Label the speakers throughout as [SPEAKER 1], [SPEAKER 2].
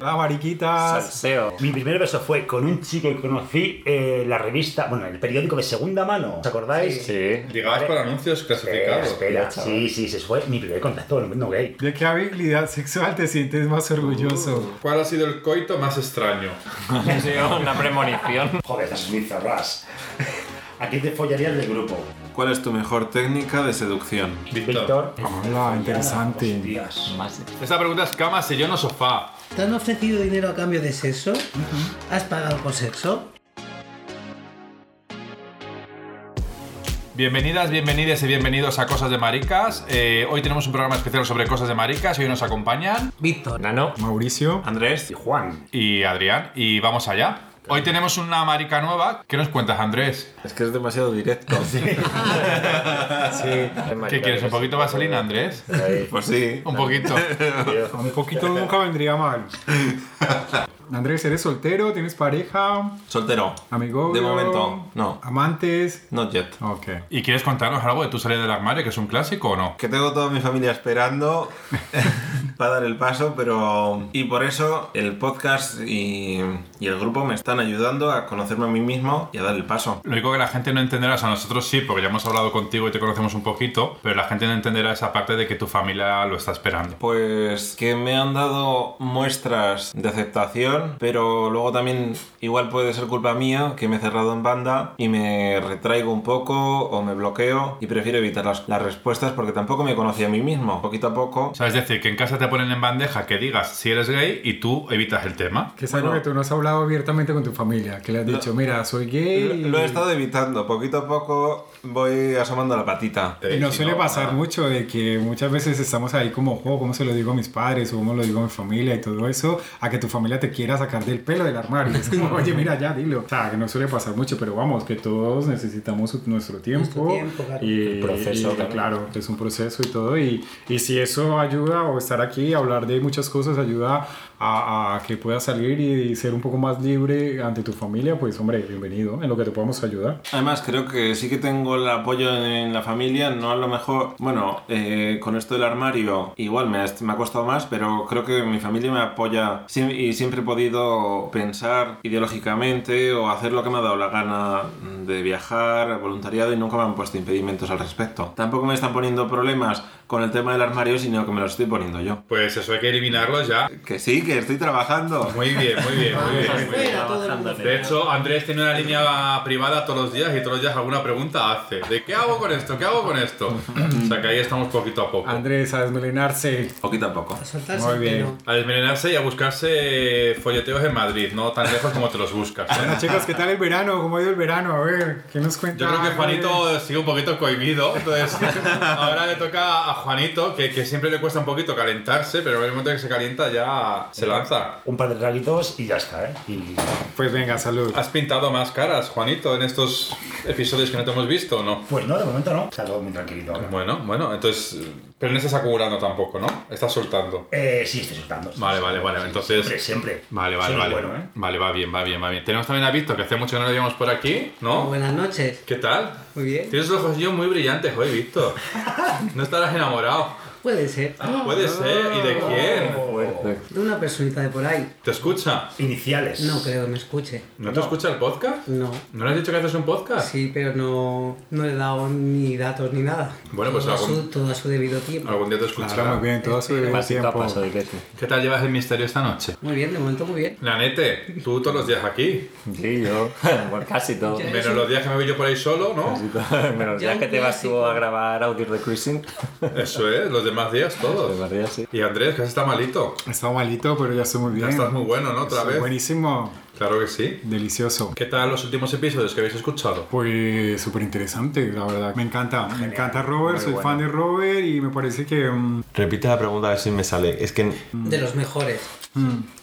[SPEAKER 1] La mariquitas.
[SPEAKER 2] Salseo.
[SPEAKER 3] Mi primer beso fue con un chico que conocí eh, la revista, bueno, el periódico de segunda mano, ¿os acordáis?
[SPEAKER 2] Sí.
[SPEAKER 4] Llegabas para anuncios
[SPEAKER 3] Espera,
[SPEAKER 4] clasificados.
[SPEAKER 3] espera. Sí, sí, ese fue mi primer contacto con el mundo gay.
[SPEAKER 1] ¿De qué habilidad sexual te sientes más orgulloso?
[SPEAKER 5] Uh.
[SPEAKER 4] ¿Cuál ha sido el coito más extraño?
[SPEAKER 2] Ha sido una premonición.
[SPEAKER 3] Joder, las mizas, ras. ¿A quién te follarías del grupo?
[SPEAKER 5] ¿Cuál es tu mejor técnica de seducción?
[SPEAKER 4] Víctor.
[SPEAKER 3] Víctor.
[SPEAKER 1] Hola, interesante.
[SPEAKER 3] Hostias.
[SPEAKER 2] Más
[SPEAKER 4] Esta pregunta es cama, sillón o sofá.
[SPEAKER 6] ¿Te han ofrecido dinero a cambio de sexo? ¿Has pagado por sexo?
[SPEAKER 4] Bienvenidas, bienvenidas y bienvenidos a Cosas de Maricas. Eh, hoy tenemos un programa especial sobre Cosas de Maricas. Hoy nos acompañan
[SPEAKER 6] Víctor.
[SPEAKER 2] Nano.
[SPEAKER 1] Mauricio.
[SPEAKER 5] Andrés,
[SPEAKER 3] Y Juan.
[SPEAKER 4] y Adrián. Y vamos allá. Hoy tenemos una marica nueva. ¿Qué nos cuentas, Andrés?
[SPEAKER 5] es que es demasiado directo.
[SPEAKER 4] ¿Qué quieres? ¿Un poquito vaselina, Andrés?
[SPEAKER 3] Ahí,
[SPEAKER 5] Pues sí.
[SPEAKER 4] Un poquito.
[SPEAKER 3] tío.
[SPEAKER 1] Un poquito nunca vendría mal. Andrés, ¿eres soltero? ¿Tienes pareja?
[SPEAKER 5] Soltero.
[SPEAKER 1] ¿Amigo?
[SPEAKER 5] De momento, no.
[SPEAKER 1] ¿Amantes?
[SPEAKER 5] Not yet.
[SPEAKER 1] Ok.
[SPEAKER 4] ¿Y quieres contarnos algo de tu salida del armario, que es un clásico o no?
[SPEAKER 5] Que tengo toda mi familia esperando para dar el paso, pero... Y por eso el podcast y, y el grupo me están ayudando a conocerme a mí mismo y a dar el paso.
[SPEAKER 4] Lo único que la gente no entenderá, o sea, nosotros sí, porque ya hemos hablado contigo y te conocemos un poquito, pero la gente no entenderá esa parte de que tu familia lo está esperando.
[SPEAKER 5] Pues que me han dado muestras de aceptación, pero luego también igual puede ser culpa mía que me he cerrado en banda y me retraigo un poco o me bloqueo y prefiero evitar las, las respuestas porque tampoco me conocí a mí mismo. Poquito a poco.
[SPEAKER 4] O sea, es decir, que en casa te ponen en bandeja que digas si eres gay y tú evitas el tema.
[SPEAKER 1] Que es algo
[SPEAKER 5] Bueno.
[SPEAKER 1] que tú no has hablado abiertamente con tu familia, que le has dicho, mira, soy gay.
[SPEAKER 5] Lo he estado evitando, poquito a poco voy asomando la patita.
[SPEAKER 1] Y nos suele pasar mucho de que muchas veces estamos ahí como, juego ¿cómo se lo digo a mis padres? ¿O cómo lo digo a mi familia? Y todo eso, a que tu familia te quiera sacar del pelo del armario. Es como, oye, mira, ya, dilo. O sea, que no suele pasar mucho, pero vamos, que todos necesitamos su- nuestro tiempo.
[SPEAKER 6] Nuestro tiempo, claro.
[SPEAKER 1] Y,
[SPEAKER 3] El proceso,
[SPEAKER 1] y,
[SPEAKER 3] claro.
[SPEAKER 1] claro, es un proceso y todo. Y, y si eso ayuda, o estar aquí, hablar de muchas cosas, ayuda a, a que puedas salir y, y ser un poco más libre ante tu familia, pues, hombre, bienvenido en lo que te podamos ayudar.
[SPEAKER 5] Además, creo que sí que tengo el apoyo en la familia, no a lo mejor, bueno, eh, con esto del armario igual me ha, me ha costado más, pero creo que mi familia me apoya sí, y siempre he podido pensar ideológicamente o hacer lo que me ha dado la gana de viajar, voluntariado y nunca me han puesto impedimentos al respecto. Tampoco me están poniendo problemas con el tema del armario, sino que me los estoy poniendo yo.
[SPEAKER 4] Pues eso hay que eliminarlo ya.
[SPEAKER 5] Que sí, que estoy trabajando.
[SPEAKER 4] Muy bien, muy bien, muy bien. muy bien.
[SPEAKER 6] Fuera todo el mundo.
[SPEAKER 4] De hecho, Andrés tiene una línea privada todos los días y todos los días alguna pregunta hace. ¿De qué hago con esto? ¿Qué hago con esto? O sea, que ahí estamos poquito a poco.
[SPEAKER 1] Andrés, a desmelenarse.
[SPEAKER 5] Poquito a poco.
[SPEAKER 6] A soltarse
[SPEAKER 1] Muy
[SPEAKER 6] el
[SPEAKER 1] bien.
[SPEAKER 6] pelo.
[SPEAKER 4] A desmelenarse y a buscarse folleteos en Madrid, no tan lejos como te los buscas. ¿eh?
[SPEAKER 1] Bueno, chicos, ¿qué tal el verano? ¿Cómo ha ido el verano? A ver, ¿qué nos cuenta?
[SPEAKER 4] Yo creo que Juanito sigue un poquito cohibido, entonces ahora le toca a Juanito, que, que siempre le cuesta un poquito calentarse, pero en el momento que se calienta ya se lanza.
[SPEAKER 3] Un par de traguitos y ya está, ¿eh? Y
[SPEAKER 1] Pues venga, salud.
[SPEAKER 4] ¿Has pintado más caras, Juanito, en estos episodios que no te hemos visto o no?
[SPEAKER 3] Pues no, de momento no. Está todo muy tranquilito ahora.
[SPEAKER 4] Bueno, bueno, entonces... Pero no estás acumulando tampoco, ¿no? Estás soltando.
[SPEAKER 3] Eh, sí, estoy soltando. sí,
[SPEAKER 4] Vale,
[SPEAKER 3] sí,
[SPEAKER 4] vale,
[SPEAKER 3] sí,
[SPEAKER 4] vale,
[SPEAKER 3] sí,
[SPEAKER 4] entonces-
[SPEAKER 3] Siempre, siempre.
[SPEAKER 4] Vale, vale,
[SPEAKER 3] Soy
[SPEAKER 4] vale.
[SPEAKER 3] muy bueno, ¿eh?
[SPEAKER 4] Vale, va bien, va bien, va bien. Tenemos también a Víctor, que hace mucho que no lo veíamos por aquí, ¿no?
[SPEAKER 6] Buenas noches.
[SPEAKER 4] ¿Qué tal?
[SPEAKER 6] Muy bien.
[SPEAKER 4] Tienes los ojillos muy brillantes hoy, Víctor. No estarás enamorado.
[SPEAKER 6] Puede ser.
[SPEAKER 4] Puede ser. ¿Y de quién?
[SPEAKER 3] ¿eh?
[SPEAKER 6] De una personita de por ahí.
[SPEAKER 4] ¿Te escucha?
[SPEAKER 3] Iniciales.
[SPEAKER 6] No creo que me escuche.
[SPEAKER 4] ¿No te escucha el podcast?
[SPEAKER 6] No.
[SPEAKER 4] ¿No le has dicho que haces un podcast?
[SPEAKER 6] Sí, pero no, no le he dado ni datos ni nada.
[SPEAKER 4] Bueno, pues
[SPEAKER 6] todo a,
[SPEAKER 4] algún-
[SPEAKER 6] su, todo a su debido tiempo.
[SPEAKER 4] Algún día te
[SPEAKER 1] Claro,
[SPEAKER 4] escuchará.
[SPEAKER 1] muy bien, todo a su debido tiempo.
[SPEAKER 4] ¿Qué tal llevas el misterio esta noche?
[SPEAKER 6] Muy bien, de momento muy bien.
[SPEAKER 4] Lanete, tú todos los días aquí.
[SPEAKER 2] Sí, yo. Bueno, casi todo.
[SPEAKER 6] Ya.
[SPEAKER 4] Menos los días que me voy yo por ahí solo, ¿no?
[SPEAKER 2] Menos
[SPEAKER 6] Ya
[SPEAKER 2] ya
[SPEAKER 6] un
[SPEAKER 2] que te vas tú
[SPEAKER 6] clásico.
[SPEAKER 2] a grabar audios de cruising.
[SPEAKER 4] Eso es, los demás días
[SPEAKER 2] Pues
[SPEAKER 4] todos.
[SPEAKER 2] María, sí.
[SPEAKER 4] Y Andrés, que has estado malito.
[SPEAKER 1] He estado malito, pero ya estoy muy bien.
[SPEAKER 4] Ya estás muy bueno, ¿no? Otra
[SPEAKER 1] Estoy
[SPEAKER 4] vez.
[SPEAKER 1] Buenísimo,
[SPEAKER 4] Claro que sí.
[SPEAKER 1] delicioso.
[SPEAKER 4] ¿Qué tal los últimos episodios que habéis escuchado?
[SPEAKER 1] Pues súper interesante, la verdad. Me encanta, me encanta Robert, soy fan de Robert y me parece que... mm,
[SPEAKER 5] Repite la pregunta a ver si me sale. Es que
[SPEAKER 4] Mm.
[SPEAKER 6] De los mejores.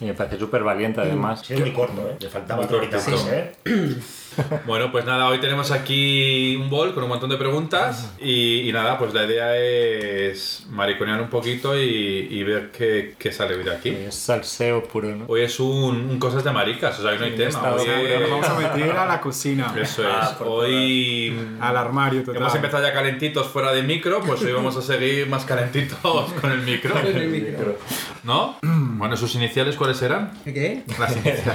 [SPEAKER 2] Y me parece súper valiente
[SPEAKER 3] Ha
[SPEAKER 2] además.
[SPEAKER 3] sido muy corto, ¿eh? Le faltaba
[SPEAKER 4] Muy
[SPEAKER 3] otra horita
[SPEAKER 4] cortito.
[SPEAKER 3] más, ¿eh?
[SPEAKER 4] Bueno, pues nada, hoy tenemos aquí un bol con un montón de preguntas y, y nada, pues la idea es mariconear un poquito y, y ver qué, qué sale hoy de aquí.
[SPEAKER 2] Es salseo puro, ¿no?
[SPEAKER 4] Hoy es un, un cosas de maricas, o sea, hoy no hay tema. Hoy
[SPEAKER 1] Nos vamos a Ah,
[SPEAKER 4] es-
[SPEAKER 1] meter a la cocina,
[SPEAKER 4] eso es. hoy mm,
[SPEAKER 1] al armario total.
[SPEAKER 4] hemos empezado ya calentitos fuera de micro, pues hoy vamos a seguir más calentitos con el micro.
[SPEAKER 6] Con el micro.
[SPEAKER 4] ¿No? Bueno, ¿sus iniciales cuáles eran?
[SPEAKER 6] ¿Qué?
[SPEAKER 4] Las iniciales.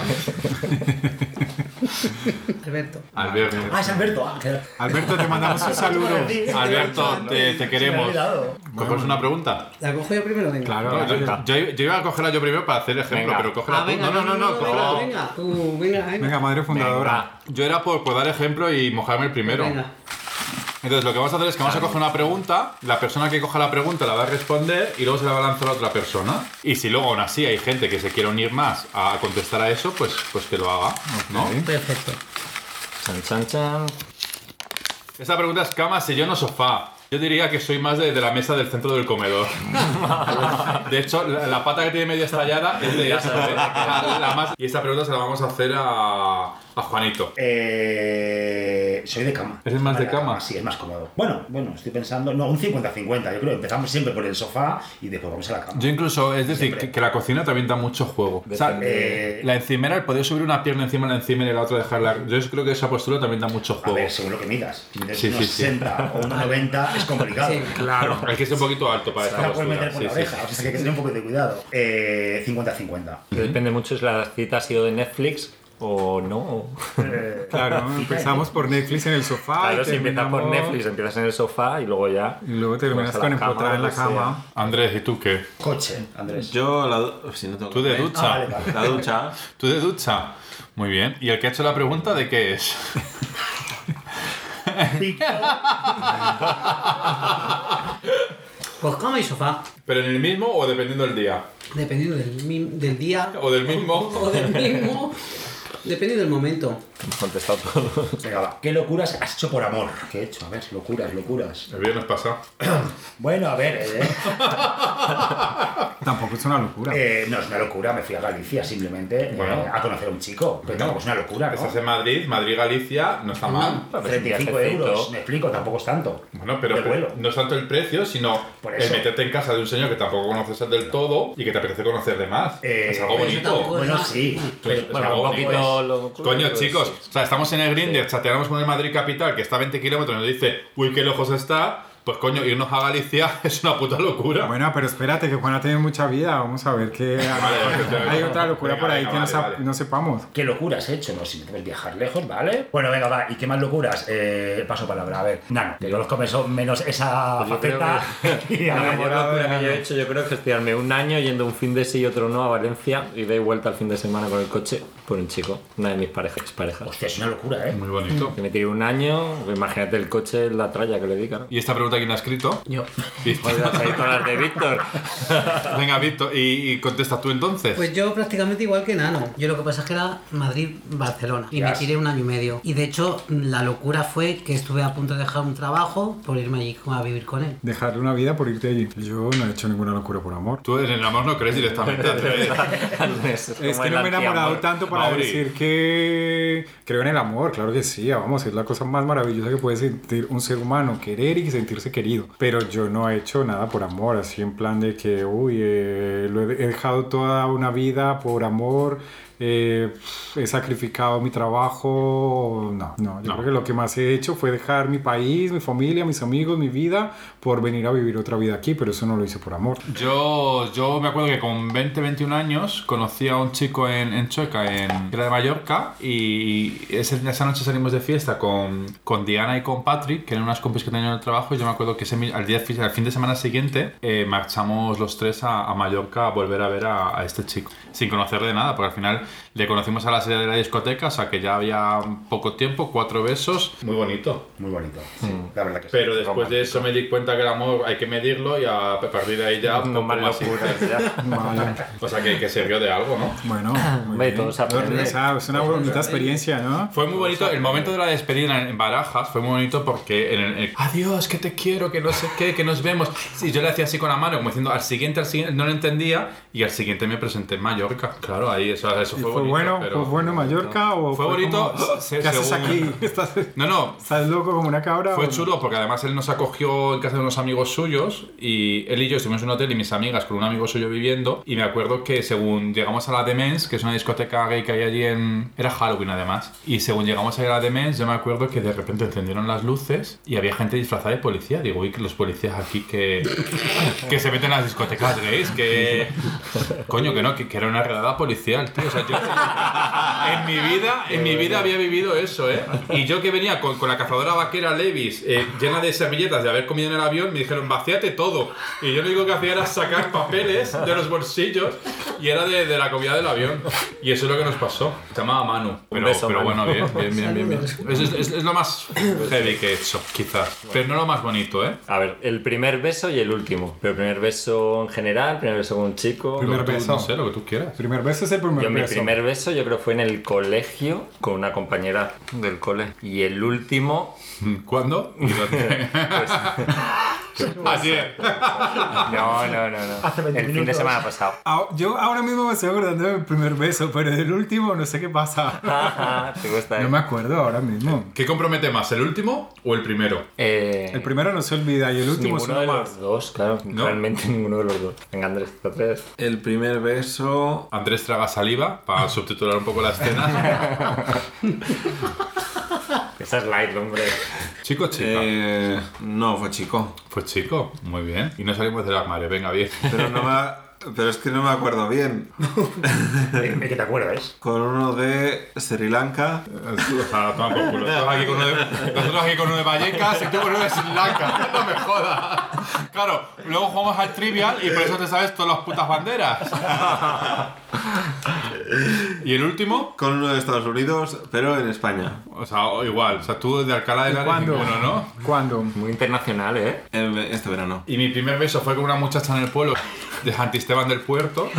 [SPEAKER 6] Alberto.
[SPEAKER 4] Alberto.
[SPEAKER 6] Ah, es Alberto. Ah, claro.
[SPEAKER 1] Alberto, te mandamos un saludo.
[SPEAKER 4] Alberto, te, te queremos.
[SPEAKER 6] Se me ha olvidado.
[SPEAKER 4] ¿Cogemos una pregunta?
[SPEAKER 6] ¿La cojo yo primero? Venga.
[SPEAKER 1] Claro.
[SPEAKER 4] No, yo, yo- yo iba a cogerla yo primero para hacer ejemplo,
[SPEAKER 2] Venga.
[SPEAKER 4] pero cógela
[SPEAKER 6] Ah,
[SPEAKER 4] tú.
[SPEAKER 6] venga,
[SPEAKER 4] No, no, no, no.
[SPEAKER 6] venga,
[SPEAKER 4] cógela.
[SPEAKER 6] venga, tú, venga, venga.
[SPEAKER 1] Venga, madre fundadora.
[SPEAKER 2] Ah,
[SPEAKER 4] Yo era por, por dar ejemplo y mojarme el primero.
[SPEAKER 6] Venga.
[SPEAKER 4] Entonces lo que vamos a hacer es que vamos a coger una pregunta, la persona que coja la pregunta la va a responder y luego se la va a lanzar a otra persona. Y si luego aún así hay gente que se quiere unir más a contestar a eso, pues, pues que lo haga, ¿no?
[SPEAKER 6] Perfecto.
[SPEAKER 2] Chan, chan, chan.
[SPEAKER 4] Esta pregunta es cama, sillón o sofá. Yo diría que soy más de, de la mesa del centro del comedor. De hecho, la, la pata que tiene medio estallada es de esa. ¿eh? La- la más- Y esta pregunta se la vamos a hacer a, a Juanito.
[SPEAKER 3] Eh, soy de cama.
[SPEAKER 4] ¿Eres más de
[SPEAKER 3] Para-
[SPEAKER 4] cama?
[SPEAKER 3] Sí, es más cómodo. Bueno, bueno, estoy pensando. No, un 50-50. Yo creo que empezamos siempre por el sofá y después vamos a la cama.
[SPEAKER 4] Yo incluso, es decir, que, que la cocina también da mucho juego. O sea,
[SPEAKER 3] Depende.
[SPEAKER 4] la encimera, el poder subir una pierna encima de la encimera y la otra dejarla. Yo creo que esa postura también da mucho
[SPEAKER 3] A
[SPEAKER 4] juego.
[SPEAKER 3] ver, según lo que midas. Si mides
[SPEAKER 4] Sí, sí,
[SPEAKER 3] unos
[SPEAKER 4] sí.
[SPEAKER 3] 60 o unos 90, es complicado.
[SPEAKER 6] Sí.
[SPEAKER 4] Claro. Hay que ser un poquito alto para
[SPEAKER 3] Te
[SPEAKER 4] esta
[SPEAKER 3] la puedes meter
[SPEAKER 4] postura.
[SPEAKER 3] por
[SPEAKER 4] Sí,
[SPEAKER 3] la
[SPEAKER 4] sí.
[SPEAKER 3] oreja, o sea que hay que tener un poco de cuidado. Eh, 50-50.
[SPEAKER 2] Depende mucho si la cita ha sido de Netflix o no.
[SPEAKER 3] Eh,
[SPEAKER 1] Claro, empezamos por Netflix en el sofá. y
[SPEAKER 2] Claro, si empiezas por
[SPEAKER 1] terminamos-
[SPEAKER 2] Netflix, empiezas en el sofá y luego ya.
[SPEAKER 4] Mm.
[SPEAKER 1] Y luego terminas
[SPEAKER 2] Vas a la
[SPEAKER 1] con
[SPEAKER 2] cama,
[SPEAKER 1] empotrada en
[SPEAKER 2] lo
[SPEAKER 1] la
[SPEAKER 2] que
[SPEAKER 1] cama.
[SPEAKER 4] Andrés, ¿y tú qué?
[SPEAKER 3] Coche, Andrés.
[SPEAKER 5] Yo la du- oh, si no tengo
[SPEAKER 4] ¿Tú de
[SPEAKER 5] café.
[SPEAKER 4] ducha?
[SPEAKER 3] Ah, vale, vale.
[SPEAKER 5] La ducha.
[SPEAKER 4] ¿Tú de ducha? Muy bien. ¿Y el que ha hecho la pregunta de qué es?
[SPEAKER 6] Pues cama y sofá.
[SPEAKER 4] ¿Pero en el mismo o dependiendo del día?
[SPEAKER 6] Dependiendo del, mim- del día
[SPEAKER 4] ¿O del mismo?
[SPEAKER 6] o del mismo. Dependiendo del momento.
[SPEAKER 2] He contestado todo.
[SPEAKER 3] Venga, va. ¿Qué locuras has hecho por amor? ¿Qué he hecho? A ver, locuras, locuras.
[SPEAKER 4] El viernes pasado.
[SPEAKER 3] Bueno, a ver, eh,
[SPEAKER 1] Tampoco es una locura.
[SPEAKER 3] eh, no es una locura, me fui a Galicia simplemente eh,
[SPEAKER 4] Bueno.
[SPEAKER 3] a conocer a un chico. Pero tampoco es una locura,
[SPEAKER 4] Estás
[SPEAKER 3] ¿no?
[SPEAKER 4] en Madrid, Madrid-Galicia, no está mal.
[SPEAKER 2] Pero es un
[SPEAKER 3] 35
[SPEAKER 2] viajecito.
[SPEAKER 3] euros, me explico, tampoco es tanto.
[SPEAKER 4] Bueno, pero pues,
[SPEAKER 3] De vuelo.
[SPEAKER 4] no es tanto el precio, sino
[SPEAKER 3] Por
[SPEAKER 4] el
[SPEAKER 3] eso.
[SPEAKER 4] meterte en casa de un señor que tampoco conoces del todo y que te apetece conocer de más.
[SPEAKER 3] Eh,
[SPEAKER 4] es
[SPEAKER 1] Pues
[SPEAKER 4] algo
[SPEAKER 3] eso
[SPEAKER 4] bonito.
[SPEAKER 6] tampoco-
[SPEAKER 3] Bueno, sí.
[SPEAKER 4] Pues,
[SPEAKER 3] pero-
[SPEAKER 4] pues,
[SPEAKER 2] Bueno, un
[SPEAKER 4] pues,
[SPEAKER 2] poquito lo- pues,
[SPEAKER 4] Coño, chicos, o sea, estamos en el Grindr, chateamos con el Madrid Capital, que está a 20 kilómetros, y nos dice, uy, qué lejos está, pues coño, irnos a Galicia es una puta locura.
[SPEAKER 1] Bueno, pero espérate, que Juana tiene mucha vida. Vamos a ver que
[SPEAKER 4] vale,
[SPEAKER 1] hay otra locura
[SPEAKER 4] venga,
[SPEAKER 1] por ahí
[SPEAKER 4] venga,
[SPEAKER 1] que no,
[SPEAKER 4] vale,
[SPEAKER 1] sa-
[SPEAKER 4] vale.
[SPEAKER 1] no sepamos.
[SPEAKER 3] ¿Qué locuras he hecho? No, si no puedes viajar lejos, ¿vale? Bueno, venga, va. ¿Y qué más locuras? Eh, paso palabra, a ver. Nano, que yo los comeso menos esa
[SPEAKER 2] Pues yo creo
[SPEAKER 3] faceta.
[SPEAKER 2] que-
[SPEAKER 3] Y a
[SPEAKER 2] la
[SPEAKER 3] ver,
[SPEAKER 2] mejor locura que yo he hecho, yo creo que es tirarme un año yendo un fin de sí y otro no a Valencia y de vuelta al fin de semana con el coche por un chico, una de mis parejas, parejas.
[SPEAKER 3] Hostia, es una locura, ¿eh?
[SPEAKER 4] Muy bonito.
[SPEAKER 1] Mm.
[SPEAKER 2] Que me tiré un año, imagínate el coche, la tralla que le di, claro.
[SPEAKER 4] ¿Y esta pregunta quién ha escrito?
[SPEAKER 6] Yo.
[SPEAKER 4] Y-
[SPEAKER 2] Joder, las ahí todas las de Víctor.
[SPEAKER 4] Venga, Víctor, y, y contestas tú entonces.
[SPEAKER 6] Pues yo prácticamente igual que Nano. Yo lo que pasa es que era Madrid-Barcelona y me
[SPEAKER 3] Yes.
[SPEAKER 6] tiré un año y medio. Y de hecho, la locura fue que estuve a punto de dejar un trabajo por irme allí a vivir con él.
[SPEAKER 1] Dejarle una vida por irte allí. Yo no he hecho ninguna locura por amor.
[SPEAKER 4] Tú en el amor no crees directamente. atrévete.
[SPEAKER 2] Andrés,
[SPEAKER 1] Es
[SPEAKER 2] como
[SPEAKER 1] que
[SPEAKER 2] el
[SPEAKER 1] no me he enamorado
[SPEAKER 2] antiamor.
[SPEAKER 1] tanto para
[SPEAKER 4] Mauri.
[SPEAKER 1] decir que creo en el amor, claro que sí, vamos, es la cosa más maravillosa que puede sentir un ser humano, querer y sentirse querido. Pero yo no he hecho nada por amor, así en plan de que, uy, eh, lo he he dejado toda una vida por amor. eh, he sacrificado mi trabajo. No, no, yo creo que lo que más he hecho fue dejar mi país, mi familia, mis amigos, mi vida por venir a vivir otra vida aquí, pero eso no lo hice por amor.
[SPEAKER 4] Yo, yo me acuerdo que con 20, 21 años conocí a un chico en, en Chueca, en, que era de Mallorca, y ese- esa noche salimos de fiesta con, con Diana y con Patrick, que eran unas compis que tenían en el trabajo, y yo me acuerdo que ese mi- al, día, al fin de semana siguiente eh, marchamos los tres a, a Mallorca a volver a ver a, a este chico, sin conocerle de nada, porque al final le conocimos a la salida de la discoteca, o sea que ya había poco tiempo, cuatro besos. Muy bonito.
[SPEAKER 3] Muy bonito. sí, La verdad que sí.
[SPEAKER 4] Pero después de eso me di cuenta que el amor hay que medirlo y a partir de ahí ya
[SPEAKER 2] No,
[SPEAKER 4] poco
[SPEAKER 2] más
[SPEAKER 4] más
[SPEAKER 2] locuras, ya.
[SPEAKER 1] Vale.
[SPEAKER 4] o sea, que, que sirvió de algo, ¿no?
[SPEAKER 1] Bueno, muy
[SPEAKER 2] Hombre,
[SPEAKER 1] bien.
[SPEAKER 2] todo se aprende.
[SPEAKER 1] No, o sea, es una bonita experiencia, ¿no?
[SPEAKER 4] Fue muy bonito, el momento de la despedida en- en Barajas fue muy bonito porque en el, el, adiós, que te quiero, que no sé qué, que nos vemos. Y yo le hacía así con la mano, como diciendo al siguiente, al siguiente, no lo entendía y al siguiente me presenté en Mallorca. Claro, ahí, eso, eso
[SPEAKER 1] ¿Y
[SPEAKER 4] fue,
[SPEAKER 1] fue,
[SPEAKER 4] bonito.
[SPEAKER 1] bueno,
[SPEAKER 4] pero-
[SPEAKER 1] fue bueno Mallorca o
[SPEAKER 4] Fue bonito,
[SPEAKER 1] como,
[SPEAKER 4] se-
[SPEAKER 1] ¿Qué haces
[SPEAKER 4] según-
[SPEAKER 1] aquí? ¿Estás,
[SPEAKER 4] No, no,
[SPEAKER 1] estás loco como una cabra?
[SPEAKER 4] Fue
[SPEAKER 1] o-
[SPEAKER 4] chulo porque además él nos acogió en casa de unos amigos suyos y él y yo estuvimos en un hotel y mis amigas con un amigo suyo viviendo y me acuerdo que según llegamos a la Demens, que es una discoteca gay que hay allí en... era Halloween además y según llegamos a la Demens yo me acuerdo que de repente encendieron las luces y había gente disfrazada de policía policía. Digo, uy, que los policías aquí que, que se meten a las discotecas gays, que. Coño, que no, que, que era una redada policial, tío. O sea, yo. En mi vida, en mi vida había vivido eso, ¿eh? Y yo que venía con, con la cazadora vaquera Levis eh, llena de servilletas de haber comido en el avión, me dijeron, vaciate todo. Y yo lo único que hacía era sacar papeles de los bolsillos y era de, de la comida del avión. Y eso es lo que nos pasó. Se llamaba Manu. Pero,
[SPEAKER 2] beso,
[SPEAKER 4] pero
[SPEAKER 2] Manu.
[SPEAKER 4] bueno, bien, bien, bien, bien. bien. Es, es- es- es lo más heavy que he hecho, quizás. Pero no lo más bonito, ¿eh?
[SPEAKER 2] A ver, el primer beso y el último. Pero el primer beso en general, el primer beso con un chico.
[SPEAKER 1] Primer
[SPEAKER 4] Tú,
[SPEAKER 1] beso.
[SPEAKER 4] No sé, lo que tú quieras.
[SPEAKER 1] Primer beso es el primer
[SPEAKER 2] Yo mi
[SPEAKER 1] beso.
[SPEAKER 2] primer beso yo creo fue en el colegio con una compañera del cole. Y el último,
[SPEAKER 4] ¿Cuándo? ¿Y dónde?
[SPEAKER 2] pues...
[SPEAKER 4] Ayer.
[SPEAKER 2] No, no, no, no.
[SPEAKER 3] Ah, Hace 20
[SPEAKER 2] el fin de
[SPEAKER 3] minutos.
[SPEAKER 2] semana pasado.
[SPEAKER 1] Ah, Yo ahora mismo me estoy acordando de mi primer beso, pero del último no sé qué pasa.
[SPEAKER 2] Ah, ¿Te gusta? eh?
[SPEAKER 1] No me acuerdo ahora mismo.
[SPEAKER 4] ¿Qué compromete más, el último o el primero?
[SPEAKER 2] Eh,
[SPEAKER 1] El primero no se olvida y el último es uno
[SPEAKER 2] ninguno de
[SPEAKER 1] más.
[SPEAKER 2] los dos, claro.
[SPEAKER 4] ¿No?
[SPEAKER 2] Realmente ninguno de los dos. Venga, Andrés, la tres.
[SPEAKER 5] El primer beso.
[SPEAKER 4] Andrés traga saliva para subtitular un poco la escena.
[SPEAKER 2] Esa es light, hombre.
[SPEAKER 4] Chico, chica.
[SPEAKER 5] eh, no, fue chico.
[SPEAKER 4] Pues chico, muy bien. Y no salimos del armario, venga, bien.
[SPEAKER 5] Pero no me- Pero es que no me acuerdo bien.
[SPEAKER 3] ¿De qué te acuerdas?
[SPEAKER 5] Con uno de Sri Lanka.
[SPEAKER 4] Ah, toma por culo. Nosotros aquí con uno de, nosotros aquí con uno de Vallecas y tú con uno de Sri Lanka. No me jodas. Claro, luego jugamos al Trivial y por eso te sabes todas las putas banderas. ¿Y el último?
[SPEAKER 5] Con uno de Estados Unidos, pero en España.
[SPEAKER 4] O sea, o igual. O sea, tú desde Alcalá de Henares
[SPEAKER 1] ¿Cuándo?
[SPEAKER 4] ninguno, ¿no?
[SPEAKER 1] ¿Cuándo?
[SPEAKER 2] Muy internacional, ¿eh?
[SPEAKER 5] En- Este verano.
[SPEAKER 4] Y mi primer beso fue con una muchacha en el pueblo de Santisteban del Puerto.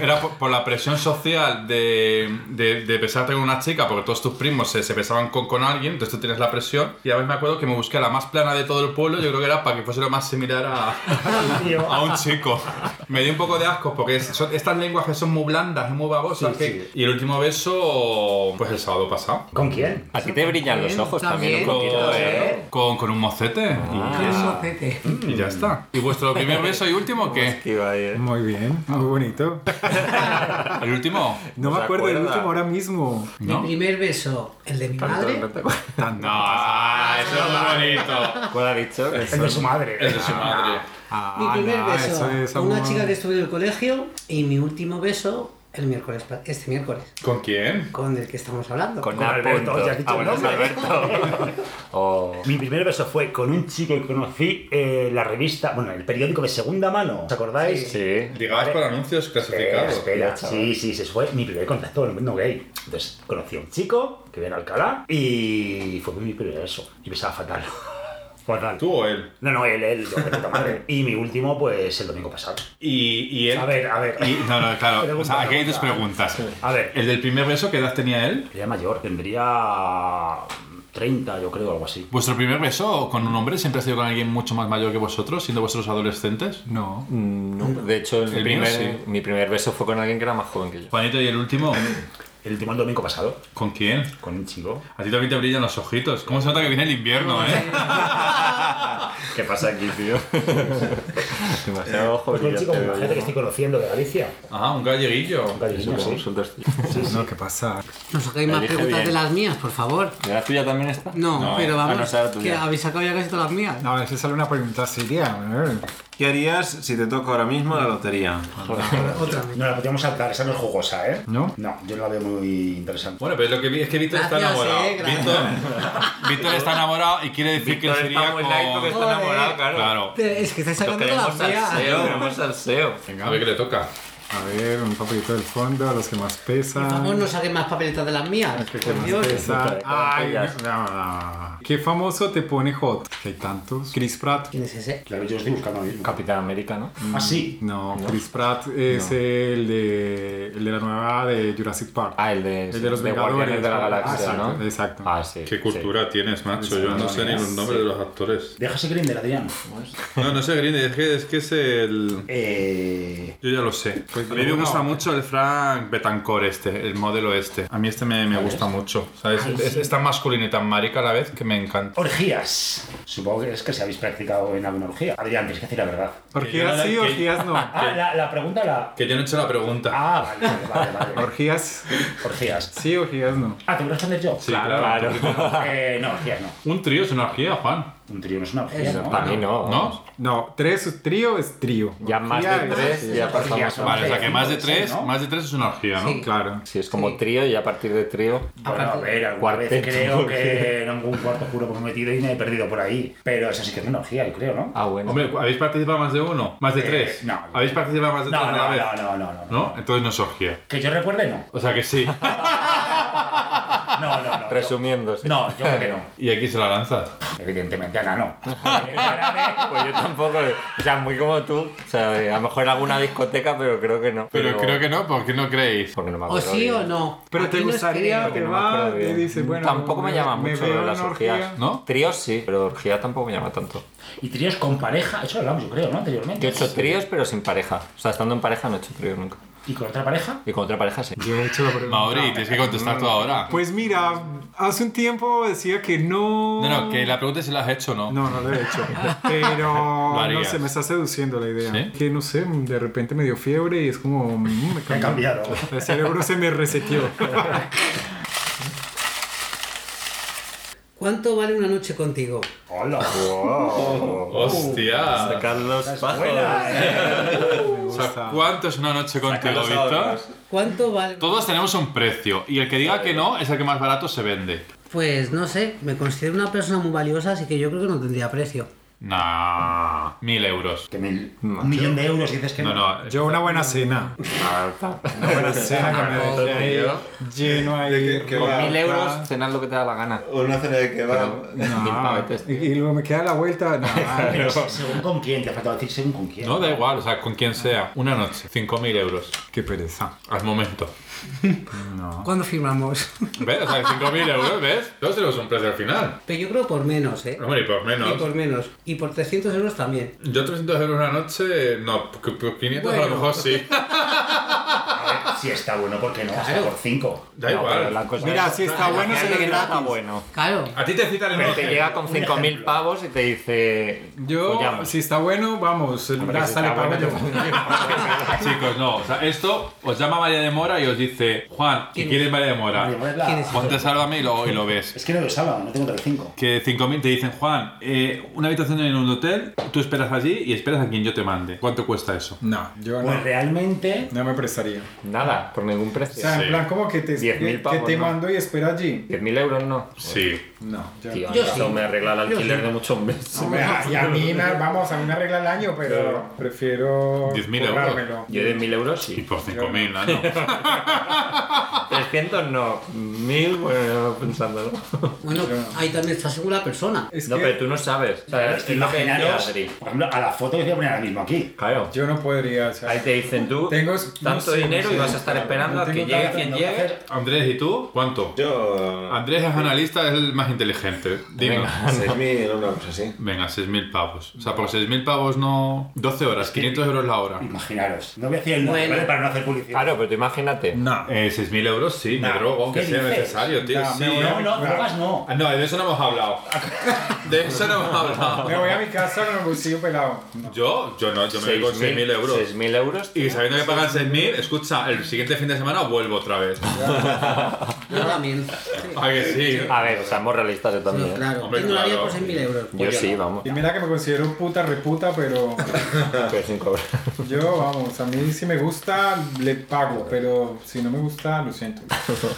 [SPEAKER 4] Era por, por la presión social de, de, de besarte con una chica, porque todos tus primos se, se besaban con, con alguien, entonces tú tienes la presión. Y a veces me acuerdo que me busqué a la más plana de todo el pueblo, yo creo que era para que fuese lo más similar a, a un chico. Me dio un poco de asco, porque es- son- estas lenguas que son muy blandas, muy babosas.
[SPEAKER 3] Sí,
[SPEAKER 4] que- Y el último beso, pues el sábado pasado.
[SPEAKER 3] ¿Con quién?
[SPEAKER 2] A ti te brillan los ojos también,
[SPEAKER 6] también,
[SPEAKER 2] un
[SPEAKER 3] Oh,
[SPEAKER 2] poquito, ¿eh? Ah,
[SPEAKER 4] Con, con un mocete.
[SPEAKER 3] Ah.
[SPEAKER 6] Mocete.
[SPEAKER 4] Y, y ya está. ¿Y vuestro primer beso y último qué?
[SPEAKER 2] Tío, ahí, ¿eh?
[SPEAKER 1] Muy bien, muy bonito.
[SPEAKER 4] ¿El último?
[SPEAKER 1] No me
[SPEAKER 2] ¿Se
[SPEAKER 1] acuerdo del
[SPEAKER 2] acuerda?
[SPEAKER 1] último ahora mismo.
[SPEAKER 6] Mi
[SPEAKER 4] No.
[SPEAKER 6] primer beso, el de mi madre.
[SPEAKER 1] Tan-
[SPEAKER 4] No, ah, eso es muy bonito.
[SPEAKER 2] ¿Cuál ha dicho?
[SPEAKER 3] El de su madre.
[SPEAKER 4] Es de su madre.
[SPEAKER 1] Ah,
[SPEAKER 6] Mi primer
[SPEAKER 1] no,
[SPEAKER 6] beso,
[SPEAKER 1] eso es
[SPEAKER 6] una
[SPEAKER 1] amor.
[SPEAKER 6] chica que estuve en el colegio. Y mi último beso, el miércoles, pa- este miércoles,
[SPEAKER 4] ¿Con quién?
[SPEAKER 6] con el que estamos hablando.
[SPEAKER 2] Con,
[SPEAKER 3] Con Alberto,
[SPEAKER 2] Alberto.
[SPEAKER 3] ya has dicho
[SPEAKER 2] Ah, bueno,
[SPEAKER 3] el
[SPEAKER 2] es
[SPEAKER 3] nombre.
[SPEAKER 2] Alberto. Oh.
[SPEAKER 3] Mi primer beso fue con un chico que conocí eh, la revista, bueno, el periódico de segunda mano. ¿Os acordáis?
[SPEAKER 2] Sí.
[SPEAKER 4] Llegabas por anuncios
[SPEAKER 3] Espera,
[SPEAKER 4] clasificados.
[SPEAKER 3] espera. Sí, sí, se fue mi primer contacto con el mundo gay. Entonces conocí a un chico que vive en Alcalá y fue mi primer beso. Y pensaba fatal. fatal.
[SPEAKER 4] ¿Tú o él?
[SPEAKER 3] No, no, él, él, yo, de puta madre. Y mi último, pues el domingo pasado.
[SPEAKER 4] Y, y él.
[SPEAKER 3] A ver, a ver.
[SPEAKER 4] Y- no, no, claro. O
[SPEAKER 3] Pregunta,
[SPEAKER 4] sea, aquí hay dos
[SPEAKER 3] pregunta.
[SPEAKER 4] preguntas.
[SPEAKER 3] A ver.
[SPEAKER 4] ¿El del primer beso qué edad tenía él?
[SPEAKER 3] Sería mayor, tendría 30, yo creo, algo así.
[SPEAKER 4] ¿Vuestro primer beso con un hombre siempre ha sido con alguien mucho más mayor que vosotros, siendo vuestros adolescentes?
[SPEAKER 1] No.
[SPEAKER 2] Mm, No, de hecho, el
[SPEAKER 4] El mío
[SPEAKER 2] primer,
[SPEAKER 4] sí.
[SPEAKER 2] mi primer beso fue con alguien que era más joven que yo.
[SPEAKER 4] Juanito, ¿y el último?
[SPEAKER 3] El último el domingo pasado,
[SPEAKER 4] ¿Con quién?
[SPEAKER 3] con un chico.
[SPEAKER 4] A ti también te brillan los ojitos. ¿Cómo se nota que viene el invierno, eh?
[SPEAKER 2] ¿Qué pasa aquí, tío? Demasiado ojo
[SPEAKER 3] Pues con un
[SPEAKER 2] brillante,
[SPEAKER 3] chico,
[SPEAKER 2] veo
[SPEAKER 3] gente
[SPEAKER 2] yo.
[SPEAKER 3] que estoy conociendo de Galicia.
[SPEAKER 4] Ah, un galleguillo.
[SPEAKER 3] Un gallego,
[SPEAKER 2] Supongo,
[SPEAKER 3] sí.
[SPEAKER 2] sueltas, tío.
[SPEAKER 1] No, ¿qué pasa?
[SPEAKER 6] No sacáis más
[SPEAKER 2] Elige
[SPEAKER 6] preguntas
[SPEAKER 2] bien.
[SPEAKER 6] de las mías, por favor.
[SPEAKER 2] ¿Y la tuya también está?
[SPEAKER 6] No, pero
[SPEAKER 2] Ah, no,
[SPEAKER 6] vamos,
[SPEAKER 2] esa era tuya.
[SPEAKER 6] que habéis sacado ya casi todas las mías.
[SPEAKER 1] A ver si sale una pregunta seria. a ver.
[SPEAKER 5] ¿Qué harías si te toca ahora mismo la lotería?
[SPEAKER 6] Otra.
[SPEAKER 3] No la podíamos saltar, esa no es jugosa, ¿eh?
[SPEAKER 1] ¿No?
[SPEAKER 3] No, yo no la veo muy interesante.
[SPEAKER 4] Bueno, pero lo que vi es que Víctor está
[SPEAKER 6] Gracias,
[SPEAKER 4] enamorado.
[SPEAKER 6] eh, gracias.
[SPEAKER 4] Víctor, Víctor está enamorado y quiere decir
[SPEAKER 2] Víctor está
[SPEAKER 4] que sería
[SPEAKER 2] muy
[SPEAKER 4] con...
[SPEAKER 2] light porque está
[SPEAKER 6] Joder.
[SPEAKER 2] enamorado, claro.
[SPEAKER 4] Claro.
[SPEAKER 6] Pero Es que estáis
[SPEAKER 2] Lo
[SPEAKER 6] sacando todas
[SPEAKER 2] queremos
[SPEAKER 6] las mías.
[SPEAKER 2] salseo, queremos salseo.
[SPEAKER 4] A ver qué le toca.
[SPEAKER 1] A ver, un papelito del fondo, a los que más
[SPEAKER 6] Por favor,
[SPEAKER 1] pesan.
[SPEAKER 6] no saquéis más papeletas de las mías.
[SPEAKER 1] Que
[SPEAKER 6] Por
[SPEAKER 1] más
[SPEAKER 6] Dios.
[SPEAKER 1] pesan. Ay,
[SPEAKER 2] Ya.
[SPEAKER 1] no. ¿Qué famoso te pone hot? Que hay tantos. Chris Pratt.
[SPEAKER 6] ¿Quién es ese?
[SPEAKER 3] Claro, yo lo estoy buscando ahora mismo.
[SPEAKER 2] Capitán América, ¿no?
[SPEAKER 3] Ah, sí.
[SPEAKER 1] No, Chris Pratt es el, de, el de la nueva de Jurassic Park.
[SPEAKER 2] Ah, el de,
[SPEAKER 1] El de los
[SPEAKER 2] Guardianes
[SPEAKER 1] Vengadores.
[SPEAKER 2] de la Galaxia,
[SPEAKER 1] Ah,
[SPEAKER 2] ¿no?
[SPEAKER 1] exacto, exacto.
[SPEAKER 2] Ah, sí.
[SPEAKER 4] Qué cultura tienes, macho. Yo no sé ni los nombres de los actores.
[SPEAKER 3] Déjase Grindr, Adrián.
[SPEAKER 4] No, no sé, Green, es que es, que es el...
[SPEAKER 3] Eh...
[SPEAKER 4] Yo ya lo sé.
[SPEAKER 2] Pues
[SPEAKER 4] a mí me
[SPEAKER 1] bueno.
[SPEAKER 4] gusta mucho el Frank Betancourt este, el modelo este. A mí este me, me gusta mucho. ¿sabes? es, es tan masculino y tan marica a la vez que me encanta.
[SPEAKER 3] Orgías. Supongo que es que si habéis practicado en alguna orgía. Adrián, tienes que decir la verdad.
[SPEAKER 1] Orgías sí, orgías no.
[SPEAKER 3] Ah, la, la pregunta la...
[SPEAKER 4] Que yo no he hecho la pregunta.
[SPEAKER 3] Ah, vale, vale, vale. vale.
[SPEAKER 1] Orgías
[SPEAKER 3] Orgías.
[SPEAKER 1] sí, orgías no.
[SPEAKER 3] Ah, ¿te voy a responder yo?
[SPEAKER 4] Sí, claro.
[SPEAKER 3] Eh, no, orgías no.
[SPEAKER 4] Un trío es una orgía, Juan.
[SPEAKER 3] Un trío no es una orgía,
[SPEAKER 6] Eso.
[SPEAKER 3] ¿no?
[SPEAKER 2] Para mí no.
[SPEAKER 4] ¿No?
[SPEAKER 1] No, tres trío es trío.
[SPEAKER 2] Ya más de
[SPEAKER 1] es-
[SPEAKER 2] tres, ya pasamos a...
[SPEAKER 4] Vale, o sea que más de
[SPEAKER 3] Sí,
[SPEAKER 4] tres,
[SPEAKER 3] ¿no?
[SPEAKER 4] más de tres es una orgía, ¿no?
[SPEAKER 6] Sí.
[SPEAKER 1] Claro.
[SPEAKER 2] Si es como trío y a partir de trío...
[SPEAKER 3] Bueno, a
[SPEAKER 6] Aparte-
[SPEAKER 3] ver, alguna
[SPEAKER 2] Cuarteto,
[SPEAKER 3] vez creo
[SPEAKER 2] porque-
[SPEAKER 3] que en algún cuarto oscuro pues me he metido y me he perdido por ahí. Pero esa sí que es una orgía, yo creo, ¿no?
[SPEAKER 2] Ah, bueno.
[SPEAKER 4] Hombre, ¿habéis participado más de uno? ¿Más de
[SPEAKER 3] Eh,
[SPEAKER 4] tres?
[SPEAKER 3] no.
[SPEAKER 4] ¿Habéis participado más de tres
[SPEAKER 3] No,
[SPEAKER 4] una
[SPEAKER 3] no,
[SPEAKER 4] vez?
[SPEAKER 3] no, no, no, no, no.
[SPEAKER 4] ¿No? Entonces no es orgía.
[SPEAKER 3] Que yo recuerde, no.
[SPEAKER 4] O sea que sí.
[SPEAKER 3] No, no, no.
[SPEAKER 2] Resumiendo, sí.
[SPEAKER 3] No, yo creo que no.
[SPEAKER 4] y aquí se la lanzas.
[SPEAKER 3] Evidentemente, Ana no. Ana, ¿eh?
[SPEAKER 2] Pues yo tampoco, o sea, muy como tú. O sea, a lo mejor en alguna discoteca, pero creo que no.
[SPEAKER 4] Pero creo que no, ¿por qué no creéis?
[SPEAKER 2] Porque no me
[SPEAKER 6] O
[SPEAKER 2] acuerdo
[SPEAKER 6] sí
[SPEAKER 2] bien.
[SPEAKER 6] o no.
[SPEAKER 1] Pero te
[SPEAKER 6] Aquí no es
[SPEAKER 1] gustaría,
[SPEAKER 6] creo.
[SPEAKER 1] te
[SPEAKER 2] no me
[SPEAKER 1] va,
[SPEAKER 2] acuerdo
[SPEAKER 1] te
[SPEAKER 2] bien.
[SPEAKER 1] Ah, dice, bueno.
[SPEAKER 2] tampoco me llama mucho
[SPEAKER 1] veo
[SPEAKER 2] lo de las
[SPEAKER 1] una
[SPEAKER 2] orgías,
[SPEAKER 1] orgía.
[SPEAKER 4] ¿no?
[SPEAKER 2] Tríos sí, pero orgía tampoco me llama tanto.
[SPEAKER 3] Y tríos con pareja, eso lo hablamos, yo creo, ¿no? Anteriormente.
[SPEAKER 2] Yo he hecho tríos, pero sin pareja. O sea, estando en pareja no he hecho tríos nunca.
[SPEAKER 3] ¿Y con otra pareja?
[SPEAKER 2] Y con otra pareja sí.
[SPEAKER 1] Yo he hecho la pregunta.
[SPEAKER 4] Mauri, tienes que contestar tú ahora.
[SPEAKER 1] Pues mira, hace un tiempo decía que no.
[SPEAKER 4] No, no, que la pregunta es si la has hecho o no.
[SPEAKER 1] No, no lo he hecho. Pero no
[SPEAKER 4] harías.
[SPEAKER 1] sé, me está seduciendo la idea.
[SPEAKER 4] ¿Sí?
[SPEAKER 1] Que no sé, de repente me dio fiebre y es como. mm, me
[SPEAKER 3] Me he
[SPEAKER 1] cambió.
[SPEAKER 3] cambiado.
[SPEAKER 1] El cerebro se me reseteó.
[SPEAKER 6] ¿Cuánto vale una noche contigo?
[SPEAKER 3] Hola.
[SPEAKER 4] ¡Hostia!
[SPEAKER 5] Carlos Pajo.
[SPEAKER 1] Me
[SPEAKER 4] O sea,
[SPEAKER 1] gusta.
[SPEAKER 4] ¿Cuánto es una noche contigo,
[SPEAKER 5] Carlos
[SPEAKER 4] Víctor?
[SPEAKER 5] Adornos.
[SPEAKER 6] ¿Cuánto vale?
[SPEAKER 4] Todos tenemos un precio y el que diga que no es el que más barato se vende.
[SPEAKER 6] Pues no sé, me considero una persona muy valiosa, así que yo creo que no tendría precio.
[SPEAKER 4] Nah, mil euros.
[SPEAKER 3] Que mil- un millón de euros dices que
[SPEAKER 4] No,
[SPEAKER 3] no.
[SPEAKER 4] no.
[SPEAKER 1] Yo una buena cena. Una buena cena que me dejé ahí lleno
[SPEAKER 5] ¿De
[SPEAKER 1] ahí.
[SPEAKER 5] qué- qué
[SPEAKER 2] Con
[SPEAKER 5] va?
[SPEAKER 2] mil euros cenar lo que te da la gana.
[SPEAKER 5] Una cena de kebab.
[SPEAKER 2] Mil
[SPEAKER 1] No,
[SPEAKER 2] pavetes.
[SPEAKER 1] y, y luego me queda la vuelta. no,
[SPEAKER 3] Pero se- según con quién, te ha faltado decir según con quién.
[SPEAKER 4] No, da igual, o sea, con quien sea. Una noche, cinco mil euros.
[SPEAKER 1] qué pereza.
[SPEAKER 4] Al momento.
[SPEAKER 6] ¿Cuándo firmamos?
[SPEAKER 4] ¿Ves? O sea, cinco mil euros, ¿ves? Todos tenemos un precio al final.
[SPEAKER 6] Pero yo creo por menos, ¿eh?
[SPEAKER 4] Hombre, y por
[SPEAKER 6] Y por
[SPEAKER 4] menos.
[SPEAKER 6] menos. Y por 300 euros también.
[SPEAKER 4] Yo 300 euros una noche, no, p- p- 500 a lo
[SPEAKER 6] Bueno.
[SPEAKER 4] mejor sí.
[SPEAKER 3] A ver, si está bueno, ¿por qué no? Hasta
[SPEAKER 6] Claro.
[SPEAKER 3] por cinco.
[SPEAKER 4] Da
[SPEAKER 2] No, pero
[SPEAKER 4] igual.
[SPEAKER 2] la cosa
[SPEAKER 1] Mira,
[SPEAKER 2] es-
[SPEAKER 1] si está bueno, se
[SPEAKER 2] Fíjate
[SPEAKER 1] lo
[SPEAKER 2] que no
[SPEAKER 1] gratis.
[SPEAKER 2] está bueno.
[SPEAKER 6] Claro.
[SPEAKER 4] A ti te citan el
[SPEAKER 2] Pero te
[SPEAKER 4] noche.
[SPEAKER 2] llega con 5.000 pavos y te dice. "Pues
[SPEAKER 1] Yo,
[SPEAKER 2] follamos.
[SPEAKER 1] si está bueno, vamos, hasta le pago yo.
[SPEAKER 4] Chicos, no, o sea, esto os llama María de Mora y os dice, Juan, si
[SPEAKER 6] ¿Quién?
[SPEAKER 4] quieres María de
[SPEAKER 3] Vale,
[SPEAKER 4] Mora,
[SPEAKER 3] pues la-
[SPEAKER 6] ¿Quién es?
[SPEAKER 4] ponte sálvame y lo, y lo ves.
[SPEAKER 3] Es que no lo sábado, no tengo 35.
[SPEAKER 4] Que 5.000 te dicen, Juan, eh, una habitación en un hotel, tú esperas allí y esperas a quien yo te mande. ¿Cuánto cuesta eso?
[SPEAKER 1] No, yo no.
[SPEAKER 3] Pues realmente.
[SPEAKER 1] No me prestaría.
[SPEAKER 2] Nada, por ningún
[SPEAKER 1] O
[SPEAKER 2] precio.
[SPEAKER 1] sea,
[SPEAKER 4] Sí.
[SPEAKER 1] en plan como que te,
[SPEAKER 2] 10.000
[SPEAKER 1] que
[SPEAKER 2] pavos,
[SPEAKER 1] te
[SPEAKER 2] ¿no?
[SPEAKER 1] mando y espera allí.
[SPEAKER 2] 10.000 euros no.
[SPEAKER 4] Sí.
[SPEAKER 1] No, yo
[SPEAKER 2] Tío,
[SPEAKER 6] Yo
[SPEAKER 2] eso
[SPEAKER 6] sí.
[SPEAKER 2] me arregla el alquiler de muchos meses.
[SPEAKER 1] Hombre, y a mí, me- vamos, a mí me arregla el año, pero prefiero
[SPEAKER 4] 10.000 euros.
[SPEAKER 1] ahorrármelo.
[SPEAKER 2] Yo de 1.000 euros
[SPEAKER 4] Y
[SPEAKER 2] sí.
[SPEAKER 4] por 5.000, ¿no?
[SPEAKER 2] 300 no. 1.000, bueno, pensándolo.
[SPEAKER 6] Bueno, ahí también está según la persona.
[SPEAKER 1] Es
[SPEAKER 2] No,
[SPEAKER 1] que
[SPEAKER 2] pero tú no sabes. O sea, es lo que decía
[SPEAKER 3] imaginaros,
[SPEAKER 2] Adri.
[SPEAKER 3] por ejemplo, a la foto que voy a poner ahora mismo aquí.
[SPEAKER 2] Claro.
[SPEAKER 1] yo no podría, o sea,
[SPEAKER 2] Ahí te dicen tú
[SPEAKER 1] Tengo- no
[SPEAKER 2] tanto
[SPEAKER 1] sé,
[SPEAKER 2] dinero
[SPEAKER 1] no sé.
[SPEAKER 2] y vas a estar esperando
[SPEAKER 1] No
[SPEAKER 2] a que
[SPEAKER 1] tengo
[SPEAKER 2] llegue
[SPEAKER 1] tanto,
[SPEAKER 2] quien
[SPEAKER 3] no
[SPEAKER 2] llegue.
[SPEAKER 3] hacer-
[SPEAKER 4] Andrés, ¿y tú? ¿Cuánto?
[SPEAKER 5] Yo.
[SPEAKER 4] Andrés es analista, es el más inteligente. Dime.
[SPEAKER 2] Venga.
[SPEAKER 5] 6.000, una cosa así.
[SPEAKER 4] Venga, 6.000 pavos. O sea, por 6.000 pavos no... 12 horas, 500 euros la hora.
[SPEAKER 3] Imaginaros. No voy a decir el nombre
[SPEAKER 6] Bueno.
[SPEAKER 3] ¿vale? para no hacer publicidad.
[SPEAKER 2] Claro, pero tú imagínate.
[SPEAKER 1] No.
[SPEAKER 4] Eh, 6.000 euros, sí, me
[SPEAKER 3] Nah,
[SPEAKER 4] drogo, aunque
[SPEAKER 3] ¿qué
[SPEAKER 4] sea
[SPEAKER 3] dices?
[SPEAKER 4] necesario, tío.
[SPEAKER 1] Nah,
[SPEAKER 4] sí,
[SPEAKER 1] me voy
[SPEAKER 4] ¿eh?
[SPEAKER 3] No, no, drogas no.
[SPEAKER 4] Ah, No, de eso no hemos hablado. De eso no hemos hablado.
[SPEAKER 1] Me voy a mi casa con el bolsillo pelado. No.
[SPEAKER 4] Yo, yo no, yo me voy con 6.000 euros.
[SPEAKER 2] 6.000 euros.
[SPEAKER 4] Y sabiendo que pagan 6.000, escucha, el siguiente fin de semana vuelvo otra vez.
[SPEAKER 6] Yo también.
[SPEAKER 4] ¿A que sí?
[SPEAKER 2] A ver, o sea, somos realistas yo también.
[SPEAKER 6] Sí,
[SPEAKER 2] ¿eh?
[SPEAKER 6] claro.
[SPEAKER 4] Hombre,
[SPEAKER 6] Yo no lo haría
[SPEAKER 4] claro.
[SPEAKER 6] por 6.000 euros.
[SPEAKER 2] Yo sí, vamos.
[SPEAKER 1] Y mira que me considero puta reputa, pero
[SPEAKER 2] Pero sin cobrar.
[SPEAKER 1] yo, vamos, a mí si me gusta, le pago, pero si no me gusta, lo siento.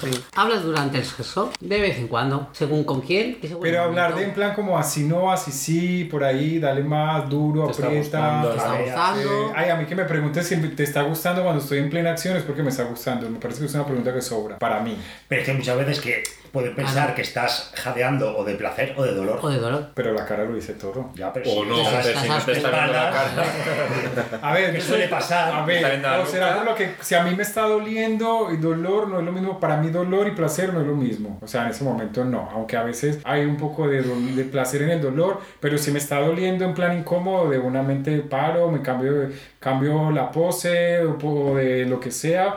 [SPEAKER 6] Pues, ¿Hablas durante el sexo? De vez en cuando. Según con quién. y según
[SPEAKER 1] Pero
[SPEAKER 6] el
[SPEAKER 1] hablar de en
[SPEAKER 6] momento.
[SPEAKER 1] plan como así no, así sí, por ahí, dale más, duro,
[SPEAKER 2] Te está
[SPEAKER 1] aprieta.
[SPEAKER 2] gustando,
[SPEAKER 6] ¿Te está
[SPEAKER 3] A ver,
[SPEAKER 1] Eh,
[SPEAKER 6] gustando?
[SPEAKER 1] ay, a mí que me preguntes si te está gustando cuando estoy en plena acción es porque me está gustando. Me parece que es una pregunta que sobra para mí.
[SPEAKER 3] Pero es que hay muchas veces que pueden pensar
[SPEAKER 6] no.
[SPEAKER 3] que estás jadeando o de placer o de dolor.
[SPEAKER 6] O de dolor.
[SPEAKER 1] Pero la cara lo dice todo.
[SPEAKER 3] Ya, pero
[SPEAKER 4] O
[SPEAKER 3] si
[SPEAKER 4] no,
[SPEAKER 3] te
[SPEAKER 4] pero
[SPEAKER 3] estás-
[SPEAKER 6] si no te
[SPEAKER 3] estás
[SPEAKER 6] está
[SPEAKER 2] viendo la
[SPEAKER 1] A ver,
[SPEAKER 3] Que
[SPEAKER 1] yo
[SPEAKER 3] suele
[SPEAKER 1] soy-
[SPEAKER 3] pasar.
[SPEAKER 1] A
[SPEAKER 2] Está
[SPEAKER 1] ver,
[SPEAKER 2] viendo la
[SPEAKER 1] o será
[SPEAKER 2] nuca.
[SPEAKER 1] por lo que si a mí me está doliendo y dolor no es lo mismo. Para mí dolor y placer no es lo mismo. O sea, en ese momento no. Aunque a veces hay un poco de, dol- de placer en el dolor, pero si me está doliendo en plan incómodo, de una mente paro, me cambio, cambio la pose o po- de lo que sea,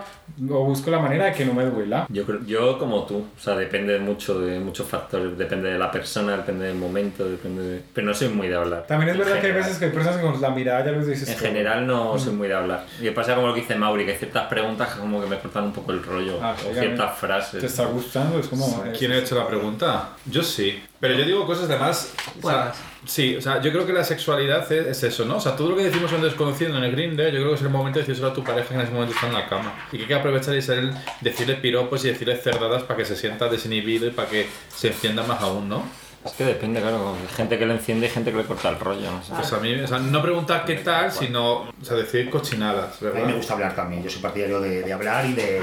[SPEAKER 1] o busco la manera de que no me duela.
[SPEAKER 2] Yo, creo- yo como tú, o sea, depende mucho de muchos factores, depende de la persona, depende del momento, depende de... Pero no soy muy de hablar.
[SPEAKER 1] También es
[SPEAKER 2] En
[SPEAKER 1] verdad que hay
[SPEAKER 2] general.
[SPEAKER 1] veces que hay personas que con la mirada ya les dices.
[SPEAKER 2] En
[SPEAKER 1] todo.
[SPEAKER 2] general no soy muy de hablar. Y pasa como lo que dice Mauri, que hay ciertas preguntas que como que me cortan un poco el rollo,
[SPEAKER 1] Ah,
[SPEAKER 2] o
[SPEAKER 1] fíjate.
[SPEAKER 2] ciertas
[SPEAKER 1] ¿Te
[SPEAKER 2] frases.
[SPEAKER 1] está gustando? Es como.
[SPEAKER 4] ¿Quién ha hecho la pregunta? Yo sí. Pero yo digo cosas de más. o sea,
[SPEAKER 6] Guarras.
[SPEAKER 4] sí, o sea, yo creo que la sexualidad es, es eso, ¿no? O sea, todo lo que decimos en desconociendo en el Grindr, yo creo que es el momento de decírselo a tu pareja que en ese momento está en la cama. Y que hay que aprovechar y ser el- decirle piropos y decirle cerdadas para que se sienta desinhibido y para que se encienda más aún, ¿no?
[SPEAKER 2] Es que depende, claro. Hay gente que le enciende y gente que le corta el rollo.
[SPEAKER 1] Ah.
[SPEAKER 2] No sé.
[SPEAKER 4] Pues a mí, o sea, no preguntar qué tal, sino, o sea, decir cochinadas,
[SPEAKER 3] A mí me
[SPEAKER 4] ¿verdad?
[SPEAKER 3] gusta hablar también. Yo soy partidario de, de hablar y de,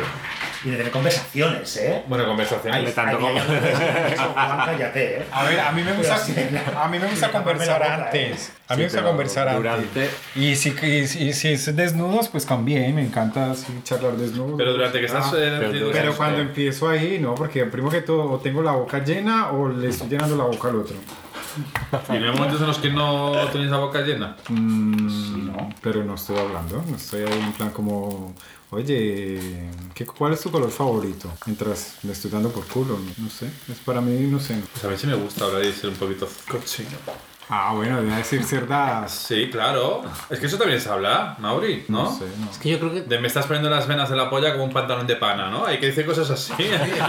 [SPEAKER 3] y de tener conversaciones, ¿eh?
[SPEAKER 4] Bueno, conversaciones.
[SPEAKER 2] Ay, Tanto
[SPEAKER 3] Ay,
[SPEAKER 2] como-
[SPEAKER 3] ya, ya, eso, Juan, cállate, ¿eh?
[SPEAKER 1] A ver, a mí me gusta,
[SPEAKER 3] Pero sí, claro.
[SPEAKER 1] a mí me gusta
[SPEAKER 3] Pero
[SPEAKER 1] conversar
[SPEAKER 3] romperme la boca, ¿eh?
[SPEAKER 1] antes. A mí me
[SPEAKER 2] Sí,
[SPEAKER 1] gusta
[SPEAKER 2] pero
[SPEAKER 1] conversar
[SPEAKER 2] durante-
[SPEAKER 1] antes. Y si, y, si- y si es desnudos, pues también. Me encanta así charlar desnudos.
[SPEAKER 4] Pero durante que estás
[SPEAKER 1] Ah,
[SPEAKER 4] eh,
[SPEAKER 2] pero
[SPEAKER 4] haciendo-
[SPEAKER 1] Pero
[SPEAKER 2] Pues,
[SPEAKER 1] cuando
[SPEAKER 2] eh.
[SPEAKER 1] empiezo ahí, no, porque primero que todo, o tengo la boca llena o le estoy llenando la boca al otro.
[SPEAKER 4] Y no hay momentos en los que no tenéis la boca llena.
[SPEAKER 1] Mm, Pero no estoy hablando, no estoy ahí en plan como, oye, ¿qué, ¿cuál es tu color favorito? Mientras me estoy dando por culo, no, no sé. Es para mí, no sé.
[SPEAKER 4] Pues a mí sí me gusta hablar y ser un poquito cochino.
[SPEAKER 1] Ah, bueno, debe decir cerdas.
[SPEAKER 4] Sí, claro. Es que eso también se habla, Mauri, ¿no?
[SPEAKER 1] No sé, no.
[SPEAKER 6] Es que yo creo que
[SPEAKER 4] De me estás poniendo las venas de la polla como un pantalón de pana, ¿no? Hay que decir cosas así. ¿eh?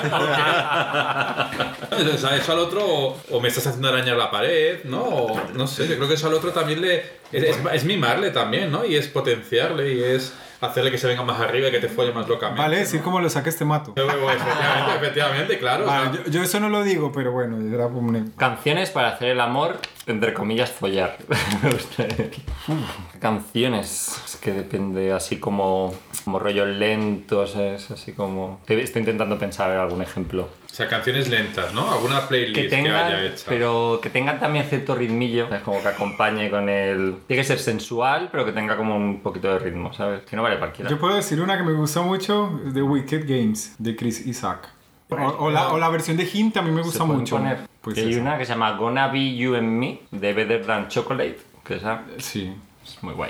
[SPEAKER 4] o sea, eso al otro, o, o me estás haciendo arañar la pared, ¿no? O, no sé, yo creo que eso al otro también le. Es, es- es mimarle también, ¿no? Y es potenciarle y es hacerle que se venga más arriba y que te folle más locamente.
[SPEAKER 1] Vale, decir como lo saques te mato.
[SPEAKER 4] Yo creo que, Efectivamente, efectivamente, claro. o sea,
[SPEAKER 1] Vale, yo, yo eso no lo digo, pero bueno, era un-
[SPEAKER 2] Canciones para hacer el amor, entre comillas, follar. Me gusta. Canciones, es que depende, así como, como rollos lentos, es así como... Estoy intentando pensar en algún ejemplo.
[SPEAKER 4] O sea, canciones lentas, ¿no? Alguna playlist
[SPEAKER 2] Que
[SPEAKER 4] que,
[SPEAKER 2] tengan,
[SPEAKER 4] haya hecha.
[SPEAKER 2] pero que tengan también cierto ritmillo, es como que acompañe con el... Tiene que ser sensual, pero que tenga como un poquito de ritmo, ¿sabes? Que no vale cualquiera.
[SPEAKER 1] Yo puedo decir una que me gusta mucho, de Wicked Games, de Chris Isaac. O, o la, o la versión de Hint a mí me
[SPEAKER 2] Se
[SPEAKER 1] gusta
[SPEAKER 2] pueden
[SPEAKER 1] mucho.
[SPEAKER 2] poner.
[SPEAKER 1] Pues
[SPEAKER 2] Y hay
[SPEAKER 1] esa.
[SPEAKER 2] una que se llama Gonna Be You and Me, de Better Than Chocolate, que esa
[SPEAKER 1] Sí.
[SPEAKER 2] es muy guay.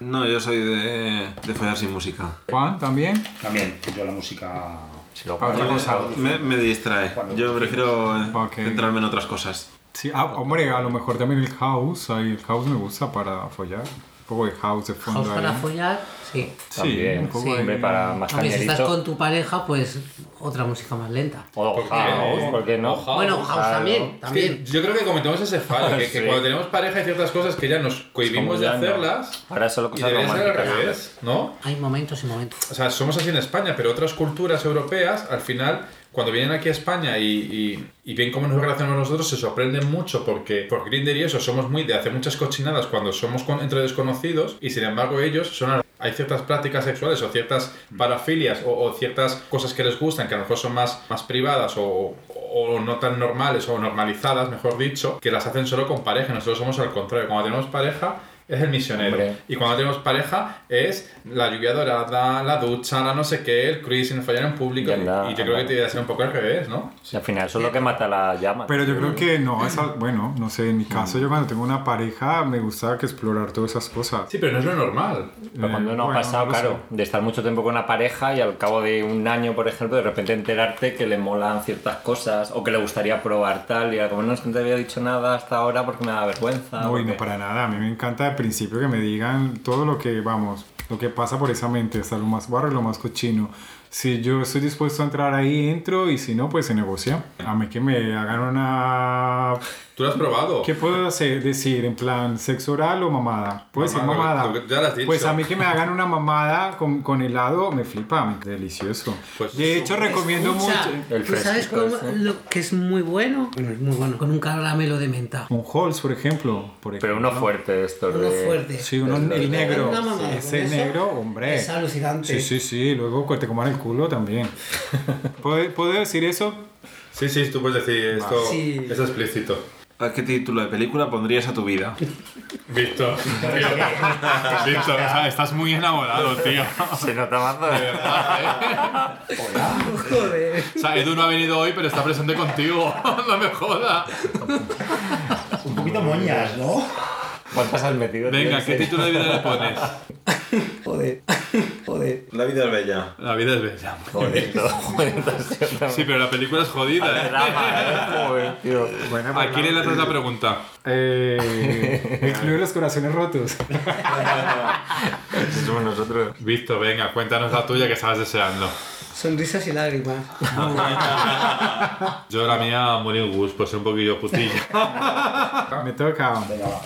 [SPEAKER 5] No, yo soy de, de follar sin música.
[SPEAKER 1] Juan, también.
[SPEAKER 3] También, yo la música.
[SPEAKER 2] Si lo
[SPEAKER 1] Otra cosa.
[SPEAKER 5] Me, me distrae. Yo prefiero eh,
[SPEAKER 1] Ok.
[SPEAKER 5] centrarme en otras cosas.
[SPEAKER 1] Sí, ah, hombre, a lo mejor también el house. ahí el house me gusta para follar. Un poco de house de fondo.
[SPEAKER 6] house para
[SPEAKER 1] ahí.
[SPEAKER 6] follar, sí.
[SPEAKER 1] Sí,
[SPEAKER 2] También,
[SPEAKER 1] un poco
[SPEAKER 6] Sí.
[SPEAKER 1] ahí.
[SPEAKER 2] hombre, para más
[SPEAKER 6] Hombre, si estás
[SPEAKER 2] cañerito.
[SPEAKER 6] con tu pareja, pues otra música más lenta.
[SPEAKER 2] O
[SPEAKER 4] ¿Por qué?
[SPEAKER 2] house, ¿por qué no?
[SPEAKER 4] O house.
[SPEAKER 6] Bueno, house
[SPEAKER 2] claro.
[SPEAKER 6] también,
[SPEAKER 4] Es que
[SPEAKER 6] también.
[SPEAKER 4] yo creo que cometemos ese fallo, que, que
[SPEAKER 2] Sí.
[SPEAKER 4] cuando tenemos pareja hay ciertas cosas que ya nos cohibimos
[SPEAKER 2] Como
[SPEAKER 4] de
[SPEAKER 2] ya no.
[SPEAKER 4] hacerlas
[SPEAKER 2] Ahora solo
[SPEAKER 4] y
[SPEAKER 2] cosas
[SPEAKER 4] debería ser al
[SPEAKER 2] románticas.
[SPEAKER 4] revés, ¿no?
[SPEAKER 6] Hay momentos y momentos.
[SPEAKER 4] O sea, somos así en España, pero otras culturas europeas, al final, cuando vienen aquí a España y, y- y ven cómo nos relacionamos nosotros, se sorprenden mucho porque por Grindr y eso somos muy de hacer muchas cochinadas cuando somos con- entre desconocidos y sin embargo ellos son... a- Hay ciertas prácticas sexuales o ciertas parafilias o, o ciertas cosas que les gustan, que a lo mejor son más, más privadas o, o no tan normales o normalizadas, mejor dicho, que las hacen solo con pareja. Nosotros somos al contrario. Cuando tenemos pareja es el misionero.
[SPEAKER 2] Hombre.
[SPEAKER 4] Y cuando tenemos pareja es la lluvia dorada, la ducha, la no sé qué, el cruising, follar en público.
[SPEAKER 2] Y anda,
[SPEAKER 4] y yo creo
[SPEAKER 2] anda.
[SPEAKER 4] que te debería ser un poco al revés, ¿no?
[SPEAKER 2] Y al final eso es lo que mata la llama.
[SPEAKER 1] Pero yo creo que no, esa, bueno, no sé, en mi
[SPEAKER 2] Mm.
[SPEAKER 1] caso yo cuando tengo una pareja me gusta que explorar todas esas cosas.
[SPEAKER 4] Sí, pero no es lo normal.
[SPEAKER 2] Pero
[SPEAKER 1] Eh,
[SPEAKER 2] cuando no
[SPEAKER 1] bueno,
[SPEAKER 2] ha pasado,
[SPEAKER 1] no lo
[SPEAKER 2] claro, de estar mucho tiempo con una pareja y al cabo de un año, por ejemplo, de repente enterarte que le molan ciertas cosas o que le gustaría probar tal y era como no, es que no te había dicho nada hasta ahora porque me da vergüenza.
[SPEAKER 1] No, y
[SPEAKER 2] porque-
[SPEAKER 1] no para nada. A mí me encanta de principio que me digan todo lo que, vamos, lo que pasa por esa mente, hasta lo más barro y lo más cochino. Si yo estoy dispuesto a entrar ahí, entro y si no, pues se negocia. A mí que me hagan una...
[SPEAKER 4] Tú lo has probado.
[SPEAKER 1] ¿Qué puedo hacer? decir? ¿En plan sexo oral o mamada? Puedo decir
[SPEAKER 4] Mamada,
[SPEAKER 1] mamada.
[SPEAKER 4] lo que- ya lo has dicho.
[SPEAKER 1] Pues a mí que me hagan una mamada con, con helado me flipa. me- Delicioso.
[SPEAKER 4] Pues
[SPEAKER 1] de hecho, recomiendo
[SPEAKER 6] Escucha,
[SPEAKER 1] mucho...
[SPEAKER 2] El
[SPEAKER 6] ¿tú sabes
[SPEAKER 2] fresquito
[SPEAKER 6] cómo,
[SPEAKER 2] ese.
[SPEAKER 6] lo que es muy bueno? Bueno, es muy bueno. Con un caramelo de menta.
[SPEAKER 1] Un Halls, por ejemplo. Por
[SPEAKER 2] Pero
[SPEAKER 1] ejemplo.
[SPEAKER 2] uno fuerte esto.
[SPEAKER 6] Uno
[SPEAKER 2] de-
[SPEAKER 6] fuerte.
[SPEAKER 1] Sí, uno,
[SPEAKER 2] Desde
[SPEAKER 1] el
[SPEAKER 2] luego.
[SPEAKER 1] negro.
[SPEAKER 6] Una mamada
[SPEAKER 1] Ese
[SPEAKER 6] con eso
[SPEAKER 1] negro, hombre.
[SPEAKER 6] Es alucinante.
[SPEAKER 1] Sí, sí, sí. Luego que te coman el culo también. ¿Puedo, puedo decir eso?
[SPEAKER 4] Sí, sí, tú puedes decir esto
[SPEAKER 6] Sí.
[SPEAKER 4] es explícito.
[SPEAKER 5] ¿A Ah, qué título de película pondrías a tu vida?
[SPEAKER 4] Víctor.
[SPEAKER 3] Víctor,
[SPEAKER 4] estás muy enamorado, tío.
[SPEAKER 2] Se nota más. ¿no?
[SPEAKER 6] Joder.
[SPEAKER 4] O sea, Edu no ha venido hoy, pero está presente contigo. No me jodas.
[SPEAKER 3] Un poquito moñas, ¿no?
[SPEAKER 2] ¿Cuántas has metido? tío?
[SPEAKER 4] Venga,
[SPEAKER 2] En
[SPEAKER 4] ¿qué
[SPEAKER 2] serio.
[SPEAKER 4] título de vida le pones?
[SPEAKER 7] Joder, joder.
[SPEAKER 5] La vida es bella.
[SPEAKER 4] La vida es bella.
[SPEAKER 2] Joder, no, joder, no sé, no.
[SPEAKER 4] Sí, pero la película es jodida, ¿eh?
[SPEAKER 2] Drama, ¿eh? Joder, tío.
[SPEAKER 1] Bueno, pues
[SPEAKER 4] ¿A quién le haces la pregunta?
[SPEAKER 1] Eh, el Club de los Corazones Rotos.
[SPEAKER 2] Eso somos nosotros.
[SPEAKER 4] Visto, venga, cuéntanos la tuya que estabas deseando.
[SPEAKER 7] Sonrisas y lágrimas.
[SPEAKER 4] Yo la mía, Moulin Rouge, por ser un poquillo putilla.
[SPEAKER 1] Me toca.
[SPEAKER 3] Venga, va.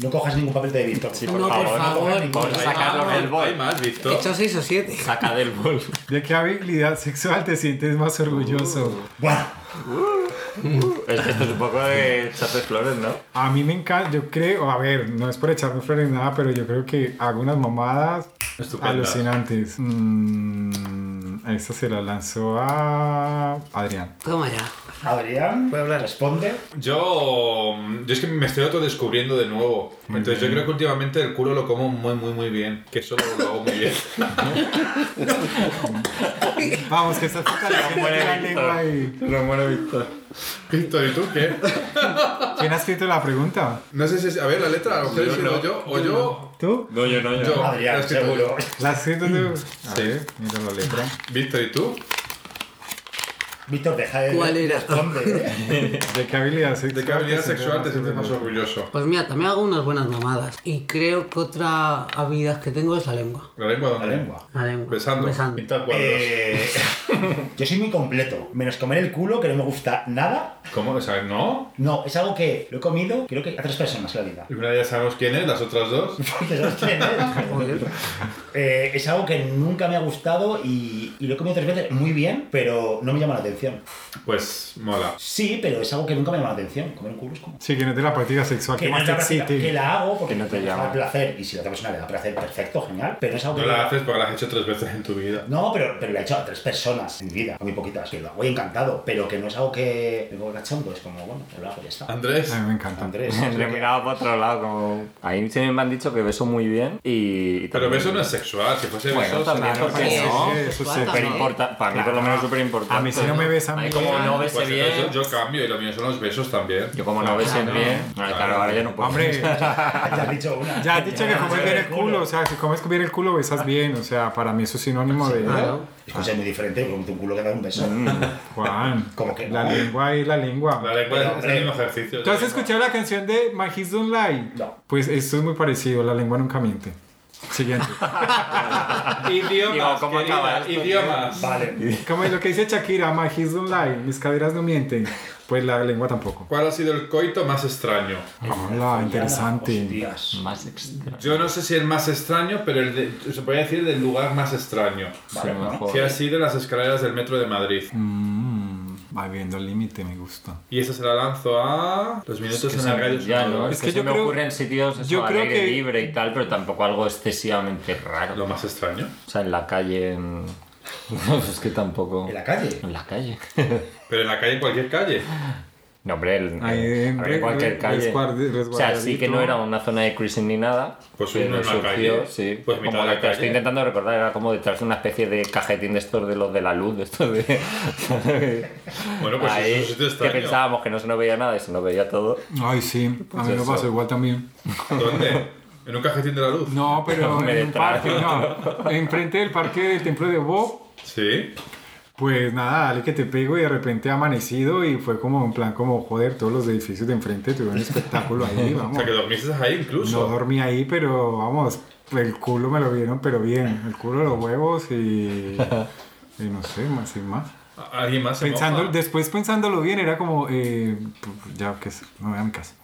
[SPEAKER 3] No cojas ningún papel de Víctor.
[SPEAKER 2] Sí,
[SPEAKER 6] No, por favor,
[SPEAKER 2] Por
[SPEAKER 6] no.
[SPEAKER 2] sacarlo del
[SPEAKER 4] Hay
[SPEAKER 2] bol.
[SPEAKER 4] más,
[SPEAKER 6] He
[SPEAKER 4] Visto.
[SPEAKER 6] hecho 6 o 7.
[SPEAKER 2] Saca del bol.
[SPEAKER 1] ¿De qué habilidad sexual te sientes más orgulloso?
[SPEAKER 3] Bueno,
[SPEAKER 2] Es- Esto es un poco de Chapes Flores, ¿no?
[SPEAKER 1] A mí me encanta, yo creo, a ver, no es por echarme flores ni nada, pero yo creo que hago unas mamadas
[SPEAKER 4] Estupendas.
[SPEAKER 1] alucinantes. Mm, esta se la lanzó a Adrián.
[SPEAKER 6] Toma ya.
[SPEAKER 3] Adrián,
[SPEAKER 7] Puedo hablar.
[SPEAKER 3] responde.
[SPEAKER 4] Yo, yo es que me estoy autodescubriendo de nuevo. Entonces yo creo que últimamente el culo lo como muy, muy, muy bien. Que solo lo hago muy bien.
[SPEAKER 1] Vamos, que estás fortaleciendo la lengua ahí.
[SPEAKER 2] No muero Víctor.
[SPEAKER 4] Víctor, ¿y tú qué?
[SPEAKER 1] ¿Quién ha escrito la pregunta?
[SPEAKER 4] No sé si es... A ver, la letra, a lo mejor he sido yo o yo.
[SPEAKER 1] ¿Tú?
[SPEAKER 2] No, yo no, yo.
[SPEAKER 4] Yo.
[SPEAKER 2] no.
[SPEAKER 4] la
[SPEAKER 3] Adrián,
[SPEAKER 4] has escrito
[SPEAKER 3] seguro.
[SPEAKER 1] ¿La has escrito tú? A
[SPEAKER 4] Sí.
[SPEAKER 1] ver, mira la letra.
[SPEAKER 4] Víctor, ¿y tú?
[SPEAKER 3] Víctor, deja de.
[SPEAKER 6] ¿Cuál era?
[SPEAKER 3] Responde, ¿eh?
[SPEAKER 1] ¿De qué habilidad sexual?
[SPEAKER 4] ¿De qué habilidad sexual te sientes más
[SPEAKER 1] orgulloso?
[SPEAKER 4] orgulloso?
[SPEAKER 6] Pues mira, también hago unas buenas mamadas. Y creo que otra habilidad que tengo es la lengua.
[SPEAKER 4] ¿La lengua
[SPEAKER 3] La
[SPEAKER 4] dónde?
[SPEAKER 3] lengua.
[SPEAKER 6] La lengua.
[SPEAKER 4] Besando.
[SPEAKER 6] Besando.
[SPEAKER 4] Pintar cuadros.
[SPEAKER 3] Eh, yo soy muy completo. Menos comer el culo, que no me gusta nada.
[SPEAKER 4] ¿Cómo? O sea, ¿no?
[SPEAKER 3] No, es algo que lo he comido, creo que a tres personas en la vida.
[SPEAKER 4] Y una ya sabemos quién es, las otras dos.
[SPEAKER 3] Porque sabes quién es.
[SPEAKER 6] Joder.
[SPEAKER 3] Eh, es algo que nunca me ha gustado y, y lo he comido tres veces muy bien, pero no me llama la atención.
[SPEAKER 4] Pues mola.
[SPEAKER 3] Sí, pero es algo que nunca me llama la atención. Comer un culo es como.
[SPEAKER 1] Sí, que no es de la práctica sexual que
[SPEAKER 3] Que, no
[SPEAKER 1] más
[SPEAKER 3] es
[SPEAKER 1] te
[SPEAKER 3] la práctica, que
[SPEAKER 1] excite.
[SPEAKER 3] la hago porque
[SPEAKER 2] Que no te
[SPEAKER 3] me da
[SPEAKER 2] llama.
[SPEAKER 3] placer. Y si la otra persona le da placer, perfecto, genial. Pero es algo que.
[SPEAKER 4] No la haces porque la has hecho tres veces en tu vida.
[SPEAKER 3] No, pero, pero lo he hecho a tres personas en mi vida, a muy poquitas, que lo hago y encantado, pero que no es algo que tengo cachondo, es como, bueno, pues lo hago y ya está.
[SPEAKER 4] Andrés,
[SPEAKER 1] A mí me encanta.
[SPEAKER 3] Andrés.
[SPEAKER 2] Le miraba para otro lado, como. Ahí sí me han dicho que beso muy bien y. y
[SPEAKER 4] pero
[SPEAKER 2] también-
[SPEAKER 4] eso no es sexual. Si fuese
[SPEAKER 2] Bueno,
[SPEAKER 4] beso,
[SPEAKER 2] también,
[SPEAKER 4] sería
[SPEAKER 2] porque-
[SPEAKER 1] Sí,
[SPEAKER 2] No,
[SPEAKER 1] sí, eso sí.
[SPEAKER 2] Súper importante. Para mí, por lo menos, súper importante.
[SPEAKER 1] A mí si no me besan
[SPEAKER 2] Ahí como
[SPEAKER 1] bien.
[SPEAKER 2] no besé
[SPEAKER 4] Pues entonces
[SPEAKER 2] bien.
[SPEAKER 4] yo, yo cambio y lo mío son los besos también.
[SPEAKER 2] Yo, como no besé bien. Ay, Claro, ahora ya no puedo.
[SPEAKER 1] Hombre,
[SPEAKER 3] Ya has dicho una.
[SPEAKER 1] ya has dicho que comes bien el culo, o sea, si comes bien el culo
[SPEAKER 3] Ah.
[SPEAKER 1] besas bien, o sea, para mí eso es sinónimo de...
[SPEAKER 6] Claro.
[SPEAKER 3] Es cosa muy diferente, porque un culo que da un beso.
[SPEAKER 1] Juan,
[SPEAKER 3] ¿Cómo que no?
[SPEAKER 1] la lengua y la lengua.
[SPEAKER 4] La lengua
[SPEAKER 3] Pero,
[SPEAKER 4] es el
[SPEAKER 3] hombre.
[SPEAKER 4] mismo ejercicio.
[SPEAKER 1] ¿Tú has escuchado la canción de My Hips Don't Lie?
[SPEAKER 3] No.
[SPEAKER 1] Pues esto es muy parecido, la lengua nunca miente. Siguiente.
[SPEAKER 2] Digo,
[SPEAKER 4] Idiomas,
[SPEAKER 2] ¿cómo Pues
[SPEAKER 4] querida,
[SPEAKER 2] acaba esto, tío?
[SPEAKER 4] idiomas.
[SPEAKER 3] Vale.
[SPEAKER 1] Como lo que dice Shakira, My Hips Don't Lie, mis caderas no mienten, pues la lengua tampoco.
[SPEAKER 4] ¿Cuál ha sido el coito más extraño?
[SPEAKER 1] Hola, interesante.
[SPEAKER 3] Hostias.
[SPEAKER 2] Más extra.
[SPEAKER 4] Yo no sé si el más extraño, pero el de- se podría decir del lugar más extraño.
[SPEAKER 2] Sí, mejor.
[SPEAKER 4] Que ha sido las escaleras del metro de Madrid.
[SPEAKER 1] Mm, va viendo el límite, me gusta.
[SPEAKER 4] Y esa se la lanzo a. Los minutos
[SPEAKER 2] Es que
[SPEAKER 4] en
[SPEAKER 2] se-
[SPEAKER 4] el gallo
[SPEAKER 2] ya,
[SPEAKER 4] sonador.
[SPEAKER 2] ¿no? Es
[SPEAKER 1] Es
[SPEAKER 2] que,
[SPEAKER 1] que
[SPEAKER 2] se
[SPEAKER 1] yo
[SPEAKER 2] me
[SPEAKER 1] creo-
[SPEAKER 2] ocurren sitios eso,
[SPEAKER 1] yo
[SPEAKER 2] al
[SPEAKER 1] creo
[SPEAKER 2] aire
[SPEAKER 1] que-
[SPEAKER 2] libre y tal, pero tampoco algo excesivamente raro.
[SPEAKER 4] Lo más extraño.
[SPEAKER 2] O sea, en la calle... mm, es que tampoco...
[SPEAKER 3] En la calle.
[SPEAKER 2] En la calle.
[SPEAKER 4] Pero en la calle, en cualquier calle.
[SPEAKER 2] no, hombre, el-
[SPEAKER 1] Ahí
[SPEAKER 2] eh,
[SPEAKER 1] en
[SPEAKER 2] a ver,
[SPEAKER 1] re-
[SPEAKER 2] cualquier
[SPEAKER 1] re-
[SPEAKER 2] calle.
[SPEAKER 1] resguard-
[SPEAKER 2] o sea, sí que no
[SPEAKER 1] resguardadito.
[SPEAKER 2] era una zona de crisis ni nada.
[SPEAKER 4] Pues
[SPEAKER 2] pero
[SPEAKER 4] uno en la calle,
[SPEAKER 2] sí.
[SPEAKER 4] pues
[SPEAKER 2] como
[SPEAKER 4] mitad de
[SPEAKER 2] la que
[SPEAKER 4] calle.
[SPEAKER 2] estoy intentando recordar, era como detrás de una especie de cajetín de estos de los de la luz, de estos de...
[SPEAKER 4] Bueno, pues
[SPEAKER 2] Ahí,
[SPEAKER 4] es un sitio
[SPEAKER 2] que
[SPEAKER 4] extraño.
[SPEAKER 2] pensábamos que no se nos veía nada y se nos veía todo.
[SPEAKER 1] Ay, sí, a mí me
[SPEAKER 2] eso.
[SPEAKER 1] pasó igual también.
[SPEAKER 4] ¿Dónde? ¿En un cajetín de la luz?
[SPEAKER 1] No, pero
[SPEAKER 2] Me
[SPEAKER 1] en un
[SPEAKER 2] detrae.
[SPEAKER 1] parque, no. Enfrente del parque del templo de Bob,
[SPEAKER 4] Sí.
[SPEAKER 1] pues nada, dale que te pego y de repente ha amanecido y fue como en plan como, joder, todos los edificios de enfrente tuvieron un espectáculo ahí,
[SPEAKER 4] O
[SPEAKER 1] vamos.
[SPEAKER 4] sea, que dormiste ahí
[SPEAKER 1] No
[SPEAKER 4] incluso.
[SPEAKER 1] dormí ahí, pero vamos, el culo me lo vieron, pero bien. El culo, los huevos y... y no sé, más y más.
[SPEAKER 4] ¿Alguien más se
[SPEAKER 1] Pensando,
[SPEAKER 4] moja?
[SPEAKER 1] después pensándolo bien era como, eh, pues, ya que sé, me voy a mi casa.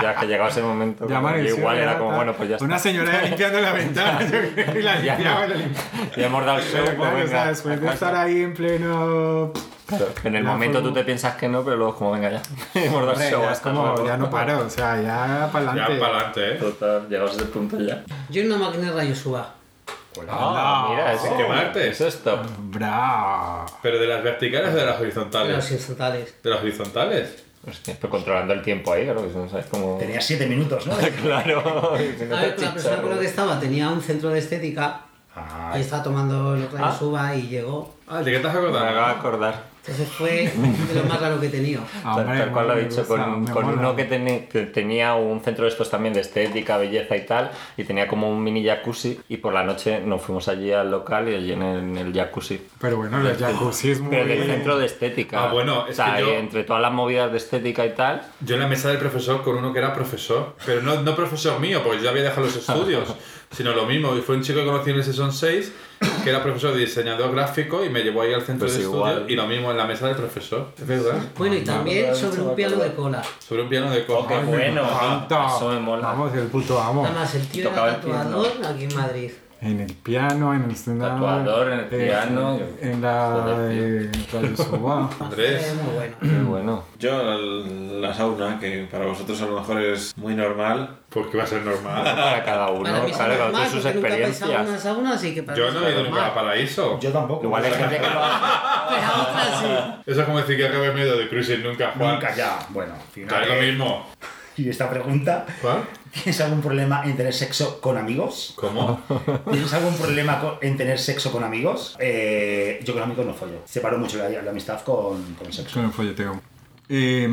[SPEAKER 2] Ya que llegaba ese momento,
[SPEAKER 1] Ya
[SPEAKER 2] como que
[SPEAKER 1] amaneció,
[SPEAKER 2] igual
[SPEAKER 1] ya
[SPEAKER 2] era como,
[SPEAKER 1] tal.
[SPEAKER 2] bueno, pues ya está.
[SPEAKER 1] Una señora limpiando la ventana, yo creo, y la
[SPEAKER 2] Ya,
[SPEAKER 1] limpiaba, y la limpiaba.
[SPEAKER 2] Ya hemos dado el show,
[SPEAKER 1] Pero
[SPEAKER 2] pues
[SPEAKER 1] claro, o sea,
[SPEAKER 2] venga,
[SPEAKER 1] después
[SPEAKER 2] a
[SPEAKER 1] de
[SPEAKER 2] casa.
[SPEAKER 1] estar ahí en pleno...
[SPEAKER 2] En el
[SPEAKER 1] Ya
[SPEAKER 2] momento
[SPEAKER 1] fue-
[SPEAKER 2] tú te piensas que no, pero luego es como venga ya. hemos dado el
[SPEAKER 1] Hombre,
[SPEAKER 2] show,
[SPEAKER 1] ya es
[SPEAKER 2] hasta
[SPEAKER 1] como,
[SPEAKER 2] luego.
[SPEAKER 1] ya no paro, o sea, ya para
[SPEAKER 4] Ya
[SPEAKER 1] adelante.
[SPEAKER 4] para adelante, ¿eh?
[SPEAKER 2] Total, llegamos a ese punto ya.
[SPEAKER 6] Yo en una máquina de rayos UVA.
[SPEAKER 2] Ah, mira, eso,
[SPEAKER 4] Sin quemarte.
[SPEAKER 2] eso es top.
[SPEAKER 1] Bravo.
[SPEAKER 4] ¿Pero de las verticales o de las
[SPEAKER 6] En los
[SPEAKER 4] horizontales?
[SPEAKER 6] estatales.
[SPEAKER 4] De las horizontales.
[SPEAKER 2] Hostia, estoy controlando el tiempo ahí, claro, que si no sabes cómo.
[SPEAKER 3] Tenía siete minutos, ¿no?
[SPEAKER 2] Claro. si no
[SPEAKER 6] A
[SPEAKER 2] te
[SPEAKER 6] ver, con la persona con la que
[SPEAKER 2] achicharras.
[SPEAKER 6] estaba tenía un centro de estética Y estaba tomando los rayos uva y llegó.
[SPEAKER 4] Ah, ¿de qué te has
[SPEAKER 2] Me acabo de
[SPEAKER 4] acordado?
[SPEAKER 2] acordar.
[SPEAKER 6] Entonces fue de lo más raro que he tenido.
[SPEAKER 1] Ah,
[SPEAKER 2] Tal-
[SPEAKER 1] hombre,
[SPEAKER 2] tal cual lo he
[SPEAKER 1] madre,
[SPEAKER 2] dicho,
[SPEAKER 1] o sea,
[SPEAKER 2] con,
[SPEAKER 1] me
[SPEAKER 2] con
[SPEAKER 1] mola.
[SPEAKER 2] uno que, teni- que tenía un centro de estos también de estética, belleza y tal, y tenía como un mini jacuzzi, y por la noche nos fuimos allí al local y allí en el, en el jacuzzi.
[SPEAKER 1] Pero bueno, los jacuzzi es muy...
[SPEAKER 2] Pero del centro de estética.
[SPEAKER 4] Ah, bueno, es
[SPEAKER 2] o sea,
[SPEAKER 4] que yo-
[SPEAKER 2] entre todas las movidas de estética y tal,
[SPEAKER 4] Yo en la mesa del profesor con uno que era profesor, pero no, no profesor mío, porque yo ya había dejado los estudios, sino lo mismo. Y fue un chico que conocí en el Season 6, que era profesor de diseñador gráfico y me llevó ahí al centro
[SPEAKER 2] Pues
[SPEAKER 4] de
[SPEAKER 2] igual.
[SPEAKER 4] estudios y lo mismo en la mesa del profesor. Es verdad.
[SPEAKER 6] Bueno, y también sobre un piano de cola.
[SPEAKER 4] Sobre un piano de
[SPEAKER 2] Oh, qué
[SPEAKER 4] coja.
[SPEAKER 2] bueno.
[SPEAKER 1] Tonto.
[SPEAKER 2] Eso me mola.
[SPEAKER 1] Vamos, el puto amo.
[SPEAKER 6] Además, el tío
[SPEAKER 2] Tocaba
[SPEAKER 6] era
[SPEAKER 2] el piano.
[SPEAKER 6] tatuador aquí en Madrid.
[SPEAKER 1] En el piano, en el stand-up, eh,
[SPEAKER 2] Tatuador, en el piano.
[SPEAKER 1] En la...
[SPEAKER 2] Joder,
[SPEAKER 1] eh, Radio Soba.
[SPEAKER 4] Andrés.
[SPEAKER 6] Fue Ah, muy bueno.
[SPEAKER 2] qué bueno.
[SPEAKER 5] Yo, la, la sauna, que para vosotros a lo mejor es muy normal.
[SPEAKER 4] Porque Pues va a ser normal.
[SPEAKER 2] Para cada uno,
[SPEAKER 6] Para mí es
[SPEAKER 2] claro, cada uno
[SPEAKER 6] normal,
[SPEAKER 2] sus
[SPEAKER 6] porque nunca he pensado en una
[SPEAKER 2] experiencias.
[SPEAKER 6] sauna, así que para
[SPEAKER 4] Yo
[SPEAKER 6] mí
[SPEAKER 4] no
[SPEAKER 6] es
[SPEAKER 4] he ido nunca
[SPEAKER 6] normal.
[SPEAKER 4] a paraíso.
[SPEAKER 3] Yo tampoco.
[SPEAKER 2] Igual hay gente que lo hace.
[SPEAKER 6] Pero otra sí.
[SPEAKER 4] Eso es como decir que acabé miedo de cruising nunca, Juan.
[SPEAKER 3] Nunca ya. Bueno,
[SPEAKER 4] Claro, es lo mismo.
[SPEAKER 3] Y esta pregunta,
[SPEAKER 4] ¿Juan?
[SPEAKER 3] ¿tienes algún problema en tener sexo con amigos?
[SPEAKER 4] ¿Cómo?
[SPEAKER 3] ¿Tienes algún problema co- en tener sexo con amigos? Eh, yo con amigos no follo. Separo mucho la, la amistad con, con el sexo.
[SPEAKER 1] Con el folleteo. Eh,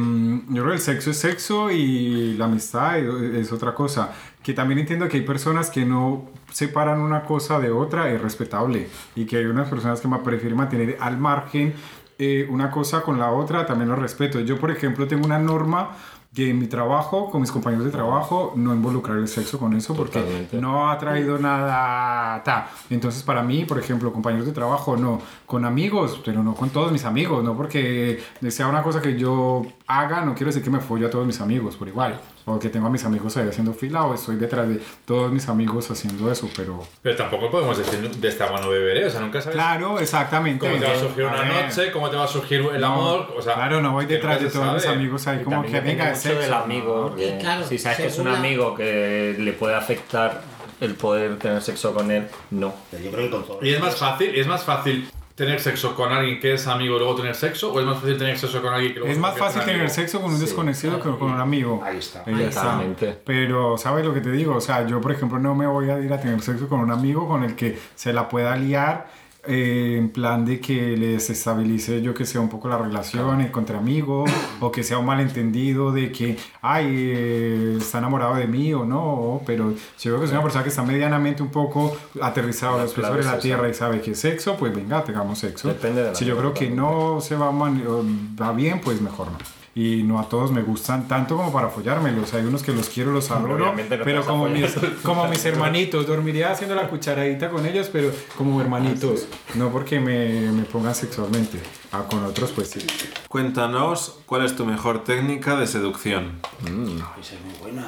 [SPEAKER 1] yo creo que el sexo es sexo y la amistad es otra cosa. Que también entiendo que hay personas que no separan una cosa de otra, es respetable. Y que hay unas personas que ma- prefieren mantener al margen eh, una cosa con la otra, también lo respeto. Yo, por ejemplo, tengo una norma que en mi trabajo, con mis compañeros de trabajo, no involucrar el sexo con eso porque
[SPEAKER 2] Totalmente.
[SPEAKER 1] no ha traído nada. Ta. Entonces, para mí, por ejemplo, compañeros de trabajo, no. Con amigos, pero no con todos mis amigos, no porque sea una cosa que yo haga, no quiero decir que me follo a todos mis amigos por igual. O que tengo a mis amigos ahí haciendo fila, o estoy detrás de todos mis amigos haciendo eso, pero.
[SPEAKER 4] Pero tampoco podemos decir de esta mano beberé. O sea, nunca sabes
[SPEAKER 1] Claro, exactamente.
[SPEAKER 4] cómo te va a surgir una
[SPEAKER 1] A ver.
[SPEAKER 4] noche, cómo te va a surgir el
[SPEAKER 1] No,
[SPEAKER 4] amor. O sea,
[SPEAKER 1] claro, no voy
[SPEAKER 4] que
[SPEAKER 1] detrás
[SPEAKER 4] nunca
[SPEAKER 1] de
[SPEAKER 4] se
[SPEAKER 1] todos mis
[SPEAKER 4] sabe.
[SPEAKER 1] amigos ahí
[SPEAKER 2] Y
[SPEAKER 1] como
[SPEAKER 2] también
[SPEAKER 1] que
[SPEAKER 2] depende
[SPEAKER 1] venga de
[SPEAKER 2] mucho
[SPEAKER 1] sexo.
[SPEAKER 2] del amigo. porque
[SPEAKER 6] Y claro,
[SPEAKER 2] si sabes que es un
[SPEAKER 6] según la-
[SPEAKER 2] amigo que le puede afectar el poder tener sexo con él, no.
[SPEAKER 3] Yo creo que con todo.
[SPEAKER 4] Y es más fácil, es más fácil tener sexo con alguien que es amigo y luego tener sexo, o es más fácil tener sexo con alguien que luego
[SPEAKER 1] Es
[SPEAKER 4] se
[SPEAKER 1] más
[SPEAKER 4] convierte en
[SPEAKER 1] fácil tener
[SPEAKER 4] amigo?
[SPEAKER 1] sexo con un desconocido que con un amigo.
[SPEAKER 3] Ahí está.
[SPEAKER 1] Y ya
[SPEAKER 6] Ahí
[SPEAKER 1] está.
[SPEAKER 2] Totalmente.
[SPEAKER 1] Pero, ¿sabes lo que te digo? O sea, yo, por ejemplo, no me voy a ir a tener sexo con un amigo con el que se la pueda liar eh, en plan de que les estabilice, yo que sea un poco la relación eh, entre amigos o que sea un malentendido de que, ay, eh, está enamorado de mí o no. Pero si veo que es una persona que está medianamente un poco aterrizada, los pies
[SPEAKER 2] clave
[SPEAKER 1] sobre
[SPEAKER 2] es
[SPEAKER 1] la
[SPEAKER 2] esa.
[SPEAKER 1] tierra y sabe que es sexo, pues venga, tengamos sexo.
[SPEAKER 2] Depende de la
[SPEAKER 1] Si yo creo que
[SPEAKER 2] persona.
[SPEAKER 1] no no se va, man- o va bien, pues mejor no. Y no a todos me gustan tanto como para follármelos. Hay unos que los quiero, los adoro,
[SPEAKER 2] obviamente no te
[SPEAKER 1] pero
[SPEAKER 2] vas a
[SPEAKER 1] como
[SPEAKER 2] follar.
[SPEAKER 1] mis, como mis hermanitos, dormiría haciendo la cucharadita con ellos, pero como
[SPEAKER 2] Ah,
[SPEAKER 1] hermanitos, no porque me, me pongan sexualmente. Ah, con otros, pues sí.
[SPEAKER 5] Cuéntanos cuál es tu mejor técnica de seducción.
[SPEAKER 3] Ay, esa es muy buena.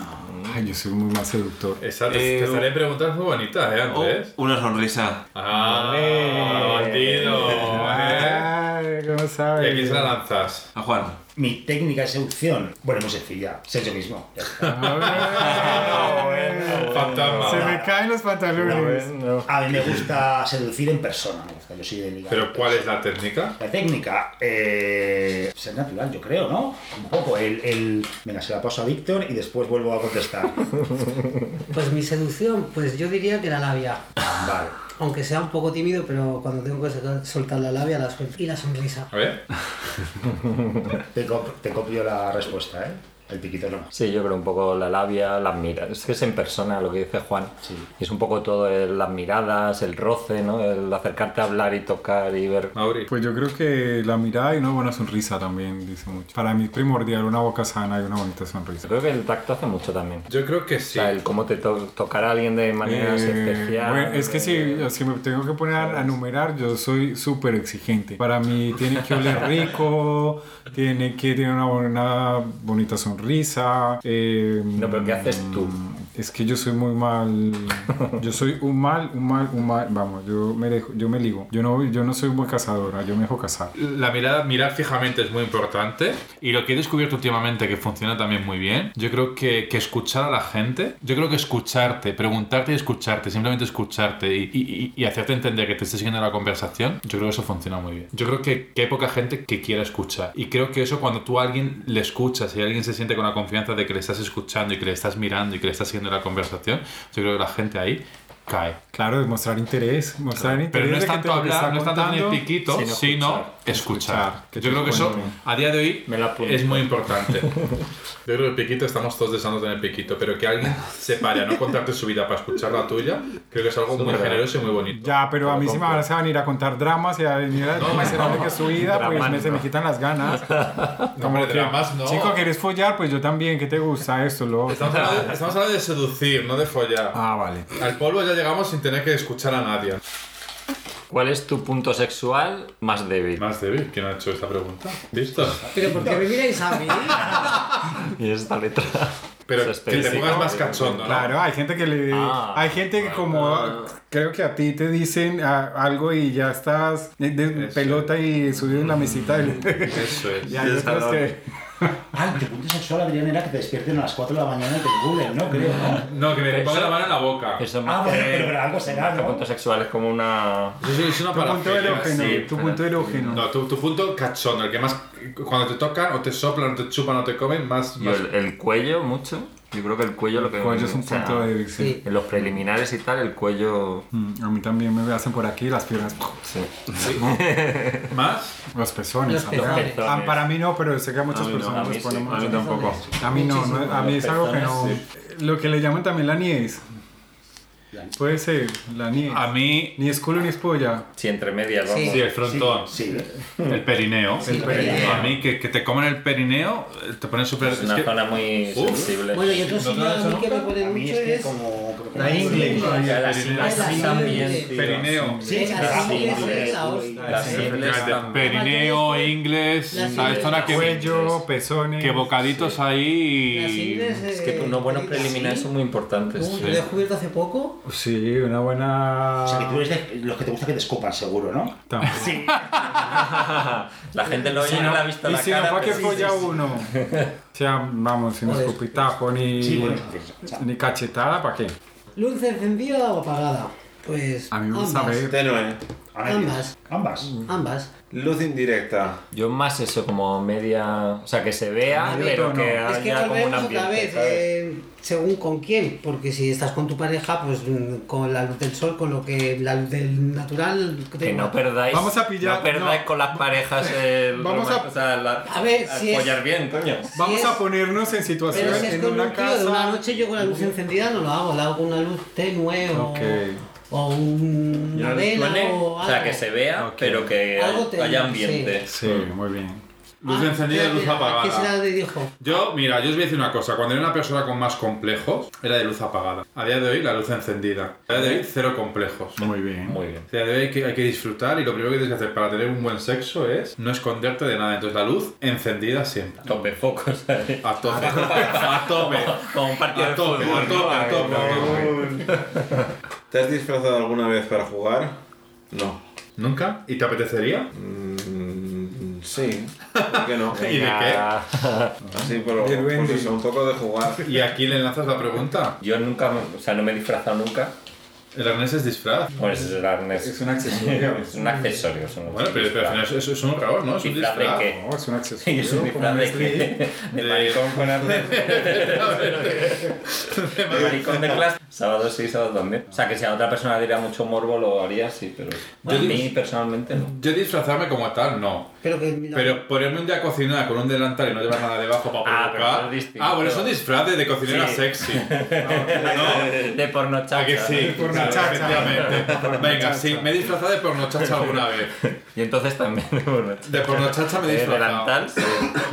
[SPEAKER 1] Ay, yo soy muy más seductor.
[SPEAKER 4] Esa, te,
[SPEAKER 5] Eh,
[SPEAKER 4] te
[SPEAKER 5] oh.
[SPEAKER 4] estaré preguntas muy bonitas, ¿eh,
[SPEAKER 5] O
[SPEAKER 4] Andrés?
[SPEAKER 5] una sonrisa.
[SPEAKER 4] ¡Ah, bandido! ¿eh?
[SPEAKER 1] Ay, ¿cómo
[SPEAKER 4] ¿Y
[SPEAKER 1] sabes?
[SPEAKER 4] aquí se la lanzas?
[SPEAKER 5] A Juan.
[SPEAKER 3] Mi técnica de seducción. Bueno, muy sencilla. Ser yo mismo. Ya está.
[SPEAKER 2] Ah,
[SPEAKER 1] Ay,
[SPEAKER 4] Fantasma.
[SPEAKER 1] Se me caen los pantalones.
[SPEAKER 3] A mí me gusta seducir en persona. me gusta, Yo soy de ligar.
[SPEAKER 4] ¿Pero cuál es la técnica?
[SPEAKER 3] La técnica, eh, ser natural, yo creo, ¿no? Un poco, el, el... Venga, se la paso a Víctor y después vuelvo a contestar.
[SPEAKER 6] Pues mi seducción, pues yo diría que la labia.
[SPEAKER 3] Vale.
[SPEAKER 6] Aunque sea un poco tímido, pero cuando tengo que sacar- soltar la labia, la suelto. Y la sonrisa.
[SPEAKER 4] A ver.
[SPEAKER 3] Te, cop- te copio la respuesta, ¿eh? El piquito no.
[SPEAKER 2] Sí, yo creo un poco la labia, las miradas. Es que es en persona lo que dice Juan.
[SPEAKER 3] Sí.
[SPEAKER 2] Y es un poco todo el- las miradas, el roce, ¿no? El acercarte a hablar y tocar y ver.
[SPEAKER 4] Mauri.
[SPEAKER 1] Pues yo creo que la mirada y una buena sonrisa también dice mucho. Para mí es primordial una boca sana y una bonita sonrisa.
[SPEAKER 2] Creo que el tacto hace mucho también.
[SPEAKER 4] Yo creo que sí.
[SPEAKER 2] O sea, el cómo te to- tocar a alguien de
[SPEAKER 1] Eh,
[SPEAKER 2] manera especial.
[SPEAKER 1] bueno, es que si,
[SPEAKER 2] eh,
[SPEAKER 1] si me tengo que poner a, a numerar, yo soy súper exigente. Para mí tiene que oler rico, tiene que tener una, buena- bonita sonrisa. eh,
[SPEAKER 2] No, pero ¿qué haces tú?
[SPEAKER 1] Es que yo soy muy mal. Yo soy un mal, un mal, un mal. Vamos, yo me, dejo- yo me ligo. Yo no, yo no soy muy cazadora, yo me dejo cazar.
[SPEAKER 4] La mirada, mirar fijamente es muy importante. Y lo que he descubierto últimamente que funciona también muy bien, yo creo que, que escuchar a la gente, yo creo que escucharte, preguntarte y escucharte, simplemente escucharte y, y- y- y hacerte entender que te esté siguiendo la conversación, yo creo que eso funciona muy bien. Yo creo que, que hay poca gente que quiera escuchar. Y creo que eso cuando tú a alguien le escuchas y alguien se siente con la confianza de que le estás escuchando y que le estás mirando y que le estás siguiendo la conversación, yo creo que la gente ahí cae.
[SPEAKER 1] Claro, demostrar interés. Mostrar interés
[SPEAKER 4] Pero no es
[SPEAKER 1] de que
[SPEAKER 4] tanto
[SPEAKER 1] te lo que
[SPEAKER 4] hablar,
[SPEAKER 1] está
[SPEAKER 4] no es tanto ni
[SPEAKER 1] contando.
[SPEAKER 4] piquito,
[SPEAKER 2] sino
[SPEAKER 4] sino, escuchar.
[SPEAKER 1] escuchar. Que
[SPEAKER 4] Yo creo que
[SPEAKER 1] bueno,
[SPEAKER 4] eso, a día de hoy,
[SPEAKER 2] Me la apunto.
[SPEAKER 4] es muy importante. Yo creo que el piquito, estamos todos deseando tener piquito, pero que alguien se pare a no contarte su vida para escuchar la tuya, creo que es algo muy generoso y muy bonito.
[SPEAKER 1] Ya, pero a mí si me van a venir a contar dramas y a venir a miserable que es su vida, pues me,
[SPEAKER 2] Dramático.
[SPEAKER 1] se me quitan las ganas.
[SPEAKER 4] hombre, dramas no.
[SPEAKER 1] Chico, ¿quieres follar? Pues yo también, ¿qué te gusta esto? Lo... otro?
[SPEAKER 4] Estamos hablando, estamos hablando de seducir, no de follar.
[SPEAKER 1] Ah, vale.
[SPEAKER 4] Al polvo ya llegamos sin tener que escuchar a nadie.
[SPEAKER 2] ¿Cuál es tu punto sexual más débil?
[SPEAKER 4] Más débil, ¿quién ha hecho esta pregunta? ¿Listo?
[SPEAKER 7] Pero ¿por qué me miráis a mí?
[SPEAKER 2] Y esta letra.
[SPEAKER 4] Pero
[SPEAKER 2] Es
[SPEAKER 4] que te
[SPEAKER 2] específico.
[SPEAKER 4] pongas más cachondo, ¿no?
[SPEAKER 1] Claro, hay gente que le...
[SPEAKER 2] Ah.
[SPEAKER 1] hay gente que como... Creo que a ti te dicen ah, algo y ya estás de, de pelota y subido en la mesita. y-
[SPEAKER 4] Mm, Eso es.
[SPEAKER 1] y hay otros que...
[SPEAKER 3] Ah, tu punto sexual, Adrián, era que te despierten a las 4 de la mañana y te Google, ¿no? Creo. ¿no?
[SPEAKER 4] No, que me ponga la mano en la boca.
[SPEAKER 2] Eso
[SPEAKER 3] Ah,
[SPEAKER 2] más
[SPEAKER 3] bueno,
[SPEAKER 7] eh,
[SPEAKER 3] pero,
[SPEAKER 2] que...
[SPEAKER 3] pero algo será,
[SPEAKER 2] Tu
[SPEAKER 3] ¿no?
[SPEAKER 2] punto sexual es como una...
[SPEAKER 4] Eso es una
[SPEAKER 1] Tu punto
[SPEAKER 4] parafilia,
[SPEAKER 1] erógeno,
[SPEAKER 4] sí.
[SPEAKER 1] tu punto erógeno.
[SPEAKER 4] No, tu, tu punto cachondo, el que más. Cuando te tocan, o te soplan, o te chupan, o te comen, más.
[SPEAKER 2] Y
[SPEAKER 4] más-
[SPEAKER 2] el, el cuello mucho. Yo creo que el cuello lo que...
[SPEAKER 1] Coño, es un
[SPEAKER 2] o sea,
[SPEAKER 1] punto de... sí.
[SPEAKER 7] Sí.
[SPEAKER 2] En los preliminares y tal, el cuello...
[SPEAKER 1] Mm, A mí también me hacen por aquí las piernas,
[SPEAKER 2] Sí.
[SPEAKER 4] ¿Más?
[SPEAKER 1] los pezones.
[SPEAKER 7] Los
[SPEAKER 1] acá.
[SPEAKER 7] pezones.
[SPEAKER 1] Ah, para mí no, pero sé que a muchas personas
[SPEAKER 2] a mí
[SPEAKER 1] les ponen
[SPEAKER 2] sí,
[SPEAKER 1] mucho.
[SPEAKER 5] A mí tampoco.
[SPEAKER 1] A mí no, no, a mí es algo que no.
[SPEAKER 5] Personas,
[SPEAKER 1] Lo que le llaman también la niez. Puede ser, la niez.
[SPEAKER 4] A mí.
[SPEAKER 1] Ni es culo ni es polla.
[SPEAKER 2] Sí, entre medias, vamos.
[SPEAKER 4] Sí, el frontón.
[SPEAKER 3] Sí.
[SPEAKER 4] El perineo.
[SPEAKER 1] El perineo.
[SPEAKER 4] A mí, que, que te comen el perineo, eh, te ponen súper.
[SPEAKER 2] Es una
[SPEAKER 4] que-
[SPEAKER 2] zona muy
[SPEAKER 4] Uf.
[SPEAKER 2] sensible.
[SPEAKER 7] Bueno, y otro sí
[SPEAKER 4] ¿No te lo has
[SPEAKER 7] a mí
[SPEAKER 4] hecho
[SPEAKER 7] que me
[SPEAKER 4] nunca?
[SPEAKER 7] ponen
[SPEAKER 3] A mí
[SPEAKER 7] mucho
[SPEAKER 3] es que
[SPEAKER 7] es...
[SPEAKER 3] como...
[SPEAKER 7] La ingle.
[SPEAKER 2] Así también.
[SPEAKER 4] Perineo.
[SPEAKER 7] Sí, es
[SPEAKER 3] la
[SPEAKER 7] así, es
[SPEAKER 3] ingle.
[SPEAKER 7] la hostia.
[SPEAKER 2] Las
[SPEAKER 7] Sí.
[SPEAKER 2] ingles
[SPEAKER 4] Fíjate,
[SPEAKER 2] también.
[SPEAKER 4] Perineo, inglés,
[SPEAKER 7] Las
[SPEAKER 4] ¿sabes?
[SPEAKER 7] ingles.
[SPEAKER 4] Zona que,
[SPEAKER 1] Cuello, pezones.
[SPEAKER 4] que bocaditos
[SPEAKER 7] Las ingles,
[SPEAKER 4] ahí.
[SPEAKER 7] eh,
[SPEAKER 2] Es que unos buenos preliminares son muy pues, eh. importantes.
[SPEAKER 7] Uh, Lo he descubierto hace poco.
[SPEAKER 1] Sí, una buena.
[SPEAKER 3] O sea, que tú eres de los que te gusta que te escupan, seguro, ¿no?
[SPEAKER 1] Tampoco.
[SPEAKER 2] La gente lo oye y no le ha visto
[SPEAKER 1] Y
[SPEAKER 2] la
[SPEAKER 1] si no,
[SPEAKER 2] cara.
[SPEAKER 1] ¿para qué
[SPEAKER 2] pero-
[SPEAKER 1] folla uno? O sea, vamos, sin
[SPEAKER 7] Joder.
[SPEAKER 1] escupitajo ni,
[SPEAKER 3] Sí, bueno, entonces, o sea,
[SPEAKER 1] ni cachetada, ¿para qué?
[SPEAKER 7] ¿Luz encendida o apagada? Pues
[SPEAKER 1] A mí me gusta
[SPEAKER 7] ambas,
[SPEAKER 1] ver.
[SPEAKER 5] Tenue.
[SPEAKER 3] a medias.
[SPEAKER 7] ambas,
[SPEAKER 3] Ambas.
[SPEAKER 7] ambas.
[SPEAKER 5] Luz indirecta.
[SPEAKER 2] Yo más eso, como media... O sea, que se vea,
[SPEAKER 1] Medio
[SPEAKER 2] pero
[SPEAKER 1] tono.
[SPEAKER 2] que
[SPEAKER 1] Es
[SPEAKER 2] haya
[SPEAKER 7] Es que
[SPEAKER 2] como un
[SPEAKER 7] volvemos
[SPEAKER 2] ambiente,
[SPEAKER 7] otra vez,
[SPEAKER 2] ¿sabes?
[SPEAKER 7] eh, según con quién, porque si estás con tu pareja, pues mm, con la luz del sol, con lo que la luz del natural que
[SPEAKER 2] Que
[SPEAKER 7] tengo.
[SPEAKER 2] no perdáis...
[SPEAKER 1] Vamos a pillar-
[SPEAKER 2] No perdáis
[SPEAKER 1] no.
[SPEAKER 2] con las parejas el...
[SPEAKER 1] Vamos a-
[SPEAKER 2] o sea, la-
[SPEAKER 7] A ver, si es-
[SPEAKER 2] follar bien, coño.
[SPEAKER 1] Vamos
[SPEAKER 7] es-
[SPEAKER 1] a ponernos en
[SPEAKER 7] Pero
[SPEAKER 1] situación
[SPEAKER 7] si es
[SPEAKER 1] en
[SPEAKER 7] con
[SPEAKER 1] una
[SPEAKER 7] un tío de una
[SPEAKER 1] casa.
[SPEAKER 7] noche, yo con la luz encendida no lo hago, le hago una luz tenue o,
[SPEAKER 1] Ok.
[SPEAKER 7] o un-
[SPEAKER 2] Y
[SPEAKER 7] una
[SPEAKER 2] una luz
[SPEAKER 7] vela
[SPEAKER 2] tenue,
[SPEAKER 7] o algo.
[SPEAKER 2] O sea, que se vea,
[SPEAKER 1] Ok.
[SPEAKER 2] pero que
[SPEAKER 7] Algo tenue,
[SPEAKER 2] haya ambiente.
[SPEAKER 1] Sí, muy bien.
[SPEAKER 4] Luz
[SPEAKER 7] Ah,
[SPEAKER 4] encendida,
[SPEAKER 7] mira,
[SPEAKER 4] luz
[SPEAKER 7] mira, ¿Qué será
[SPEAKER 4] apagada.
[SPEAKER 7] de dijo?
[SPEAKER 4] Yo, mira, yo os voy a decir una cosa. Cuando era una persona con más complejos, era de luz apagada. A día de hoy, la luz encendida. A día de hoy, cero complejos.
[SPEAKER 1] Muy bien.
[SPEAKER 2] Muy bien.
[SPEAKER 4] O sea, hay que, hay que disfrutar y lo primero que tienes que hacer para tener un buen sexo es no esconderte de nada. Entonces la luz encendida siempre.
[SPEAKER 2] Tope foco, ¿sabes?
[SPEAKER 4] A tope. A tope.
[SPEAKER 2] Como un partido
[SPEAKER 4] A
[SPEAKER 2] de
[SPEAKER 5] Pues
[SPEAKER 4] tope,
[SPEAKER 2] fútbol,
[SPEAKER 4] a tope, a
[SPEAKER 2] ¿no?
[SPEAKER 4] tope.
[SPEAKER 5] ¿Te has disfrazado alguna vez para jugar? No.
[SPEAKER 4] ¿Nunca? ¿Y te apetecería?
[SPEAKER 5] Mm, sí. ¿Por qué no?
[SPEAKER 4] ¿Y de qué?
[SPEAKER 2] Ah,
[SPEAKER 5] Sí, pero
[SPEAKER 1] De duende.
[SPEAKER 5] pues eso, un poco de jugar.
[SPEAKER 4] ¿Y a quién le lanzas la pregunta?
[SPEAKER 2] Yo nunca, me- o sea, no me he disfrazado nunca.
[SPEAKER 4] El arnés es disfraz.
[SPEAKER 2] Pues es el arnés.
[SPEAKER 1] Es pues. un accesorio.
[SPEAKER 2] Es un accesorio. es un-
[SPEAKER 4] Mm. Bueno, pero, pero al final eso, eso es un horror, ¿no? Es un
[SPEAKER 2] ¿Disfraz de
[SPEAKER 4] disfraz.
[SPEAKER 2] qué?
[SPEAKER 1] No, es un
[SPEAKER 2] Sí,
[SPEAKER 1] accesorio.
[SPEAKER 2] es un
[SPEAKER 1] como
[SPEAKER 2] disfraz
[SPEAKER 1] un
[SPEAKER 2] de
[SPEAKER 1] slip.
[SPEAKER 2] de
[SPEAKER 4] De-
[SPEAKER 2] maricón con arnés. De maricón de clase. Sábado sí, sábado también. O sea, que si a otra persona le diera mucho morbo lo haría, sí, pero a
[SPEAKER 4] digo-
[SPEAKER 2] mí personalmente no.
[SPEAKER 4] Yo disfrazarme como tal, no.
[SPEAKER 7] Pero que mira,
[SPEAKER 4] Pero ponerme un día a cocinar con un delantal y no llevar nada debajo para
[SPEAKER 2] Ah, pero
[SPEAKER 4] provocar.
[SPEAKER 2] eso es distinto.
[SPEAKER 4] ah, bueno, es un disfraz de, de cocinera
[SPEAKER 2] Sí.
[SPEAKER 4] sexy.
[SPEAKER 2] De porno chacha.
[SPEAKER 4] ¿A que sí?
[SPEAKER 1] porno
[SPEAKER 4] Claro,
[SPEAKER 1] chacha.
[SPEAKER 4] efectivamente. Venga, sí, me he disfrazado de porno chacha alguna vez.
[SPEAKER 2] Y entonces también de porno
[SPEAKER 4] De porno chacha me he
[SPEAKER 2] De
[SPEAKER 4] disfrazado.
[SPEAKER 2] delantal, sí.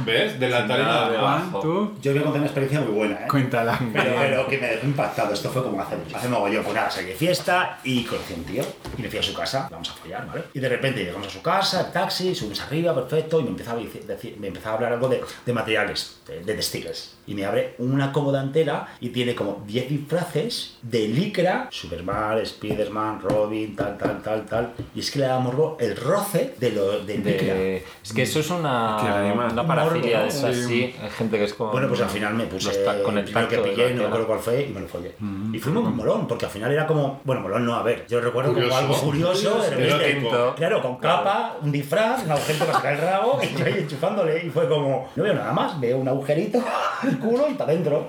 [SPEAKER 4] ¿Ves? Delantal y
[SPEAKER 2] Nada,
[SPEAKER 4] nada.
[SPEAKER 2] de-
[SPEAKER 1] Juan, tú,
[SPEAKER 3] Yo voy a contar una experiencia muy buena, ¿eh?
[SPEAKER 1] cuéntala.
[SPEAKER 3] Pero, pero que me dejó impactado, esto fue como hace, hace mogollón, fue una serie de fiesta y conocí a un tío y me fui a su casa, vamos a follar, ¿vale? Y de repente llegamos a su casa, el taxi, subimos arriba, perfecto, y me empezaba a, dici- deci- me empezaba a hablar algo de, de materiales, de, de textiles. Y me abre una cómoda entera y tiene como 10 disfraces de licra, Superman, Spiderman, Robin, tal, tal, tal, tal. Y es que le da morbo el roce de lo de licra.
[SPEAKER 2] De- Es que eso es una,
[SPEAKER 5] Que anima.
[SPEAKER 2] una parafilia
[SPEAKER 3] Morbo,
[SPEAKER 2] de esas,
[SPEAKER 1] sí.
[SPEAKER 2] sí. Hay gente que es como.
[SPEAKER 3] Bueno, pues al final me
[SPEAKER 2] no
[SPEAKER 3] puse
[SPEAKER 2] está con
[SPEAKER 3] el
[SPEAKER 2] el
[SPEAKER 3] primero
[SPEAKER 2] tacto
[SPEAKER 3] que
[SPEAKER 2] de la Mm.
[SPEAKER 3] pillé, no me
[SPEAKER 2] tela.
[SPEAKER 3] acuerdo cuál fue, y me lo follé. y fue muy molón, porque al final era como, bueno, molón no, a ver, yo lo recuerdo
[SPEAKER 4] Curioso.
[SPEAKER 3] como algo curioso, de repente,
[SPEAKER 2] Erótico.
[SPEAKER 3] claro, con capa, un disfraz, un agujero para sacar el rabo, y yo ahí enchufándole, y fue como, no veo nada más, veo un agujerito, el culo y para adentro.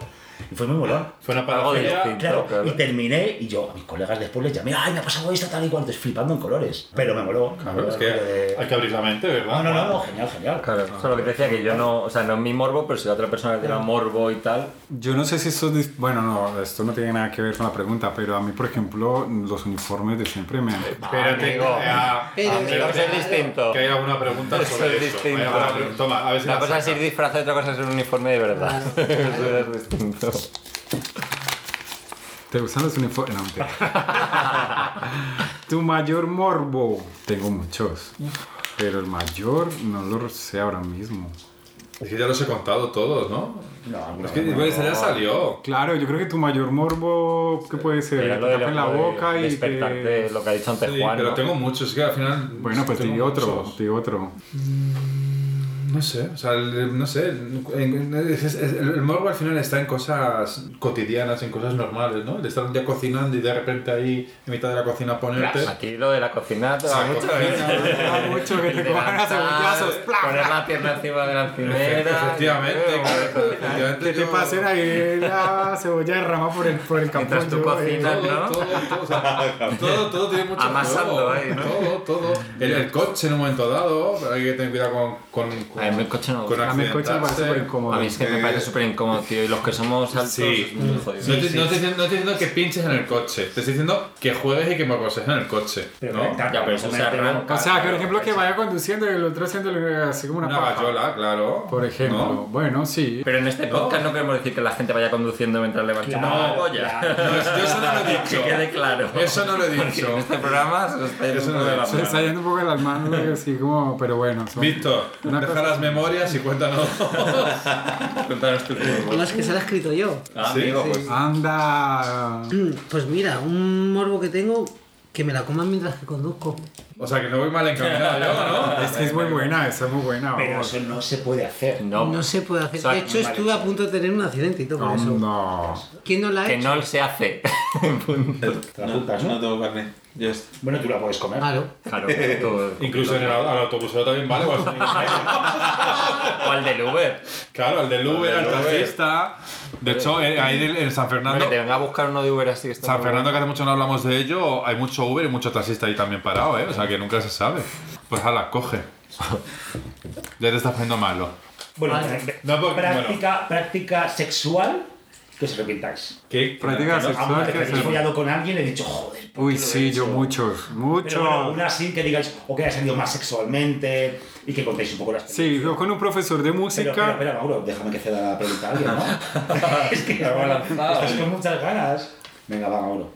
[SPEAKER 3] Y fue muy molón. Ah,
[SPEAKER 4] Fue una
[SPEAKER 2] Algo de
[SPEAKER 4] paradoja.
[SPEAKER 2] distinto.
[SPEAKER 3] Claro,
[SPEAKER 2] claro.
[SPEAKER 3] y terminé y yo a mis colegas después les llamé, ay, me ha pasado esto tal y cual, estoy flipando en colores. Pero me moló.
[SPEAKER 4] Claro,
[SPEAKER 3] Me moló el
[SPEAKER 4] es
[SPEAKER 3] rollo
[SPEAKER 4] que
[SPEAKER 3] de-
[SPEAKER 4] hay que abrir la mente,
[SPEAKER 3] No,
[SPEAKER 4] ¿verdad?
[SPEAKER 3] no, no, no, genial, genial.
[SPEAKER 2] Claro, eso es lo que te decía, que yo no, o sea, no es mi morbo, pero si a otra persona le tiene morbo y tal,
[SPEAKER 1] Yo no sé si esto... es dis- Bueno, no, esto no tiene nada que ver con la pregunta, pero a mí, por ejemplo, los uniformes de siempre me...
[SPEAKER 4] Espérate,
[SPEAKER 2] Amigo.
[SPEAKER 4] ah,
[SPEAKER 7] Pero-
[SPEAKER 4] ah,
[SPEAKER 7] Pero
[SPEAKER 2] eso es distinto.
[SPEAKER 4] Que hay alguna pregunta
[SPEAKER 2] Eso
[SPEAKER 4] sobre
[SPEAKER 2] es
[SPEAKER 4] eso.
[SPEAKER 2] distinto.
[SPEAKER 4] Hay alguna pre- Toma, a ver si
[SPEAKER 2] Una
[SPEAKER 4] la
[SPEAKER 2] cosa es
[SPEAKER 4] saca.
[SPEAKER 2] ir disfrazado y otra cosa es un uniforme de verdad. Eso es distinto.
[SPEAKER 1] ¿Te gustan los uniformes? No, mentira. tu mayor morbo. Tengo muchos. Pero el mayor no lo sé ahora mismo.
[SPEAKER 4] Es que ya los he contado todos, ¿no?
[SPEAKER 3] No, alguna
[SPEAKER 4] Es que
[SPEAKER 3] vez.
[SPEAKER 4] pues, ya salió.
[SPEAKER 1] Claro, yo creo que tu mayor morbo, ¿qué puede ser?
[SPEAKER 2] Era
[SPEAKER 1] Que
[SPEAKER 2] lo
[SPEAKER 1] te
[SPEAKER 2] de
[SPEAKER 1] tapen la
[SPEAKER 2] lo de
[SPEAKER 1] boca y
[SPEAKER 2] despertarte,
[SPEAKER 1] que...
[SPEAKER 2] lo que ha dicho antes
[SPEAKER 4] Sí,
[SPEAKER 2] Juan.
[SPEAKER 4] pero
[SPEAKER 2] ¿no?
[SPEAKER 4] tengo muchos, es que al final.
[SPEAKER 1] Bueno, pues te
[SPEAKER 4] tengo
[SPEAKER 1] di otro,
[SPEAKER 4] muchos.
[SPEAKER 1] te di otro.
[SPEAKER 4] No sé, o sea, el- no sé. en- en- es- es- el, el morbo al final está en cosas cotidianas, en cosas normales, ¿no? El estar un día cocinando y de repente ahí, en mitad de la cocina, ponerte.
[SPEAKER 2] Aquí lo de la cocina te va
[SPEAKER 4] Exacto.
[SPEAKER 2] mucho.
[SPEAKER 3] ¿eh?
[SPEAKER 1] mucho que te
[SPEAKER 2] El de
[SPEAKER 1] cojan a
[SPEAKER 2] lanzar,
[SPEAKER 1] cebillazos.
[SPEAKER 2] Poner la pierna encima de la encimera.
[SPEAKER 4] Efectivamente, claro, efectivamente,
[SPEAKER 1] Que te
[SPEAKER 4] yo-
[SPEAKER 1] pasen ahí la cebolla derrama por el, por el campo. eh,
[SPEAKER 2] Mientras tú cocinas.
[SPEAKER 4] Todo,
[SPEAKER 2] ¿no?
[SPEAKER 4] todo, todo, o sea, todo, todo tiene mucho
[SPEAKER 2] Amasando
[SPEAKER 4] juego.
[SPEAKER 2] ahí, ¿no?
[SPEAKER 4] Todo, todo. El, el coche en un momento dado, pero hay que tener cuidado con... con, con
[SPEAKER 2] A mí el coche no me
[SPEAKER 4] con
[SPEAKER 2] gusta.
[SPEAKER 1] A mí el coche me parece
[SPEAKER 4] accidentarse.
[SPEAKER 1] súper incómodo.
[SPEAKER 2] A mí es que me
[SPEAKER 4] Eh,
[SPEAKER 2] parece súper incómodo, tío. Y los que somos altos,
[SPEAKER 4] Sí.
[SPEAKER 2] es muy jodido.
[SPEAKER 4] No te, no te- no te estoy diciendo que pinches en el coche, te estoy diciendo que juegues y que me aconsejes en el coche.
[SPEAKER 3] Pero
[SPEAKER 4] ¿no?
[SPEAKER 3] conectar,
[SPEAKER 2] Ya, pero eso se
[SPEAKER 3] conectar,
[SPEAKER 2] arranca.
[SPEAKER 1] O sea, que, por ejemplo que vaya conduciendo y el otro haciendo así como una,
[SPEAKER 4] Una
[SPEAKER 1] paja.
[SPEAKER 4] gallola, claro.
[SPEAKER 1] Por ejemplo.
[SPEAKER 4] ¿no?
[SPEAKER 1] Bueno, sí.
[SPEAKER 2] Pero en este podcast no. queremos decir que la gente vaya conduciendo mientras le va echando
[SPEAKER 4] Ah,
[SPEAKER 2] una polla.
[SPEAKER 4] No, es- yo eso no lo he
[SPEAKER 2] Que
[SPEAKER 4] dicho.
[SPEAKER 2] quede claro.
[SPEAKER 4] Eso no lo he
[SPEAKER 2] Porque en
[SPEAKER 4] dicho.
[SPEAKER 2] este programa se nos está yendo
[SPEAKER 4] Eso no
[SPEAKER 2] un poco de la
[SPEAKER 1] Se
[SPEAKER 2] mano.
[SPEAKER 1] está yendo un poco de las manos, así como, pero bueno. son-
[SPEAKER 4] Víctor,
[SPEAKER 1] Una
[SPEAKER 4] deja
[SPEAKER 1] cosa-
[SPEAKER 4] las memorias y cuéntanos.
[SPEAKER 2] Cuéntanos tú.
[SPEAKER 7] No es que se la he escrito yo.
[SPEAKER 2] Ah,
[SPEAKER 4] Sí,
[SPEAKER 2] amigo, pues.
[SPEAKER 1] Anda.
[SPEAKER 7] Pues mira, un morbo que tengo que me la coman mientras que conduzco.
[SPEAKER 4] O sea, que no voy mal encaminado yo, ¿no?
[SPEAKER 1] Es que es muy buena, esa es muy buena.
[SPEAKER 3] Pero
[SPEAKER 1] vamos.
[SPEAKER 3] eso no se puede hacer.
[SPEAKER 2] No,
[SPEAKER 7] No se puede hacer.
[SPEAKER 2] O sea,
[SPEAKER 7] de hecho,
[SPEAKER 2] vale.
[SPEAKER 7] estuve a punto de tener un accidente y todo por eso.
[SPEAKER 1] No.
[SPEAKER 7] ¿Quién no la ha
[SPEAKER 2] que
[SPEAKER 7] hecho?
[SPEAKER 2] no se hace. Punto.
[SPEAKER 3] Te la apuntas,
[SPEAKER 5] pues, No
[SPEAKER 3] ¿no?
[SPEAKER 5] tengo carne. Ya está.
[SPEAKER 3] Bueno, tú la puedes comer.
[SPEAKER 7] Claro.
[SPEAKER 2] Claro, todo.
[SPEAKER 4] Incluso en el au- al autobusero también vale. o al-
[SPEAKER 2] O al del Uber.
[SPEAKER 4] Claro, al del Uber, al
[SPEAKER 2] Al del Uber.
[SPEAKER 4] taxista. De hecho, eh, ahí del- en San
[SPEAKER 2] Que
[SPEAKER 4] Fernando,
[SPEAKER 2] te venga a buscar uno de Uber así. está
[SPEAKER 4] San
[SPEAKER 2] muy
[SPEAKER 4] Fernando que hace mucho no hablamos de ello, hay mucho Uber y mucho taxista ahí también parado, ¿eh? O sea, que nunca se sabe. Pues ala, coge. Ya te estás poniendo malo.
[SPEAKER 3] Bueno,
[SPEAKER 7] Vale.
[SPEAKER 3] pre-
[SPEAKER 4] No, porque-
[SPEAKER 3] práctica, práctica sexual que os arrepintáis.
[SPEAKER 4] ¿Qué?
[SPEAKER 1] Práctica sexual
[SPEAKER 3] Aunque
[SPEAKER 1] que
[SPEAKER 3] hayáis
[SPEAKER 1] se...
[SPEAKER 3] follado con alguien, he dicho, joder. ¿por
[SPEAKER 1] Uy,
[SPEAKER 3] qué lo he
[SPEAKER 1] sí, yo
[SPEAKER 3] hecho?
[SPEAKER 1] muchos,
[SPEAKER 3] Pero bueno,
[SPEAKER 1] muchos.
[SPEAKER 3] una sí que digáis, o que haya salido más sexualmente y que contéis un poco las
[SPEAKER 1] Sí, yo con un profesor de
[SPEAKER 3] Pero, pero,
[SPEAKER 1] música.
[SPEAKER 3] espera, Mauro, déjame que ceda la pregunta a alguien, ¿no? es que estás con muchas ganas. Venga, va, Mauro.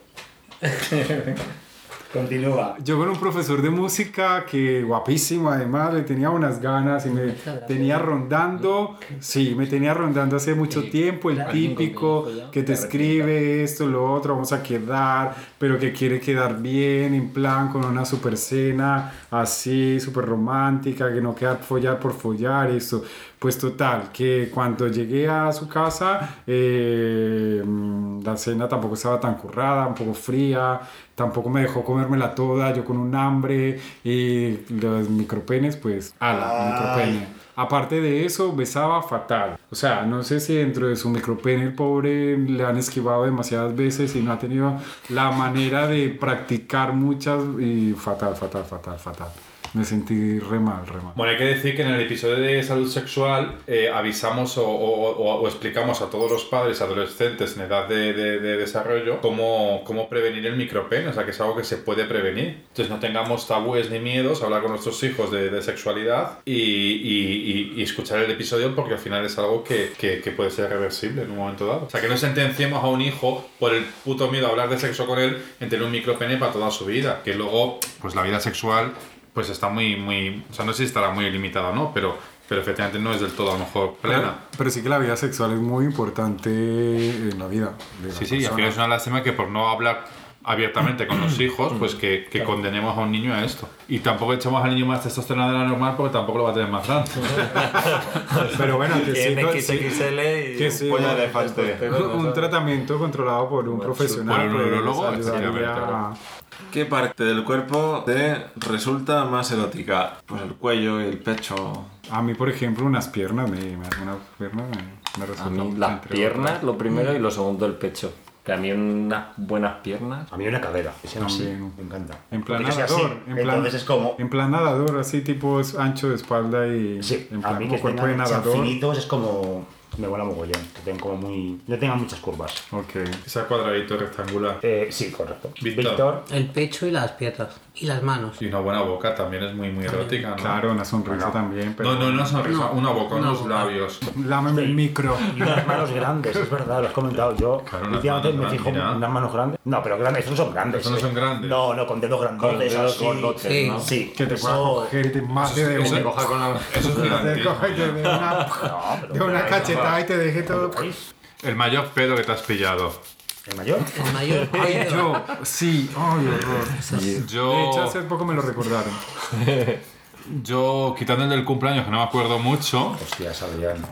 [SPEAKER 3] Continúa.
[SPEAKER 1] Yo con un profesor de música que guapísimo además, le tenía unas ganas y me tenía rondando, sí, me tenía rondando hace mucho tiempo, el típico que te escribe esto, lo otro, vamos a quedar, pero que quiere quedar bien, en plan con una super cena, así, súper romántica, que no quedar follar por follar, esto. Pues total, que cuando llegué a su casa, eh, mm, la cena tampoco estaba tan currada, un poco fría, tampoco me dejó comérmela toda, yo con un hambre y los micropenes, pues, ala,
[SPEAKER 3] Ay.
[SPEAKER 1] micropene. Aparte de eso, besaba fatal. O sea, no sé si dentro de su micropene el pobre le han esquivado demasiadas veces y no ha tenido la manera de practicar muchas y fatal, fatal, fatal, fatal. Me sentí re mal, re mal.
[SPEAKER 4] Bueno, hay que decir que en el episodio de salud sexual eh, avisamos o, o- o- o explicamos a todos los padres adolescentes en edad de, de- de desarrollo cómo, cómo prevenir el micropene, o sea que es algo que se puede prevenir. Entonces no tengamos tabúes ni miedos, hablar con nuestros hijos de, de sexualidad y, y- y- y escuchar el episodio porque al final es algo que, que- que puede ser reversible en un momento dado. O sea que no sentenciemos a un hijo por el puto miedo a hablar de sexo con él en tener un micropene para toda su vida, que luego pues la vida sexual pues está muy, muy, o sea, no sé si estará muy limitada o no, pero, pero efectivamente no es del todo a lo mejor
[SPEAKER 1] Pero,
[SPEAKER 4] plena.
[SPEAKER 1] pero sí que la vida sexual es muy importante en la vida. de la
[SPEAKER 4] Sí, sí, y al
[SPEAKER 1] persona.
[SPEAKER 4] final es una lástima que por no hablar abiertamente con los hijos, pues que, que condenemos a un niño a esto. Y tampoco echamos al niño más testosterona de la normal porque tampoco lo va a tener más grande.
[SPEAKER 1] Pero bueno,
[SPEAKER 4] Eh,
[SPEAKER 1] que sí,
[SPEAKER 2] bien.
[SPEAKER 1] no,
[SPEAKER 2] Que
[SPEAKER 1] sí,
[SPEAKER 2] XXL y.
[SPEAKER 1] que sí,
[SPEAKER 5] Polla
[SPEAKER 1] un-
[SPEAKER 5] de elefante.
[SPEAKER 1] un tratamiento controlado por un
[SPEAKER 2] Bueno,
[SPEAKER 1] profesional
[SPEAKER 4] por un
[SPEAKER 1] pues,
[SPEAKER 4] neurólogo,
[SPEAKER 1] ayudaría
[SPEAKER 4] efectivamente.
[SPEAKER 5] ¿Qué parte del cuerpo te resulta más erótica? Pues el cuello, el pecho.
[SPEAKER 1] A mí, por ejemplo, unas piernas me, me- una pierna me, me
[SPEAKER 2] A
[SPEAKER 1] resulta
[SPEAKER 2] mí
[SPEAKER 1] muy
[SPEAKER 2] "Ah, las
[SPEAKER 1] entre- Mm.
[SPEAKER 2] piernas, lo primero, y lo segundo, el pecho. Que a mí unas buenas piernas.
[SPEAKER 3] A mí una cadera. Ese no sé,
[SPEAKER 1] También.
[SPEAKER 3] me encanta.
[SPEAKER 1] Ah, En plan
[SPEAKER 3] Porque sea
[SPEAKER 1] nadador,
[SPEAKER 3] así,
[SPEAKER 1] en plan-
[SPEAKER 3] Entonces es como...
[SPEAKER 1] En plan nadador, así tipo es ancho de espalda y
[SPEAKER 3] Sí,
[SPEAKER 1] en
[SPEAKER 3] a
[SPEAKER 1] plan
[SPEAKER 3] mí
[SPEAKER 1] como
[SPEAKER 3] que
[SPEAKER 1] cuerpo de
[SPEAKER 3] tengan sean
[SPEAKER 1] nadador.
[SPEAKER 3] finitos es como... Me mola mogollón. Que tengan como muy... No tengan muchas curvas.
[SPEAKER 1] Ok.
[SPEAKER 4] Esa cuadradito rectangular.
[SPEAKER 3] Eh, sí, correcto.
[SPEAKER 4] Víctor.
[SPEAKER 6] El pecho y las piernas. Y las manos.
[SPEAKER 4] Y una buena boca también es muy, muy erótica, ¿no?
[SPEAKER 1] Claro, una sonrisa
[SPEAKER 3] Bueno.
[SPEAKER 1] también, pero
[SPEAKER 4] Ah, No, no, no sonrisa, una boca,
[SPEAKER 6] una
[SPEAKER 4] unos
[SPEAKER 6] boca.
[SPEAKER 4] labios.
[SPEAKER 1] lámame el micro.
[SPEAKER 3] Y unas manos grandes, es verdad, lo has comentado. Yo
[SPEAKER 4] Claro, unas
[SPEAKER 3] últimamente
[SPEAKER 4] manos
[SPEAKER 3] me fijo en
[SPEAKER 4] grandes, mira.
[SPEAKER 3] unas manos grandes. No, pero grandes, estos no son grandes.
[SPEAKER 4] Estos no
[SPEAKER 3] eh.
[SPEAKER 4] son grandes.
[SPEAKER 3] No, no, con dedos grandes.
[SPEAKER 2] Con dedos gordotes,
[SPEAKER 6] Sí.
[SPEAKER 2] ¿no?
[SPEAKER 3] Sí,
[SPEAKER 1] Que te
[SPEAKER 3] eso-
[SPEAKER 1] pueda coger de más de
[SPEAKER 4] Eso,
[SPEAKER 1] una.
[SPEAKER 4] coja con la- eso es
[SPEAKER 1] Te
[SPEAKER 4] gigantismo.
[SPEAKER 1] coge de una,
[SPEAKER 3] No, pero
[SPEAKER 1] de una
[SPEAKER 3] pero-
[SPEAKER 1] cachetada y te deje todo.
[SPEAKER 3] ¿Veis?
[SPEAKER 4] El mayor pedo que te has pillado.
[SPEAKER 3] ¿El mayor?
[SPEAKER 6] El mayor
[SPEAKER 1] Ay,
[SPEAKER 6] cuello.
[SPEAKER 1] yo, sí, ay, horror. De hecho,
[SPEAKER 4] Yo,
[SPEAKER 1] hace poco me lo recordaron.
[SPEAKER 4] yo quitando el del cumpleaños, que no me acuerdo mucho,
[SPEAKER 3] Hostia, Adrián.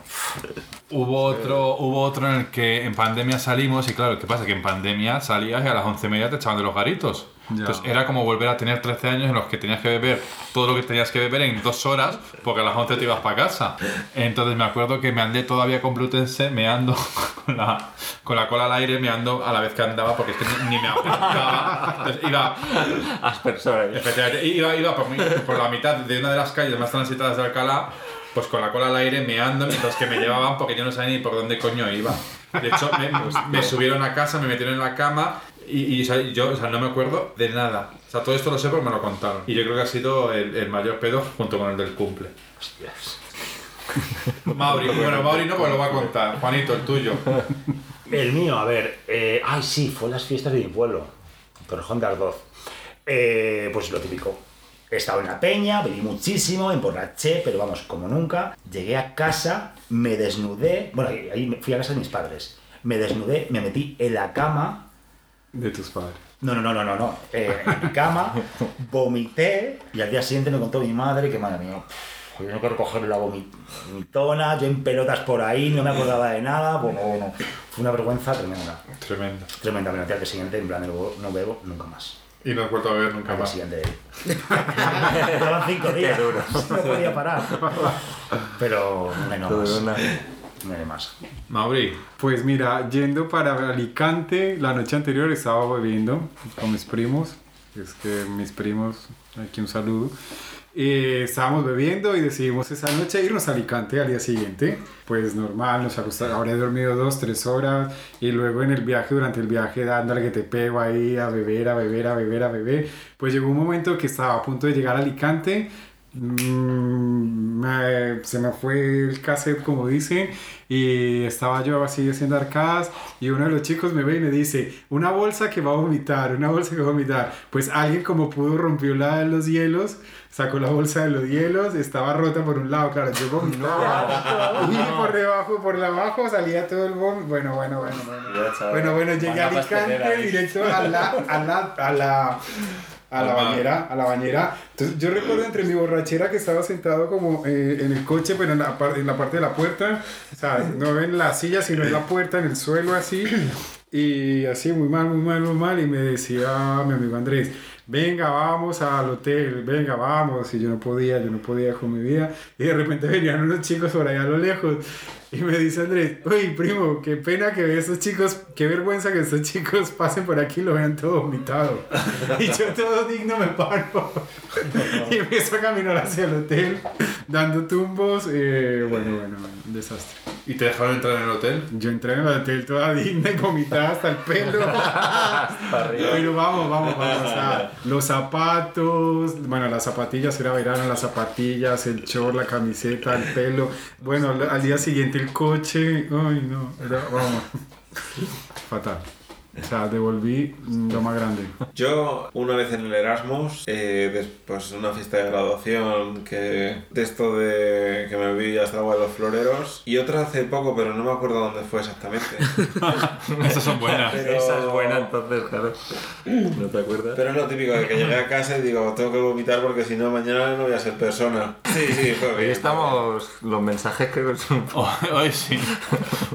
[SPEAKER 4] Hubo otro, hubo otro en el que en pandemia salimos y claro, ¿qué pasa? Que en pandemia salías y a las once y media te echaban de los garitos. Entonces era como volver a tener 13 años en los que tenías que beber todo lo que tenías que beber en dos horas porque a las 11 te ibas para casa. Entonces me acuerdo que me andé todavía complutense meando con la, con la cola al aire, meando a la vez que andaba porque es que ni, ni me aguantaba. Entonces iba,
[SPEAKER 2] Aspersores.
[SPEAKER 4] Efectivamente, iba, iba por, mi- por la mitad de una de las calles más transitadas de Alcalá, pues con la cola al aire meando mientras que me llevaban porque yo no sabía ni por dónde coño iba. De hecho, me, me subieron a casa, me metieron en la cama y, y, o sea, yo o sea, no me acuerdo de nada. O sea, todo esto lo sé porque me lo contaron. Y yo creo que ha sido el, el mayor pedo junto con el del cumple. Mauri, bueno, Mauri no, porque lo va a contar. Juanito, el tuyo.
[SPEAKER 3] El mío, a ver. eh, ay, sí, fue en las fiestas de mi pueblo. Torrejón de Ardoz. Eh, pues lo típico. He estado en la peña, bebí muchísimo, me emborraché, pero vamos, como nunca. Llegué a casa, me desnudé. Bueno, ahí ahí me- fui a casa de mis padres. Me desnudé, me metí en la cama.
[SPEAKER 1] De tus padres.
[SPEAKER 3] No, no, no, no, no, no. Eh, en mi cama, vomité y al día siguiente me contó mi madre que, madre mía, pf, yo no quiero coger la vomi- vomitona, yo en pelotas por ahí, no me acordaba de nada. Bueno, bueno, fue una vergüenza tremenda.
[SPEAKER 4] Tremendo.
[SPEAKER 3] Tremendamente al día siguiente, en plan, no, no bebo nunca más.
[SPEAKER 4] Y no has vuelto a ver nunca
[SPEAKER 3] Al día
[SPEAKER 4] más.
[SPEAKER 3] siguiente. Llevan cinco días. No podía parar. Pero no
[SPEAKER 2] Todo de
[SPEAKER 3] más.
[SPEAKER 2] una.
[SPEAKER 3] No hay más.
[SPEAKER 4] Mauri,
[SPEAKER 1] Pues mira, yendo para Alicante, la noche anterior estaba bebiendo con mis primos. Es que mis primos, aquí un saludo. Eh, estábamos bebiendo y decidimos esa noche irnos a Alicante al día siguiente. Pues normal, nos acostamos. Habré dormido dos, tres horas y luego en el viaje, durante el viaje, dándole que te pego ahí a beber, a beber, a beber, a beber. Pues llegó un momento que estaba a punto de llegar a Alicante. Mm, me- se me fue el cassette como dicen y estaba yo así haciendo arcadas y uno de los chicos me ve y me dice una bolsa que va a vomitar una bolsa que va a vomitar pues alguien como pudo rompió la de los hielos sacó la bolsa de los hielos estaba rota por un lado claro yo vomitaba y por debajo por la abajo salía todo el vómito bueno bueno bueno bueno bueno, bueno, llegué a
[SPEAKER 2] Van a pastelera
[SPEAKER 1] Alicante
[SPEAKER 2] ahí.
[SPEAKER 1] directo a la, a la, a la, a la
[SPEAKER 4] Al mar.
[SPEAKER 1] bañera, a la bañera. Entonces, yo recuerdo entre mi borrachera que estaba sentado como eh, en el coche, pero en la, par- en la parte de la puerta, o sea, no en la silla, sino en la puerta, en el suelo, así. Y así, muy mal, muy mal, muy mal. Y me decía mi amigo Andrés, venga, vamos al hotel, venga, vamos. Y yo no podía, yo no podía con mi vida. Y de repente venían unos chicos por allá a lo lejos. Y me dice Andrés, uy, primo, qué pena que esos chicos, qué vergüenza que esos chicos pasen por aquí y lo vean todo vomitado. Y yo todo digno me paro. y empiezo a caminar hacia el hotel, dando tumbos. eh, bueno, bueno, un desastre.
[SPEAKER 4] ¿y te dejaron entrar en el hotel?
[SPEAKER 1] Yo entré en el hotel toda digna y vomitada hasta el pelo.
[SPEAKER 2] Hasta arriba.
[SPEAKER 1] Pero vamos, vamos, vamos. o sea, los zapatos, bueno, las zapatillas era verano, las zapatillas, el short, la camiseta, el pelo. Bueno, al- al día siguiente el coche. Ay, no, era, vamos. Fatal. O sea, devolví lo más grande.
[SPEAKER 5] Yo, una vez en el Erasmus, eh, después de una fiesta de graduación, que de esto de que me vi hasta agua de los floreros, y otra hace poco, pero no me acuerdo dónde fue exactamente.
[SPEAKER 4] Esas son buenas.
[SPEAKER 5] Pero-
[SPEAKER 2] Esa es buena, entonces, claro. ¿No te acuerdas?
[SPEAKER 5] Pero es lo típico de que llegué a casa y digo, tengo que vomitar porque si no, mañana no voy a ser persona. Sí, sí, fue
[SPEAKER 2] Hoy
[SPEAKER 5] bien.
[SPEAKER 2] estamos. Los mensajes creo que son.
[SPEAKER 4] Hoy sí.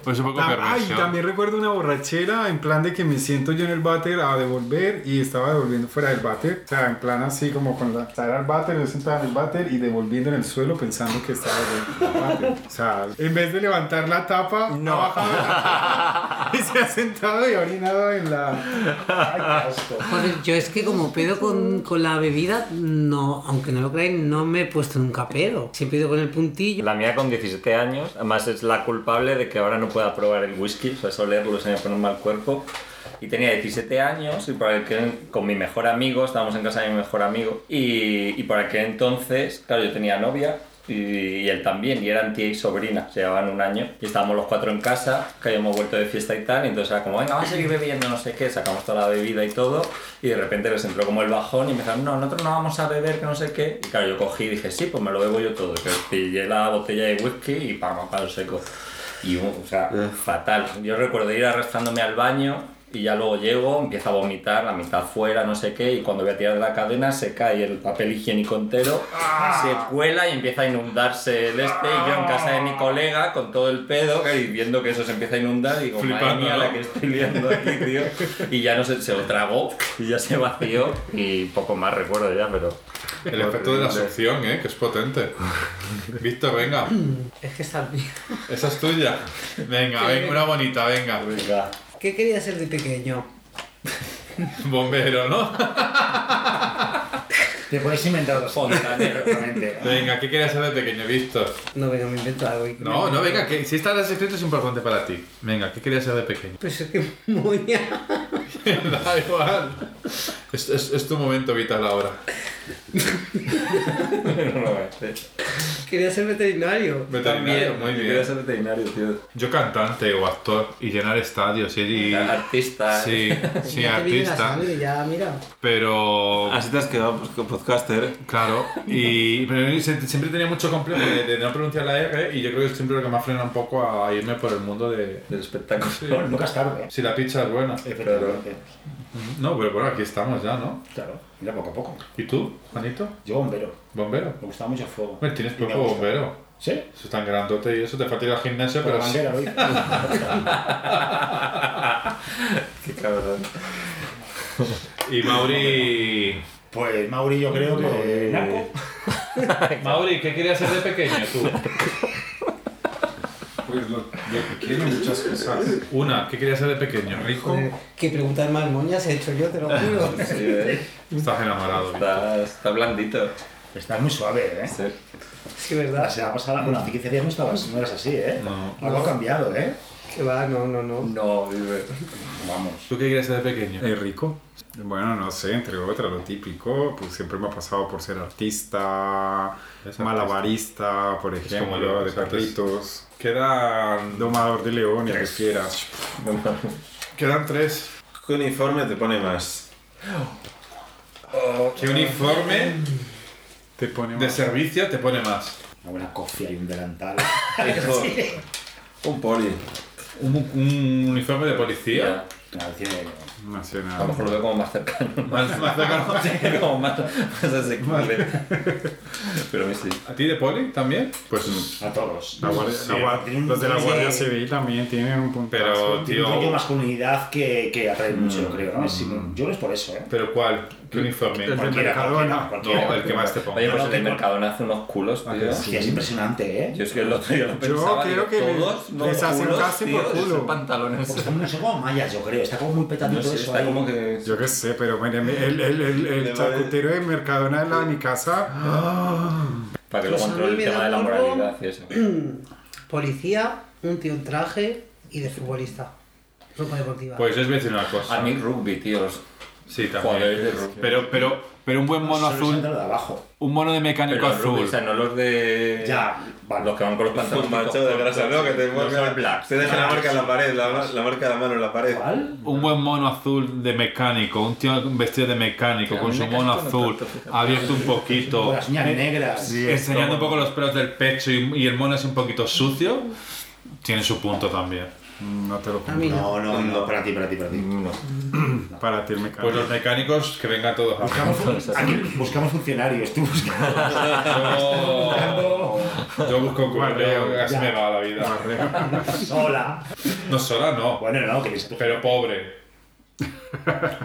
[SPEAKER 4] Pues un poco
[SPEAKER 1] Tam- Ah, Ay,
[SPEAKER 4] perversión.
[SPEAKER 1] también recuerdo una borrachera en plan de que me me siento yo en el váter a devolver y estaba devolviendo fuera del váter. O sea, en plan así como con la... Estaba al váter, yo sentaba en el váter y devolviendo en el suelo pensando que estaba devolviendo en el váter. O sea, en vez de levantar la tapa, no. ha bajado la tapa y se ha sentado y ha orinado en la...
[SPEAKER 6] Joder, yo es que como pedo con, con la bebida, no, aunque no lo crean, no me he puesto nunca pedo. Siempre he ido con el puntillo.
[SPEAKER 2] La mía con 17 años, además es la culpable de que ahora no pueda probar el whisky, o sea, eso leerlo se me pone mal cuerpo. Y tenía 17 años y por aquel, con mi mejor amigo, estábamos en casa de mi mejor amigo, y, y por aquel entonces, claro, yo tenía novia y, y él también, y eran tía y sobrina, se llevaban un año, y estábamos los cuatro en casa, que habíamos vuelto de fiesta y tal, y entonces era como, venga, vamos a seguir bebiendo, no sé qué, sacamos toda la bebida y todo, y de repente les entró como el bajón y me dijeron, no, nosotros no vamos a beber, que no sé qué, y claro, yo cogí y dije, sí, pues me lo bebo yo todo, que pillé la botella de whisky y pam, palo seco. Y, o sea, fatal. Yo recuerdo ir arrastrándome al baño y ya luego llego, empiezo a vomitar, la mitad fuera, no sé qué, y cuando voy a tirar de la cadena se cae el papel higiénico entero, se cuela y empieza a inundarse el este, y yo en casa de mi colega con todo el pedo, y viendo que eso se empieza a inundar, digo, madre
[SPEAKER 4] Flipando,
[SPEAKER 2] mía,
[SPEAKER 4] ¿no?
[SPEAKER 2] la que estoy liando aquí, tío. Y ya no sé, se lo tragó, y ya se vació, y poco más recuerdo ya, pero...
[SPEAKER 4] El efecto de la
[SPEAKER 2] horrible.
[SPEAKER 4] succión, ¿eh? Que es potente. Víctor, venga.
[SPEAKER 7] Es que está bien.
[SPEAKER 4] Esa es tuya. Venga, venga, una bonita, venga.
[SPEAKER 2] Venga.
[SPEAKER 7] ¿Qué quería ser de pequeño?
[SPEAKER 4] Bombero, ¿no?
[SPEAKER 3] Te podéis inventar otras cosas perfectamente.
[SPEAKER 4] Venga, ¿qué querías ser de pequeño, Víctor?
[SPEAKER 7] No, venga, me invento algo. y-
[SPEAKER 4] No, no, venga, que si estás escrito es importante para ti. Venga, ¿qué querías ser de pequeño?
[SPEAKER 7] Pues es que muy...
[SPEAKER 4] da igual. Es, es- es tu momento vital ahora.
[SPEAKER 7] quería ser veterinario.
[SPEAKER 4] Veterinario, muy
[SPEAKER 2] Yo quería
[SPEAKER 4] bien.
[SPEAKER 2] ser veterinario, tío.
[SPEAKER 4] Yo cantante o actor y llenar estadios y... y-
[SPEAKER 2] Artista.
[SPEAKER 4] sí, sí,
[SPEAKER 7] Ya te viene la
[SPEAKER 4] artista.
[SPEAKER 7] sangre, ya, mira.
[SPEAKER 4] Pero...
[SPEAKER 5] Así te has quedado pues, podcaster.
[SPEAKER 4] Claro, y pero yo se- siempre tenía mucho complejo de, de no pronunciar la R y yo creo que es siempre lo que me ha frenado un poco a irme por el mundo de...
[SPEAKER 2] Del espectáculo.
[SPEAKER 3] Bueno, nunca es tarde.
[SPEAKER 4] Si la pizza es buena.
[SPEAKER 3] Efectivamente.
[SPEAKER 4] No, pero bueno, aquí estamos ya, ¿no?
[SPEAKER 3] Claro, mira poco a poco.
[SPEAKER 4] ¿Y tú, Juanito?
[SPEAKER 3] Yo bombero,
[SPEAKER 4] ¿Bombero?
[SPEAKER 3] me gustaba mucho el fuego.
[SPEAKER 4] Hombre, tienes
[SPEAKER 3] Y me
[SPEAKER 4] poco
[SPEAKER 3] gusta.
[SPEAKER 4] bombero.
[SPEAKER 3] ¿Sí?
[SPEAKER 4] Eso es tan grandote y eso te falta ir al gimnasio,
[SPEAKER 3] Pero
[SPEAKER 4] pero... sí.
[SPEAKER 3] bandera, ¿veis?
[SPEAKER 2] Qué cabrón.
[SPEAKER 4] Y Mauri...
[SPEAKER 3] Pues Mauri, yo creo que. Narco.
[SPEAKER 4] Mauri, ¿qué querías ser de pequeño tú?
[SPEAKER 1] Pues lo, lo que quiero muchas cosas.
[SPEAKER 4] Una, ¿qué querías ser de pequeño? Rico.
[SPEAKER 7] Joder, qué preguntas más moñas he hecho yo, te lo juro.
[SPEAKER 2] Sí, ¿eh?
[SPEAKER 4] Estás enamorado.
[SPEAKER 2] está, está blandito.
[SPEAKER 3] Estás muy suave, ¿eh?
[SPEAKER 2] Sí.
[SPEAKER 7] Sí,
[SPEAKER 3] La
[SPEAKER 7] ¿verdad?
[SPEAKER 3] semana pasada, bueno, hace 15 días no estabas, no eras así, ¿eh?
[SPEAKER 4] No.
[SPEAKER 3] Algo ha cambiado, ¿eh?
[SPEAKER 7] Que va, no, no, no.
[SPEAKER 2] No, vive.
[SPEAKER 3] Vamos.
[SPEAKER 4] ¿Tú qué querías ser de pequeño?
[SPEAKER 1] ¿Es rico? Bueno, no sé, entre otras, lo típico, pues siempre me ha pasado por ser artista,
[SPEAKER 4] Es
[SPEAKER 1] malabarista, por
[SPEAKER 4] como
[SPEAKER 1] ejemplo,
[SPEAKER 4] yo,
[SPEAKER 1] de
[SPEAKER 4] o sea, que es-
[SPEAKER 1] perritos,
[SPEAKER 4] Quedan...
[SPEAKER 1] domador de leones, que quieras.
[SPEAKER 4] Quedan tres.
[SPEAKER 5] ¿Qué uniforme te pone más?
[SPEAKER 4] ¿Qué uniforme
[SPEAKER 1] Te pone
[SPEAKER 4] de
[SPEAKER 1] más-
[SPEAKER 4] servicio te pone más?
[SPEAKER 3] Una buena cofia y un delantal.
[SPEAKER 5] Eso.
[SPEAKER 3] Sí.
[SPEAKER 5] Un poli.
[SPEAKER 4] ¿Un, un uniforme de policía?
[SPEAKER 2] Ya.
[SPEAKER 3] Nada, tiene-
[SPEAKER 2] A lo
[SPEAKER 1] nacional.
[SPEAKER 2] mejor lo veo como más cercano.
[SPEAKER 4] Más- más cercano.
[SPEAKER 2] como más, más asequible. Pero a mí sí.
[SPEAKER 4] ¿A ti de poli también? Pues
[SPEAKER 3] A todos.
[SPEAKER 1] La guardia- la guar-
[SPEAKER 3] Tiene un-
[SPEAKER 1] los de la
[SPEAKER 3] tiene-
[SPEAKER 1] Guardia Civil también tienen un puntazo.
[SPEAKER 4] Pero,
[SPEAKER 3] Tiene un toque de
[SPEAKER 4] tío.
[SPEAKER 3] masculinidad que, que atrae
[SPEAKER 2] Mm.
[SPEAKER 3] mucho, yo creo, ¿no? Sí, yo no es por eso, ¿eh?
[SPEAKER 4] ¿Pero cuál? ¿Qué uniforme?
[SPEAKER 1] El de
[SPEAKER 3] Cualquiera,
[SPEAKER 1] Mercadona.
[SPEAKER 3] cualquiera,
[SPEAKER 4] No, el que
[SPEAKER 3] cualquiera.
[SPEAKER 4] más te
[SPEAKER 2] Oye,
[SPEAKER 4] ponga.
[SPEAKER 2] pues
[SPEAKER 3] no
[SPEAKER 2] en el
[SPEAKER 3] tengo-
[SPEAKER 2] Mercadona hace unos culos,
[SPEAKER 1] ¿A
[SPEAKER 2] tío.
[SPEAKER 1] que sí?
[SPEAKER 3] Hostia, es impresionante, ¿eh?
[SPEAKER 2] Yo es que el otro día lo
[SPEAKER 1] Yo
[SPEAKER 2] pensaba.
[SPEAKER 1] creo
[SPEAKER 2] digo,
[SPEAKER 1] que le-
[SPEAKER 2] todos los
[SPEAKER 1] les hacen
[SPEAKER 2] culos,
[SPEAKER 1] casi
[SPEAKER 2] tío,
[SPEAKER 1] por
[SPEAKER 2] de
[SPEAKER 1] culo.
[SPEAKER 2] esos pantalones.
[SPEAKER 3] Porque está muy- no sé como mallas, yo creo. Está como muy petando
[SPEAKER 2] No
[SPEAKER 3] todo
[SPEAKER 2] sé,
[SPEAKER 3] eso.
[SPEAKER 2] está
[SPEAKER 3] ahí.
[SPEAKER 2] como que...
[SPEAKER 1] Yo qué sé, pero bueno, el, el, el, el- el
[SPEAKER 5] Le va de-
[SPEAKER 1] charcutero de Mercadona al lado de mi casa,
[SPEAKER 2] Para que lo
[SPEAKER 7] Pues a mí
[SPEAKER 2] controle
[SPEAKER 7] me
[SPEAKER 2] el tema
[SPEAKER 7] da
[SPEAKER 2] de la
[SPEAKER 7] morbo.
[SPEAKER 2] moralidad y eso.
[SPEAKER 6] Mm,
[SPEAKER 7] Policía, un tío en traje y de futbolista. Ropa deportiva.
[SPEAKER 4] Pues yo os voy a decir una
[SPEAKER 2] A
[SPEAKER 4] cosa.
[SPEAKER 2] mí rugby, tíos.
[SPEAKER 4] Sí,
[SPEAKER 2] Joder, de
[SPEAKER 4] también.
[SPEAKER 2] rugby.
[SPEAKER 4] Pero, pero, pero un buen mono
[SPEAKER 3] Solo se entra
[SPEAKER 4] azul.
[SPEAKER 3] lo de abajo.
[SPEAKER 4] Un mono de mecánico
[SPEAKER 2] Pero los rugby,
[SPEAKER 4] azul.
[SPEAKER 2] o sea, no los de...
[SPEAKER 3] Ya, vale.
[SPEAKER 2] Los Eh, que van con los pantalones.
[SPEAKER 5] manchado de grasa, ¿no? Que te
[SPEAKER 2] Los All
[SPEAKER 5] marca,
[SPEAKER 2] Blacks.
[SPEAKER 5] te deja la marca en la pared, la, la marca de la mano en la pared.
[SPEAKER 3] ¿Cuál?
[SPEAKER 4] Un buen mono azul de mecánico, un tío vestido de mecánico,
[SPEAKER 2] Tío, a
[SPEAKER 4] con
[SPEAKER 2] mí
[SPEAKER 4] su
[SPEAKER 2] me
[SPEAKER 4] mono
[SPEAKER 2] canso no
[SPEAKER 4] azul,
[SPEAKER 2] tanto, fíjate.
[SPEAKER 4] abierto un poquito,
[SPEAKER 3] Con las uñas negras.
[SPEAKER 4] enseñando un poco los pelos del pecho y, y el mono es un poquito sucio, tiene su punto también.
[SPEAKER 1] no te lo
[SPEAKER 7] A
[SPEAKER 1] pongo.
[SPEAKER 7] mí no.
[SPEAKER 3] No, no, no, para ti, para ti, para ti.
[SPEAKER 2] Mm.
[SPEAKER 1] Para ti el
[SPEAKER 4] Pues los
[SPEAKER 1] mecánico.
[SPEAKER 4] mecánicos que vengan todos a
[SPEAKER 3] Buscamos, fun- aquí, buscamos funcionarios, tú buscas.
[SPEAKER 4] Yo, yo busco curro, yo casi
[SPEAKER 3] Ya.
[SPEAKER 4] me va la vida.
[SPEAKER 3] Sola.
[SPEAKER 4] No sola, no,
[SPEAKER 3] Bueno, no, que es-
[SPEAKER 4] pero pobre.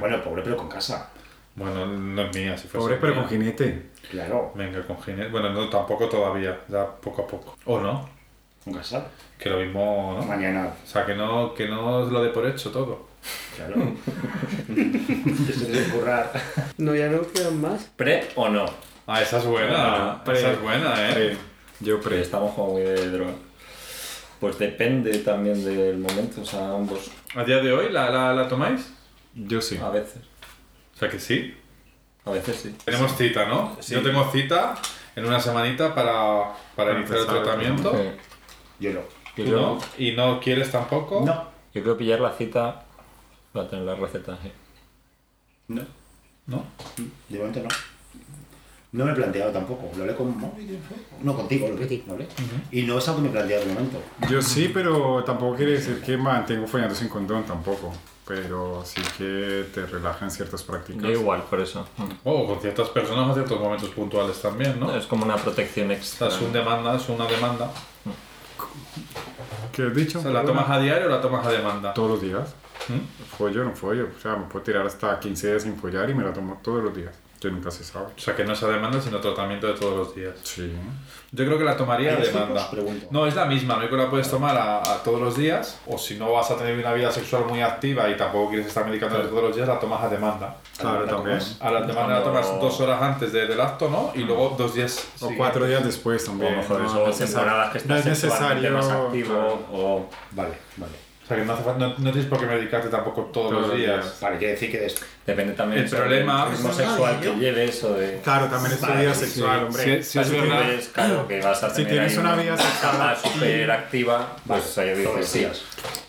[SPEAKER 3] Bueno, pobre, pero con casa.
[SPEAKER 4] Bueno, no es mía, si fuese
[SPEAKER 1] Pobre, pero
[SPEAKER 4] mía.
[SPEAKER 1] con jinete.
[SPEAKER 3] Claro,
[SPEAKER 4] Venga, con Ginés. Bueno, no, tampoco todavía, ya poco a poco. O no,
[SPEAKER 3] nunca se sabe.
[SPEAKER 4] que lo mismo, ¿no?
[SPEAKER 3] Mañana,
[SPEAKER 4] O sea, que no, que no os lo dé por hecho todo.
[SPEAKER 3] claro. Eso tiene que currar.
[SPEAKER 6] No, ya no quedan más.
[SPEAKER 2] ¿Pre o no?
[SPEAKER 4] Ah, esa es buena,
[SPEAKER 2] Ah, pre-
[SPEAKER 4] esa es buena, ¿eh?
[SPEAKER 1] Eh, Yo
[SPEAKER 2] Pero
[SPEAKER 1] pre.
[SPEAKER 2] estamos como muy de droga. Pues depende también del momento, o sea, ambos
[SPEAKER 4] ¿A día de hoy la, la, la tomáis? Ah,
[SPEAKER 1] Yo sí.
[SPEAKER 2] a veces.
[SPEAKER 4] O sea, que sí.
[SPEAKER 2] A veces sí.
[SPEAKER 4] Tenemos cita, ¿no? Yo tengo cita en una semanita para, para iniciar el
[SPEAKER 1] empezar,
[SPEAKER 4] tratamiento.
[SPEAKER 3] Yo no.
[SPEAKER 4] ¿Tú no? ¿Y no quieres tampoco?
[SPEAKER 3] No.
[SPEAKER 2] Yo creo pillar la cita para tener la receta. sí.
[SPEAKER 3] No.
[SPEAKER 4] ¿No?
[SPEAKER 3] De momento no. No me he planteado tampoco. Lo hablé con Mauri, No, contigo. Lo hablé. lo hablé. Y no es algo que me he planteado de momento.
[SPEAKER 1] Yo sí, pero tampoco quiere decir que mantengo follando sin condón tampoco. Pero sí que te relajan ciertas prácticas.
[SPEAKER 2] Yo igual, por eso.
[SPEAKER 4] O Oh, con ciertas personas a ciertos momentos puntuales también, ¿no?
[SPEAKER 2] Es como una protección extra.
[SPEAKER 4] Es un demanda, es una demanda.
[SPEAKER 1] ¿Qué has dicho?
[SPEAKER 4] O sea, ¿La tomas a diario o la tomas a demanda?
[SPEAKER 1] todos los días.
[SPEAKER 4] ¿Mm?
[SPEAKER 1] Follo, no follo. O sea, me puedo tirar hasta 15 días sin follar y me la tomo todos los días. Que nunca se sabe.
[SPEAKER 4] O sea, que no es a demanda, sino tratamiento de todos los días.
[SPEAKER 1] Sí.
[SPEAKER 4] Yo creo que la tomaría
[SPEAKER 3] ¿Hay
[SPEAKER 4] a
[SPEAKER 3] dos
[SPEAKER 4] demanda.
[SPEAKER 3] tipos? pues, Pregunto.
[SPEAKER 4] No, es la misma, no es que la puedes tomar a, a todos los días, o si no vas a tener una vida sexual muy activa y tampoco quieres estar medicando todos los días, la tomas a demanda.
[SPEAKER 1] Claro,
[SPEAKER 3] ¿La
[SPEAKER 1] también.
[SPEAKER 3] tomas?
[SPEAKER 4] A la demanda la tomas
[SPEAKER 2] Cuando-
[SPEAKER 4] dos horas antes de- del acto, ¿no? Y luego dos días.
[SPEAKER 1] O
[SPEAKER 4] siguientes.
[SPEAKER 1] cuatro días después
[SPEAKER 2] O a
[SPEAKER 1] también.
[SPEAKER 2] lo mejor
[SPEAKER 1] no,
[SPEAKER 2] eso,
[SPEAKER 1] no es
[SPEAKER 2] temporadas que
[SPEAKER 1] necesario. No
[SPEAKER 2] estás
[SPEAKER 1] es
[SPEAKER 2] sexualmente
[SPEAKER 1] necesario.
[SPEAKER 2] más activo o
[SPEAKER 3] Vale, vale.
[SPEAKER 4] O sea, que no, hace falta- no- no tienes por qué medicarte tampoco todos,
[SPEAKER 1] Todos
[SPEAKER 4] los
[SPEAKER 1] los
[SPEAKER 4] días.
[SPEAKER 1] días.
[SPEAKER 3] Vale, quiere decir que des-
[SPEAKER 2] depende también
[SPEAKER 4] El
[SPEAKER 2] sobre
[SPEAKER 4] problema-
[SPEAKER 2] el ritmo sexual que lleves o de...
[SPEAKER 1] Claro, también es tu
[SPEAKER 3] Vale,
[SPEAKER 1] vida
[SPEAKER 3] sí.
[SPEAKER 1] sexual, hombre.
[SPEAKER 4] Si- si
[SPEAKER 1] O sea,
[SPEAKER 4] es
[SPEAKER 1] si
[SPEAKER 4] verdad.
[SPEAKER 1] tienes-
[SPEAKER 2] Entonces, claro, que vas a
[SPEAKER 1] Si
[SPEAKER 2] tener
[SPEAKER 1] tienes
[SPEAKER 2] ahí
[SPEAKER 1] una vida sexual
[SPEAKER 2] cama súper activa, pues ahí
[SPEAKER 3] todos
[SPEAKER 2] dices
[SPEAKER 3] los
[SPEAKER 2] sí.
[SPEAKER 3] días.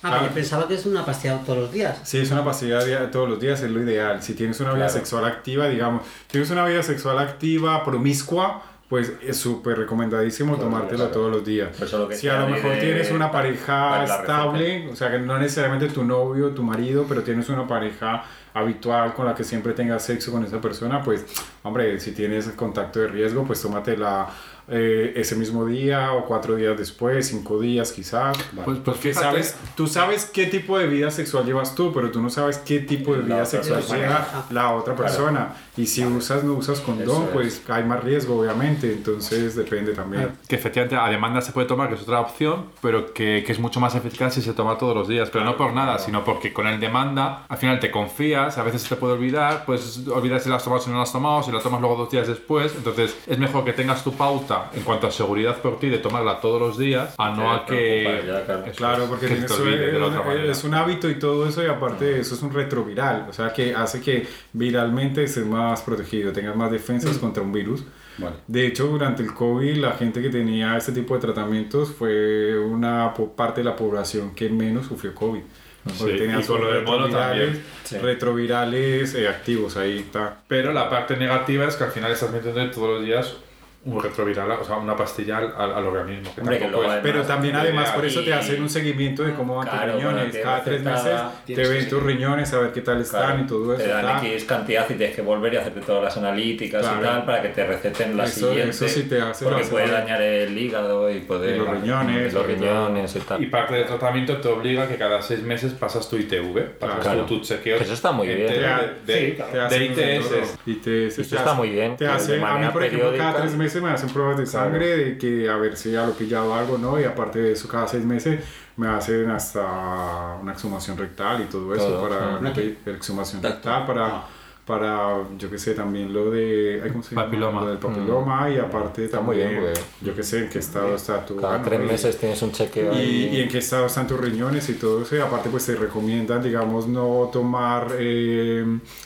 [SPEAKER 6] Ah, porque pensaba que es una pastilla todos los días.
[SPEAKER 1] Si es una pasividad dia- todos los días es lo ideal. Si tienes una vida
[SPEAKER 2] Claro.
[SPEAKER 1] sexual activa, digamos, tienes una vida sexual activa, promiscua, pues es súper recomendadísimo tomártelo
[SPEAKER 3] claro.
[SPEAKER 1] todos los días.
[SPEAKER 2] Pues eso lo que
[SPEAKER 1] si a lo
[SPEAKER 2] sea
[SPEAKER 1] mejor
[SPEAKER 2] de-
[SPEAKER 1] tienes una
[SPEAKER 2] para
[SPEAKER 1] pareja
[SPEAKER 2] la receta.
[SPEAKER 1] estable, o sea, que no necesariamente tu novio, tu marido, pero tienes una pareja habitual con la que siempre tengas sexo con esa persona, pues, hombre, si tienes contacto de riesgo, pues tómatela eh, ese mismo día o cuatro días después, cinco días quizás.
[SPEAKER 8] Pues, pues
[SPEAKER 1] Porque
[SPEAKER 8] fíjate,
[SPEAKER 1] sabes, tú sabes qué tipo de vida sexual llevas tú, pero tú no sabes qué tipo de vida sexual
[SPEAKER 2] persona.
[SPEAKER 1] lleva la otra persona. Y si usas, no usas condón,
[SPEAKER 2] Eso
[SPEAKER 1] pues hay más riesgo, obviamente. Entonces depende también.
[SPEAKER 8] que efectivamente a demanda se puede tomar, que es otra opción, pero que, que es mucho más eficaz si se toma todos los días. Pero no por nada, sino porque con el demanda al final te confías, a veces se te puede olvidar, pues olvidas si la has tomado si no la has tomado, si la tomas luego dos días después. Entonces es mejor que tengas tu pauta en cuanto a seguridad por ti de tomarla todos los días, a no
[SPEAKER 2] Sí,
[SPEAKER 8] a que.
[SPEAKER 2] preocupa, ya, claro.
[SPEAKER 8] Eso es,
[SPEAKER 1] Claro, porque
[SPEAKER 8] que se
[SPEAKER 1] tienes- eh,
[SPEAKER 8] te olvide de la otra manera.
[SPEAKER 1] es un hábito y todo eso, y aparte de eso es un retroviral, o sea que hace que viralmente estés más protegido, tengas más
[SPEAKER 8] Mm.
[SPEAKER 1] defensas contra un virus.
[SPEAKER 3] Vale.
[SPEAKER 1] De hecho, durante el COVID, la gente que tenía este tipo de tratamientos fue una po- parte de la población que menos sufrió COVID. Porque
[SPEAKER 4] Sí,
[SPEAKER 1] tenía
[SPEAKER 4] y con
[SPEAKER 1] sus
[SPEAKER 4] lo del mono
[SPEAKER 1] retrovirales-
[SPEAKER 4] también.
[SPEAKER 2] Sí.
[SPEAKER 1] Retrovirales eh, activos, ahí está.
[SPEAKER 4] Pero la parte negativa es que al final estás metiendo todos los días un retroviral, o sea, una pastilla al, al organismo. que
[SPEAKER 2] Hombre, que
[SPEAKER 4] tampoco
[SPEAKER 2] luego
[SPEAKER 4] es-
[SPEAKER 2] además-
[SPEAKER 1] Pero también,
[SPEAKER 4] de
[SPEAKER 1] además, por
[SPEAKER 4] aquí-
[SPEAKER 1] eso te hacen un seguimiento de cómo van
[SPEAKER 2] Claro,
[SPEAKER 1] tus riñones.
[SPEAKER 2] bueno, que
[SPEAKER 1] Cada tres meses
[SPEAKER 2] recetada
[SPEAKER 1] te
[SPEAKER 3] tienes
[SPEAKER 1] ven
[SPEAKER 3] que
[SPEAKER 1] tus riñones a ver qué tal están
[SPEAKER 2] Claro,
[SPEAKER 1] y todo eso.
[SPEAKER 2] Te dan
[SPEAKER 1] está.
[SPEAKER 2] X cantidad y tienes que volver y hacerte todas las analíticas
[SPEAKER 1] Claro.
[SPEAKER 2] y tal para que te receten la
[SPEAKER 1] Eso-
[SPEAKER 2] siguiente.
[SPEAKER 1] eso sí te hace
[SPEAKER 2] Porque
[SPEAKER 1] más
[SPEAKER 2] puede
[SPEAKER 1] mal.
[SPEAKER 2] dañar el hígado y poder.
[SPEAKER 1] Y los riñones,
[SPEAKER 2] y los riñones y tal.
[SPEAKER 4] Y parte del tratamiento te obliga que cada seis meses pasas tu ITV, pasas
[SPEAKER 2] Claro.
[SPEAKER 4] tu, tu chequeo.
[SPEAKER 2] Eso está muy
[SPEAKER 4] entero
[SPEAKER 1] bien.
[SPEAKER 4] De, de-
[SPEAKER 3] Sí, claro.
[SPEAKER 1] Te hacen
[SPEAKER 4] de
[SPEAKER 1] todo.
[SPEAKER 4] ITS.
[SPEAKER 1] ITS,
[SPEAKER 2] Esto
[SPEAKER 1] te
[SPEAKER 2] está
[SPEAKER 1] hacen-
[SPEAKER 2] muy bien,
[SPEAKER 1] Te
[SPEAKER 2] que de
[SPEAKER 1] hacen, a mí,
[SPEAKER 2] manera
[SPEAKER 1] por ejemplo,
[SPEAKER 2] periódica-
[SPEAKER 1] cada tres meses me hacen pruebas de sangre de que a ver si ya lo he pillado algo, ¿no? Y aparte de eso, cada seis meses me hacen hasta una exhumación rectal y todo eso
[SPEAKER 2] Todo,
[SPEAKER 1] para
[SPEAKER 2] ¿no?
[SPEAKER 1] pe- exhumación rectal para para yo que sé también lo de ay, ¿cómo se llama?
[SPEAKER 8] Papiloma.
[SPEAKER 1] Lo del papiloma y aparte
[SPEAKER 2] Mm. muy
[SPEAKER 1] también
[SPEAKER 2] bien, porque-
[SPEAKER 1] yo que sé en qué estado está tu
[SPEAKER 2] Cada
[SPEAKER 1] órgano
[SPEAKER 2] tres
[SPEAKER 1] y-
[SPEAKER 2] meses tienes un chequeo.
[SPEAKER 1] y,
[SPEAKER 2] ahí.
[SPEAKER 1] y en qué estado están tus riñones y todo eso. Y aparte, pues te recomiendan, digamos, no tomar, eh,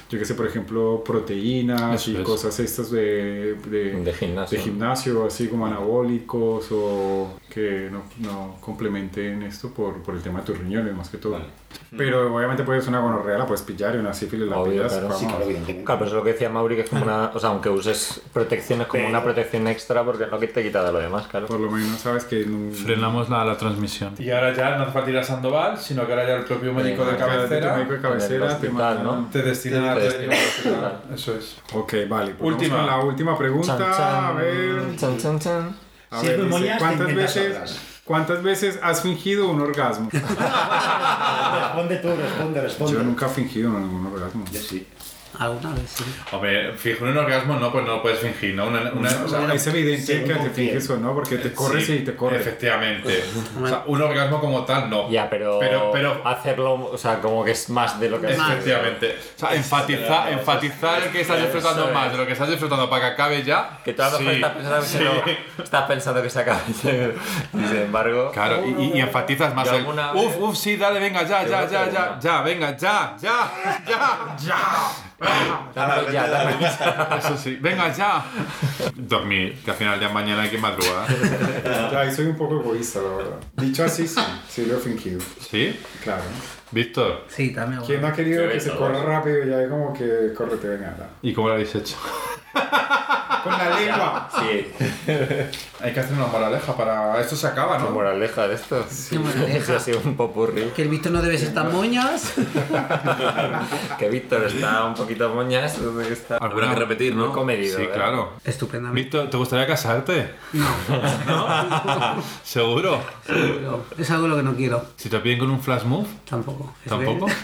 [SPEAKER 1] yo qué sé, por ejemplo, proteínas
[SPEAKER 8] Eso
[SPEAKER 1] y
[SPEAKER 8] es.
[SPEAKER 1] cosas estas de, de,
[SPEAKER 2] De gimnasio.
[SPEAKER 1] de gimnasio, así como anabólicos o que no, no complementen esto por, por el tema de tus riñones, más que todo. Pero obviamente, pues una gonorrea la puedes pillar y una sífilis la
[SPEAKER 2] Obvio,
[SPEAKER 1] pillas.
[SPEAKER 2] claro.
[SPEAKER 1] vamos.
[SPEAKER 3] Sí, claro, evidentemente.
[SPEAKER 2] Claro, pero es lo que decía Mauri, que es como una. O sea, aunque uses protección, es como una protección extra porque es lo que te quita de lo demás, claro.
[SPEAKER 1] Por lo menos sabes que no-
[SPEAKER 8] Frenamos la, la transmisión.
[SPEAKER 4] Y ahora ya no hace falta ir a Sandoval, sino que ahora ya el propio médico de
[SPEAKER 1] Tu
[SPEAKER 4] cabecera
[SPEAKER 1] médico de
[SPEAKER 2] en el
[SPEAKER 1] cabecera te
[SPEAKER 2] hospital,
[SPEAKER 1] mandan-
[SPEAKER 2] ¿no?
[SPEAKER 4] te destina a
[SPEAKER 2] Te
[SPEAKER 4] te-
[SPEAKER 2] destina.
[SPEAKER 4] Eso es.
[SPEAKER 1] Ok, vale. pues
[SPEAKER 4] Última.
[SPEAKER 1] vamos con La última pregunta.
[SPEAKER 2] Chan, chan.
[SPEAKER 1] A ver.
[SPEAKER 2] Chan, chan, chan.
[SPEAKER 1] A
[SPEAKER 3] Si
[SPEAKER 1] ver,
[SPEAKER 3] es muy
[SPEAKER 1] dice,
[SPEAKER 3] moñas, te
[SPEAKER 1] ¿cuántas
[SPEAKER 3] inventas
[SPEAKER 1] veces,
[SPEAKER 3] otras.
[SPEAKER 1] ¿Cuántas veces has fingido un orgasmo?
[SPEAKER 3] Responde tú, responde, responde.
[SPEAKER 1] Yo nunca he fingido ningún orgasmo.
[SPEAKER 3] Yo sí.
[SPEAKER 6] Alguna vez sí.
[SPEAKER 9] Hombre, fijo, un orgasmo no, pues no lo puedes fingir, ¿no? Una- una- o sea,
[SPEAKER 1] es evidente
[SPEAKER 3] según
[SPEAKER 1] que te
[SPEAKER 3] confíen.
[SPEAKER 1] finges o no, porque te corres
[SPEAKER 9] sí,
[SPEAKER 1] y te corres.
[SPEAKER 9] Efectivamente. O sea, un orgasmo como tal, no.
[SPEAKER 2] Ya, pero,
[SPEAKER 9] Pero, pero
[SPEAKER 2] hacerlo, o sea, como que es más de lo que
[SPEAKER 9] efectivamente.
[SPEAKER 4] O sea, enfatizar, enfatizar el que estás disfrutando
[SPEAKER 2] Eso es.
[SPEAKER 4] más de lo que estás disfrutando para que acabe ya.
[SPEAKER 2] Que tú a lo mejor
[SPEAKER 4] sí.
[SPEAKER 2] estás pensando que se lo- estás pensando que se acaba. Y sin embargo,
[SPEAKER 4] Claro, y- y, y enfatizas más
[SPEAKER 2] Yo
[SPEAKER 4] el.
[SPEAKER 2] alguna vez-
[SPEAKER 4] Uf, uf, sí, dale, venga, ya, ya,
[SPEAKER 2] creo
[SPEAKER 4] ya,
[SPEAKER 2] que
[SPEAKER 4] ya,
[SPEAKER 2] una.
[SPEAKER 4] ya, venga, ya, ya, ya,
[SPEAKER 2] dame ya, dame ya.
[SPEAKER 4] ya. Eso sí, venga, ya. Dormir, que al final ya mañana hay que madrugar.
[SPEAKER 1] Ay, soy un poco egoísta, la verdad. Dicho así, sí, sí lo he fingido.
[SPEAKER 4] ¿Sí?
[SPEAKER 1] Claro.
[SPEAKER 4] Víctor,
[SPEAKER 6] Sí, también.
[SPEAKER 1] ¿Quién no ha querido
[SPEAKER 2] Pero
[SPEAKER 1] que
[SPEAKER 2] eso,
[SPEAKER 1] se corra rápido y ya como que correte, venga, anda.
[SPEAKER 4] ¿y cómo lo habéis hecho?
[SPEAKER 1] Con la lengua.
[SPEAKER 2] Sí,
[SPEAKER 9] Hay que hacer una moraleja para. Esto se acaba,
[SPEAKER 2] qué
[SPEAKER 9] ¿no?
[SPEAKER 2] moraleja de esto.
[SPEAKER 6] Qué moraleja.
[SPEAKER 2] Eso ha sido un popurrí.
[SPEAKER 6] Que el Víctor no debe ser tan moñas.
[SPEAKER 2] Que Víctor está un poquito moñas. Está
[SPEAKER 4] Alguna-
[SPEAKER 10] Habrá que repetir,
[SPEAKER 2] muy
[SPEAKER 10] ¿no?
[SPEAKER 2] comedido.
[SPEAKER 4] Sí,
[SPEAKER 2] ¿eh?
[SPEAKER 4] claro.
[SPEAKER 6] Estupendamente.
[SPEAKER 4] Víctor, ¿te gustaría casarte? No. ¿Seguro?
[SPEAKER 6] Pero es algo lo que no quiero.
[SPEAKER 4] Si te piden con un flash move,
[SPEAKER 6] Tampoco. Es
[SPEAKER 4] tampoco.
[SPEAKER 6] ver-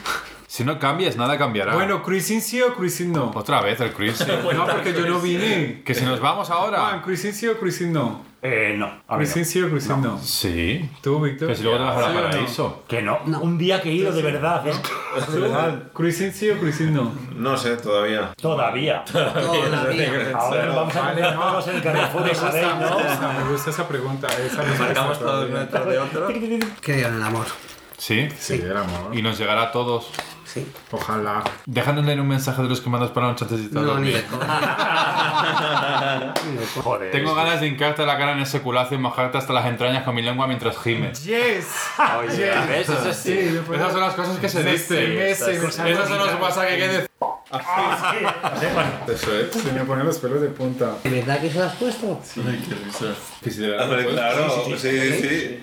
[SPEAKER 4] Si no cambias, nada cambiará.
[SPEAKER 1] Bueno, cruising sí o cruising no.
[SPEAKER 4] Otra vez el Chris.
[SPEAKER 1] No, porque yo no vine.
[SPEAKER 4] que si nos vamos
[SPEAKER 1] Juan,
[SPEAKER 4] ahora.
[SPEAKER 1] cruising sí o cruising no.
[SPEAKER 10] Eh, no. A ver,
[SPEAKER 1] Cruising sí o cruising no.
[SPEAKER 4] Sí.
[SPEAKER 1] Tú, Víctor.
[SPEAKER 4] Pero si luego te vas a
[SPEAKER 1] ¿Sí o no?
[SPEAKER 4] paraíso.
[SPEAKER 10] no. Que no.
[SPEAKER 3] Un día que he ido de verdad, ¿eh? De verdad.
[SPEAKER 1] Cruising sí o cruising no.
[SPEAKER 5] No sé todavía.
[SPEAKER 3] Todavía.
[SPEAKER 6] Todavía.
[SPEAKER 3] Ahora nos vamos a comer todos en el Carrefour, ¿sabéis, no?
[SPEAKER 1] me gusta esa pregunta. Esa me
[SPEAKER 2] Marcamos
[SPEAKER 1] gusta
[SPEAKER 2] todos
[SPEAKER 1] todavía.
[SPEAKER 2] nuestro de otro.
[SPEAKER 6] Creo en el amor.
[SPEAKER 4] Sí.
[SPEAKER 1] Sí, el amor.
[SPEAKER 4] Y nos llegará a todos.
[SPEAKER 6] Sí.
[SPEAKER 1] Ojalá.
[SPEAKER 4] Dejándonos un mensaje de los que mandas para noche antes de irte a
[SPEAKER 6] No, ni
[SPEAKER 4] dormir.
[SPEAKER 6] de coña.
[SPEAKER 3] Joder.
[SPEAKER 4] Tengo ganas de hincarte la cara en ese culazo y mojarte hasta las entrañas con mi lengua mientras gimes.
[SPEAKER 1] Yes.
[SPEAKER 2] Oye, ¿ves? Eso sí.
[SPEAKER 4] Esas son las cosas que se
[SPEAKER 1] Este
[SPEAKER 4] dicen.
[SPEAKER 1] mes se me
[SPEAKER 4] Esas son las cosas que hay que decir.
[SPEAKER 9] Eso es.
[SPEAKER 1] Se me ponen los pelos de punta.
[SPEAKER 6] ¿De verdad que se lo has puesto?
[SPEAKER 9] Que si de
[SPEAKER 5] Ah,
[SPEAKER 9] verdad
[SPEAKER 5] pero
[SPEAKER 9] puedes-
[SPEAKER 5] claro, sí, sí.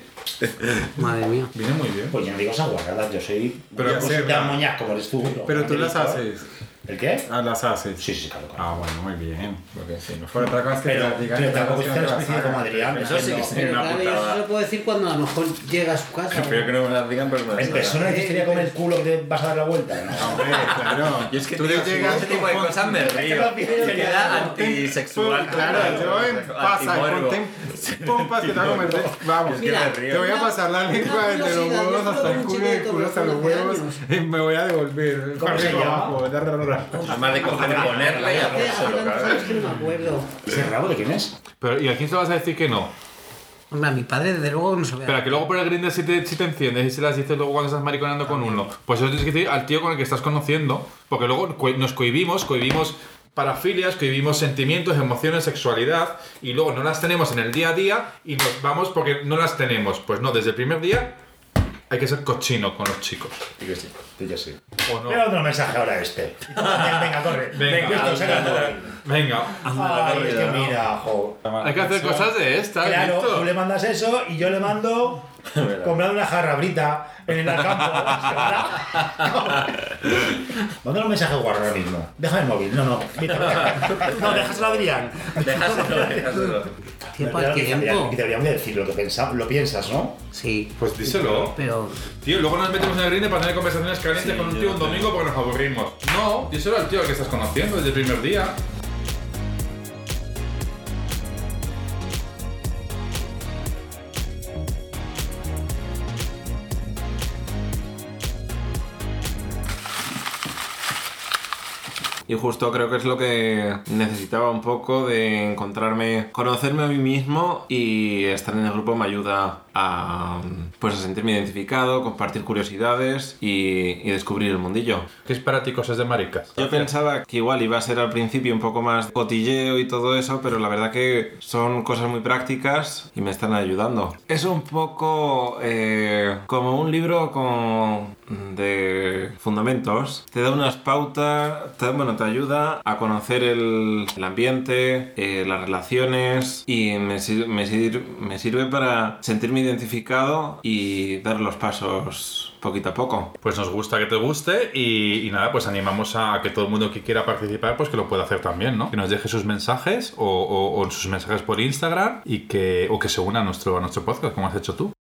[SPEAKER 6] Madre mía.
[SPEAKER 9] Viene muy bien.
[SPEAKER 3] Pues yo no digo esas guardadas, yo soy.
[SPEAKER 1] Pero
[SPEAKER 3] yo
[SPEAKER 1] sí,
[SPEAKER 3] soy
[SPEAKER 1] ¿verdad?
[SPEAKER 3] tan moñas como eres tú. ¿no?
[SPEAKER 1] Pero tú las haces.
[SPEAKER 3] ¿El qué?
[SPEAKER 1] Ah, las haces.
[SPEAKER 3] Sí, sí, claro. claro.
[SPEAKER 1] Ah, bueno, muy bien. Porque si no fuera otra cosa es que
[SPEAKER 3] Pero,
[SPEAKER 1] las digan
[SPEAKER 3] pero
[SPEAKER 1] que las
[SPEAKER 3] tampoco es
[SPEAKER 1] hacen,
[SPEAKER 3] tan
[SPEAKER 1] que las
[SPEAKER 3] especial
[SPEAKER 1] hagan.
[SPEAKER 3] como Adrián.
[SPEAKER 2] Eso sí que
[SPEAKER 3] no.
[SPEAKER 2] sí.
[SPEAKER 6] Pero
[SPEAKER 2] una
[SPEAKER 6] claro, yo
[SPEAKER 2] putada.
[SPEAKER 6] se lo puedo decir cuando a lo mejor llega a su casa.
[SPEAKER 2] Espero que no me las digan, pero me las
[SPEAKER 3] En
[SPEAKER 2] digan.
[SPEAKER 3] persona te gustaría comer el culo que te vas a dar la vuelta. ¿no?
[SPEAKER 1] Hombre, claro.
[SPEAKER 2] Yo es que tú llegas a ese tipo de cosas me río. Que queda antisexual.
[SPEAKER 1] Claro, yo en pasa,
[SPEAKER 2] Antimuergo.
[SPEAKER 1] ponte en pompas que te va a comer. de- Vamos,
[SPEAKER 6] que me río.
[SPEAKER 1] te voy a
[SPEAKER 6] Una-
[SPEAKER 1] pasar la lengua
[SPEAKER 6] una
[SPEAKER 1] desde los
[SPEAKER 6] curiosidad, yo
[SPEAKER 1] huevos
[SPEAKER 6] estuve
[SPEAKER 1] hasta
[SPEAKER 6] con
[SPEAKER 1] el
[SPEAKER 6] un
[SPEAKER 1] culo, del
[SPEAKER 6] chiquito
[SPEAKER 1] culo hasta
[SPEAKER 6] de
[SPEAKER 1] los
[SPEAKER 6] hace
[SPEAKER 1] huevos
[SPEAKER 6] años.
[SPEAKER 1] y me voy a devolver.
[SPEAKER 3] ¿Cómo se
[SPEAKER 1] Arriba,
[SPEAKER 3] llama?
[SPEAKER 1] abajo, ra, ra, ra.
[SPEAKER 2] Además de coger y ponerla y
[SPEAKER 6] Hace- hace
[SPEAKER 2] hacérselo,
[SPEAKER 6] tantos
[SPEAKER 2] claro.
[SPEAKER 6] años que no me acuerdo.
[SPEAKER 3] ¿Ese rabo de quién es?
[SPEAKER 4] Pero, ¿y a quién se lo vas a decir que no?
[SPEAKER 6] Hombre, a mi padre desde luego no se vea.
[SPEAKER 4] Espera, que luego por el grinder si te, si te enciendes y se las dices luego cuando estás mariconando con uno. Pues eso tienes que decir al tío con el que estás conociendo, porque luego co- nos cohibimos, cohibimos parafilias, cohibimos sentimientos, emociones, sexualidad, y luego no las tenemos en el día a día y nos vamos porque no las tenemos. Pues no, desde el primer día hay que ser cochino con los chicos.
[SPEAKER 3] Tú que sí, tú que sí.
[SPEAKER 4] ¿O no?
[SPEAKER 3] Mira otro mensaje ahora este. Venga, corre.
[SPEAKER 4] Venga.
[SPEAKER 3] Esto, saca el móvil. Ah,
[SPEAKER 4] Venga,
[SPEAKER 3] Ay, es que mira, jo.
[SPEAKER 4] hay que hacer cosas de estas,
[SPEAKER 3] Claro,
[SPEAKER 4] Víctor.
[SPEAKER 3] tú le mandas eso y yo le mando comprar una jarrabrita en el campo. Manda un mensaje guarro ahora mismo. Déjame el móvil. No, no. Mira, No, déjaselo a Adrián.
[SPEAKER 2] Déjaselo, déjaselo.
[SPEAKER 6] Tiempo al
[SPEAKER 3] Adrián,
[SPEAKER 6] tiempo.
[SPEAKER 3] que Deberíamos decir lo que pensamos, lo piensas, ¿no?
[SPEAKER 6] Sí,
[SPEAKER 4] Pues díselo.
[SPEAKER 6] pero
[SPEAKER 4] Tío, luego nos metemos en el grinder para tener conversaciones calientes con un tío un domingo porque nos aburrimos. No, díselo al tío al que estás conociendo desde el primer día.
[SPEAKER 5] Y justo creo que es lo que necesitaba un poco de encontrarme, conocerme a mí mismo y estar en el grupo me ayuda a, pues, a sentirme identificado, compartir curiosidades y, y descubrir el mundillo.
[SPEAKER 4] ¿Qué es para ti cosas de maricas?
[SPEAKER 5] Yo pensaba que igual iba a ser al principio un poco más cotilleo y todo eso, pero la verdad que son cosas muy prácticas y me están ayudando. Es un poco eh, como un libro con- de fundamentos. Te da unas pautas, te- bueno, te ayuda a conocer el, el ambiente, eh, las relaciones y me, sir- me sir- me sirve para sentirme identificado y dar los pasos poquito a poco.
[SPEAKER 4] Pues nos gusta que te guste y, y nada, pues animamos a que todo el mundo que quiera participar, pues que lo pueda hacer también, ¿no? Que nos deje sus mensajes o, o- o sus mensajes por Instagram y que, o que se una a nuestro, a nuestro podcast, como has hecho tú.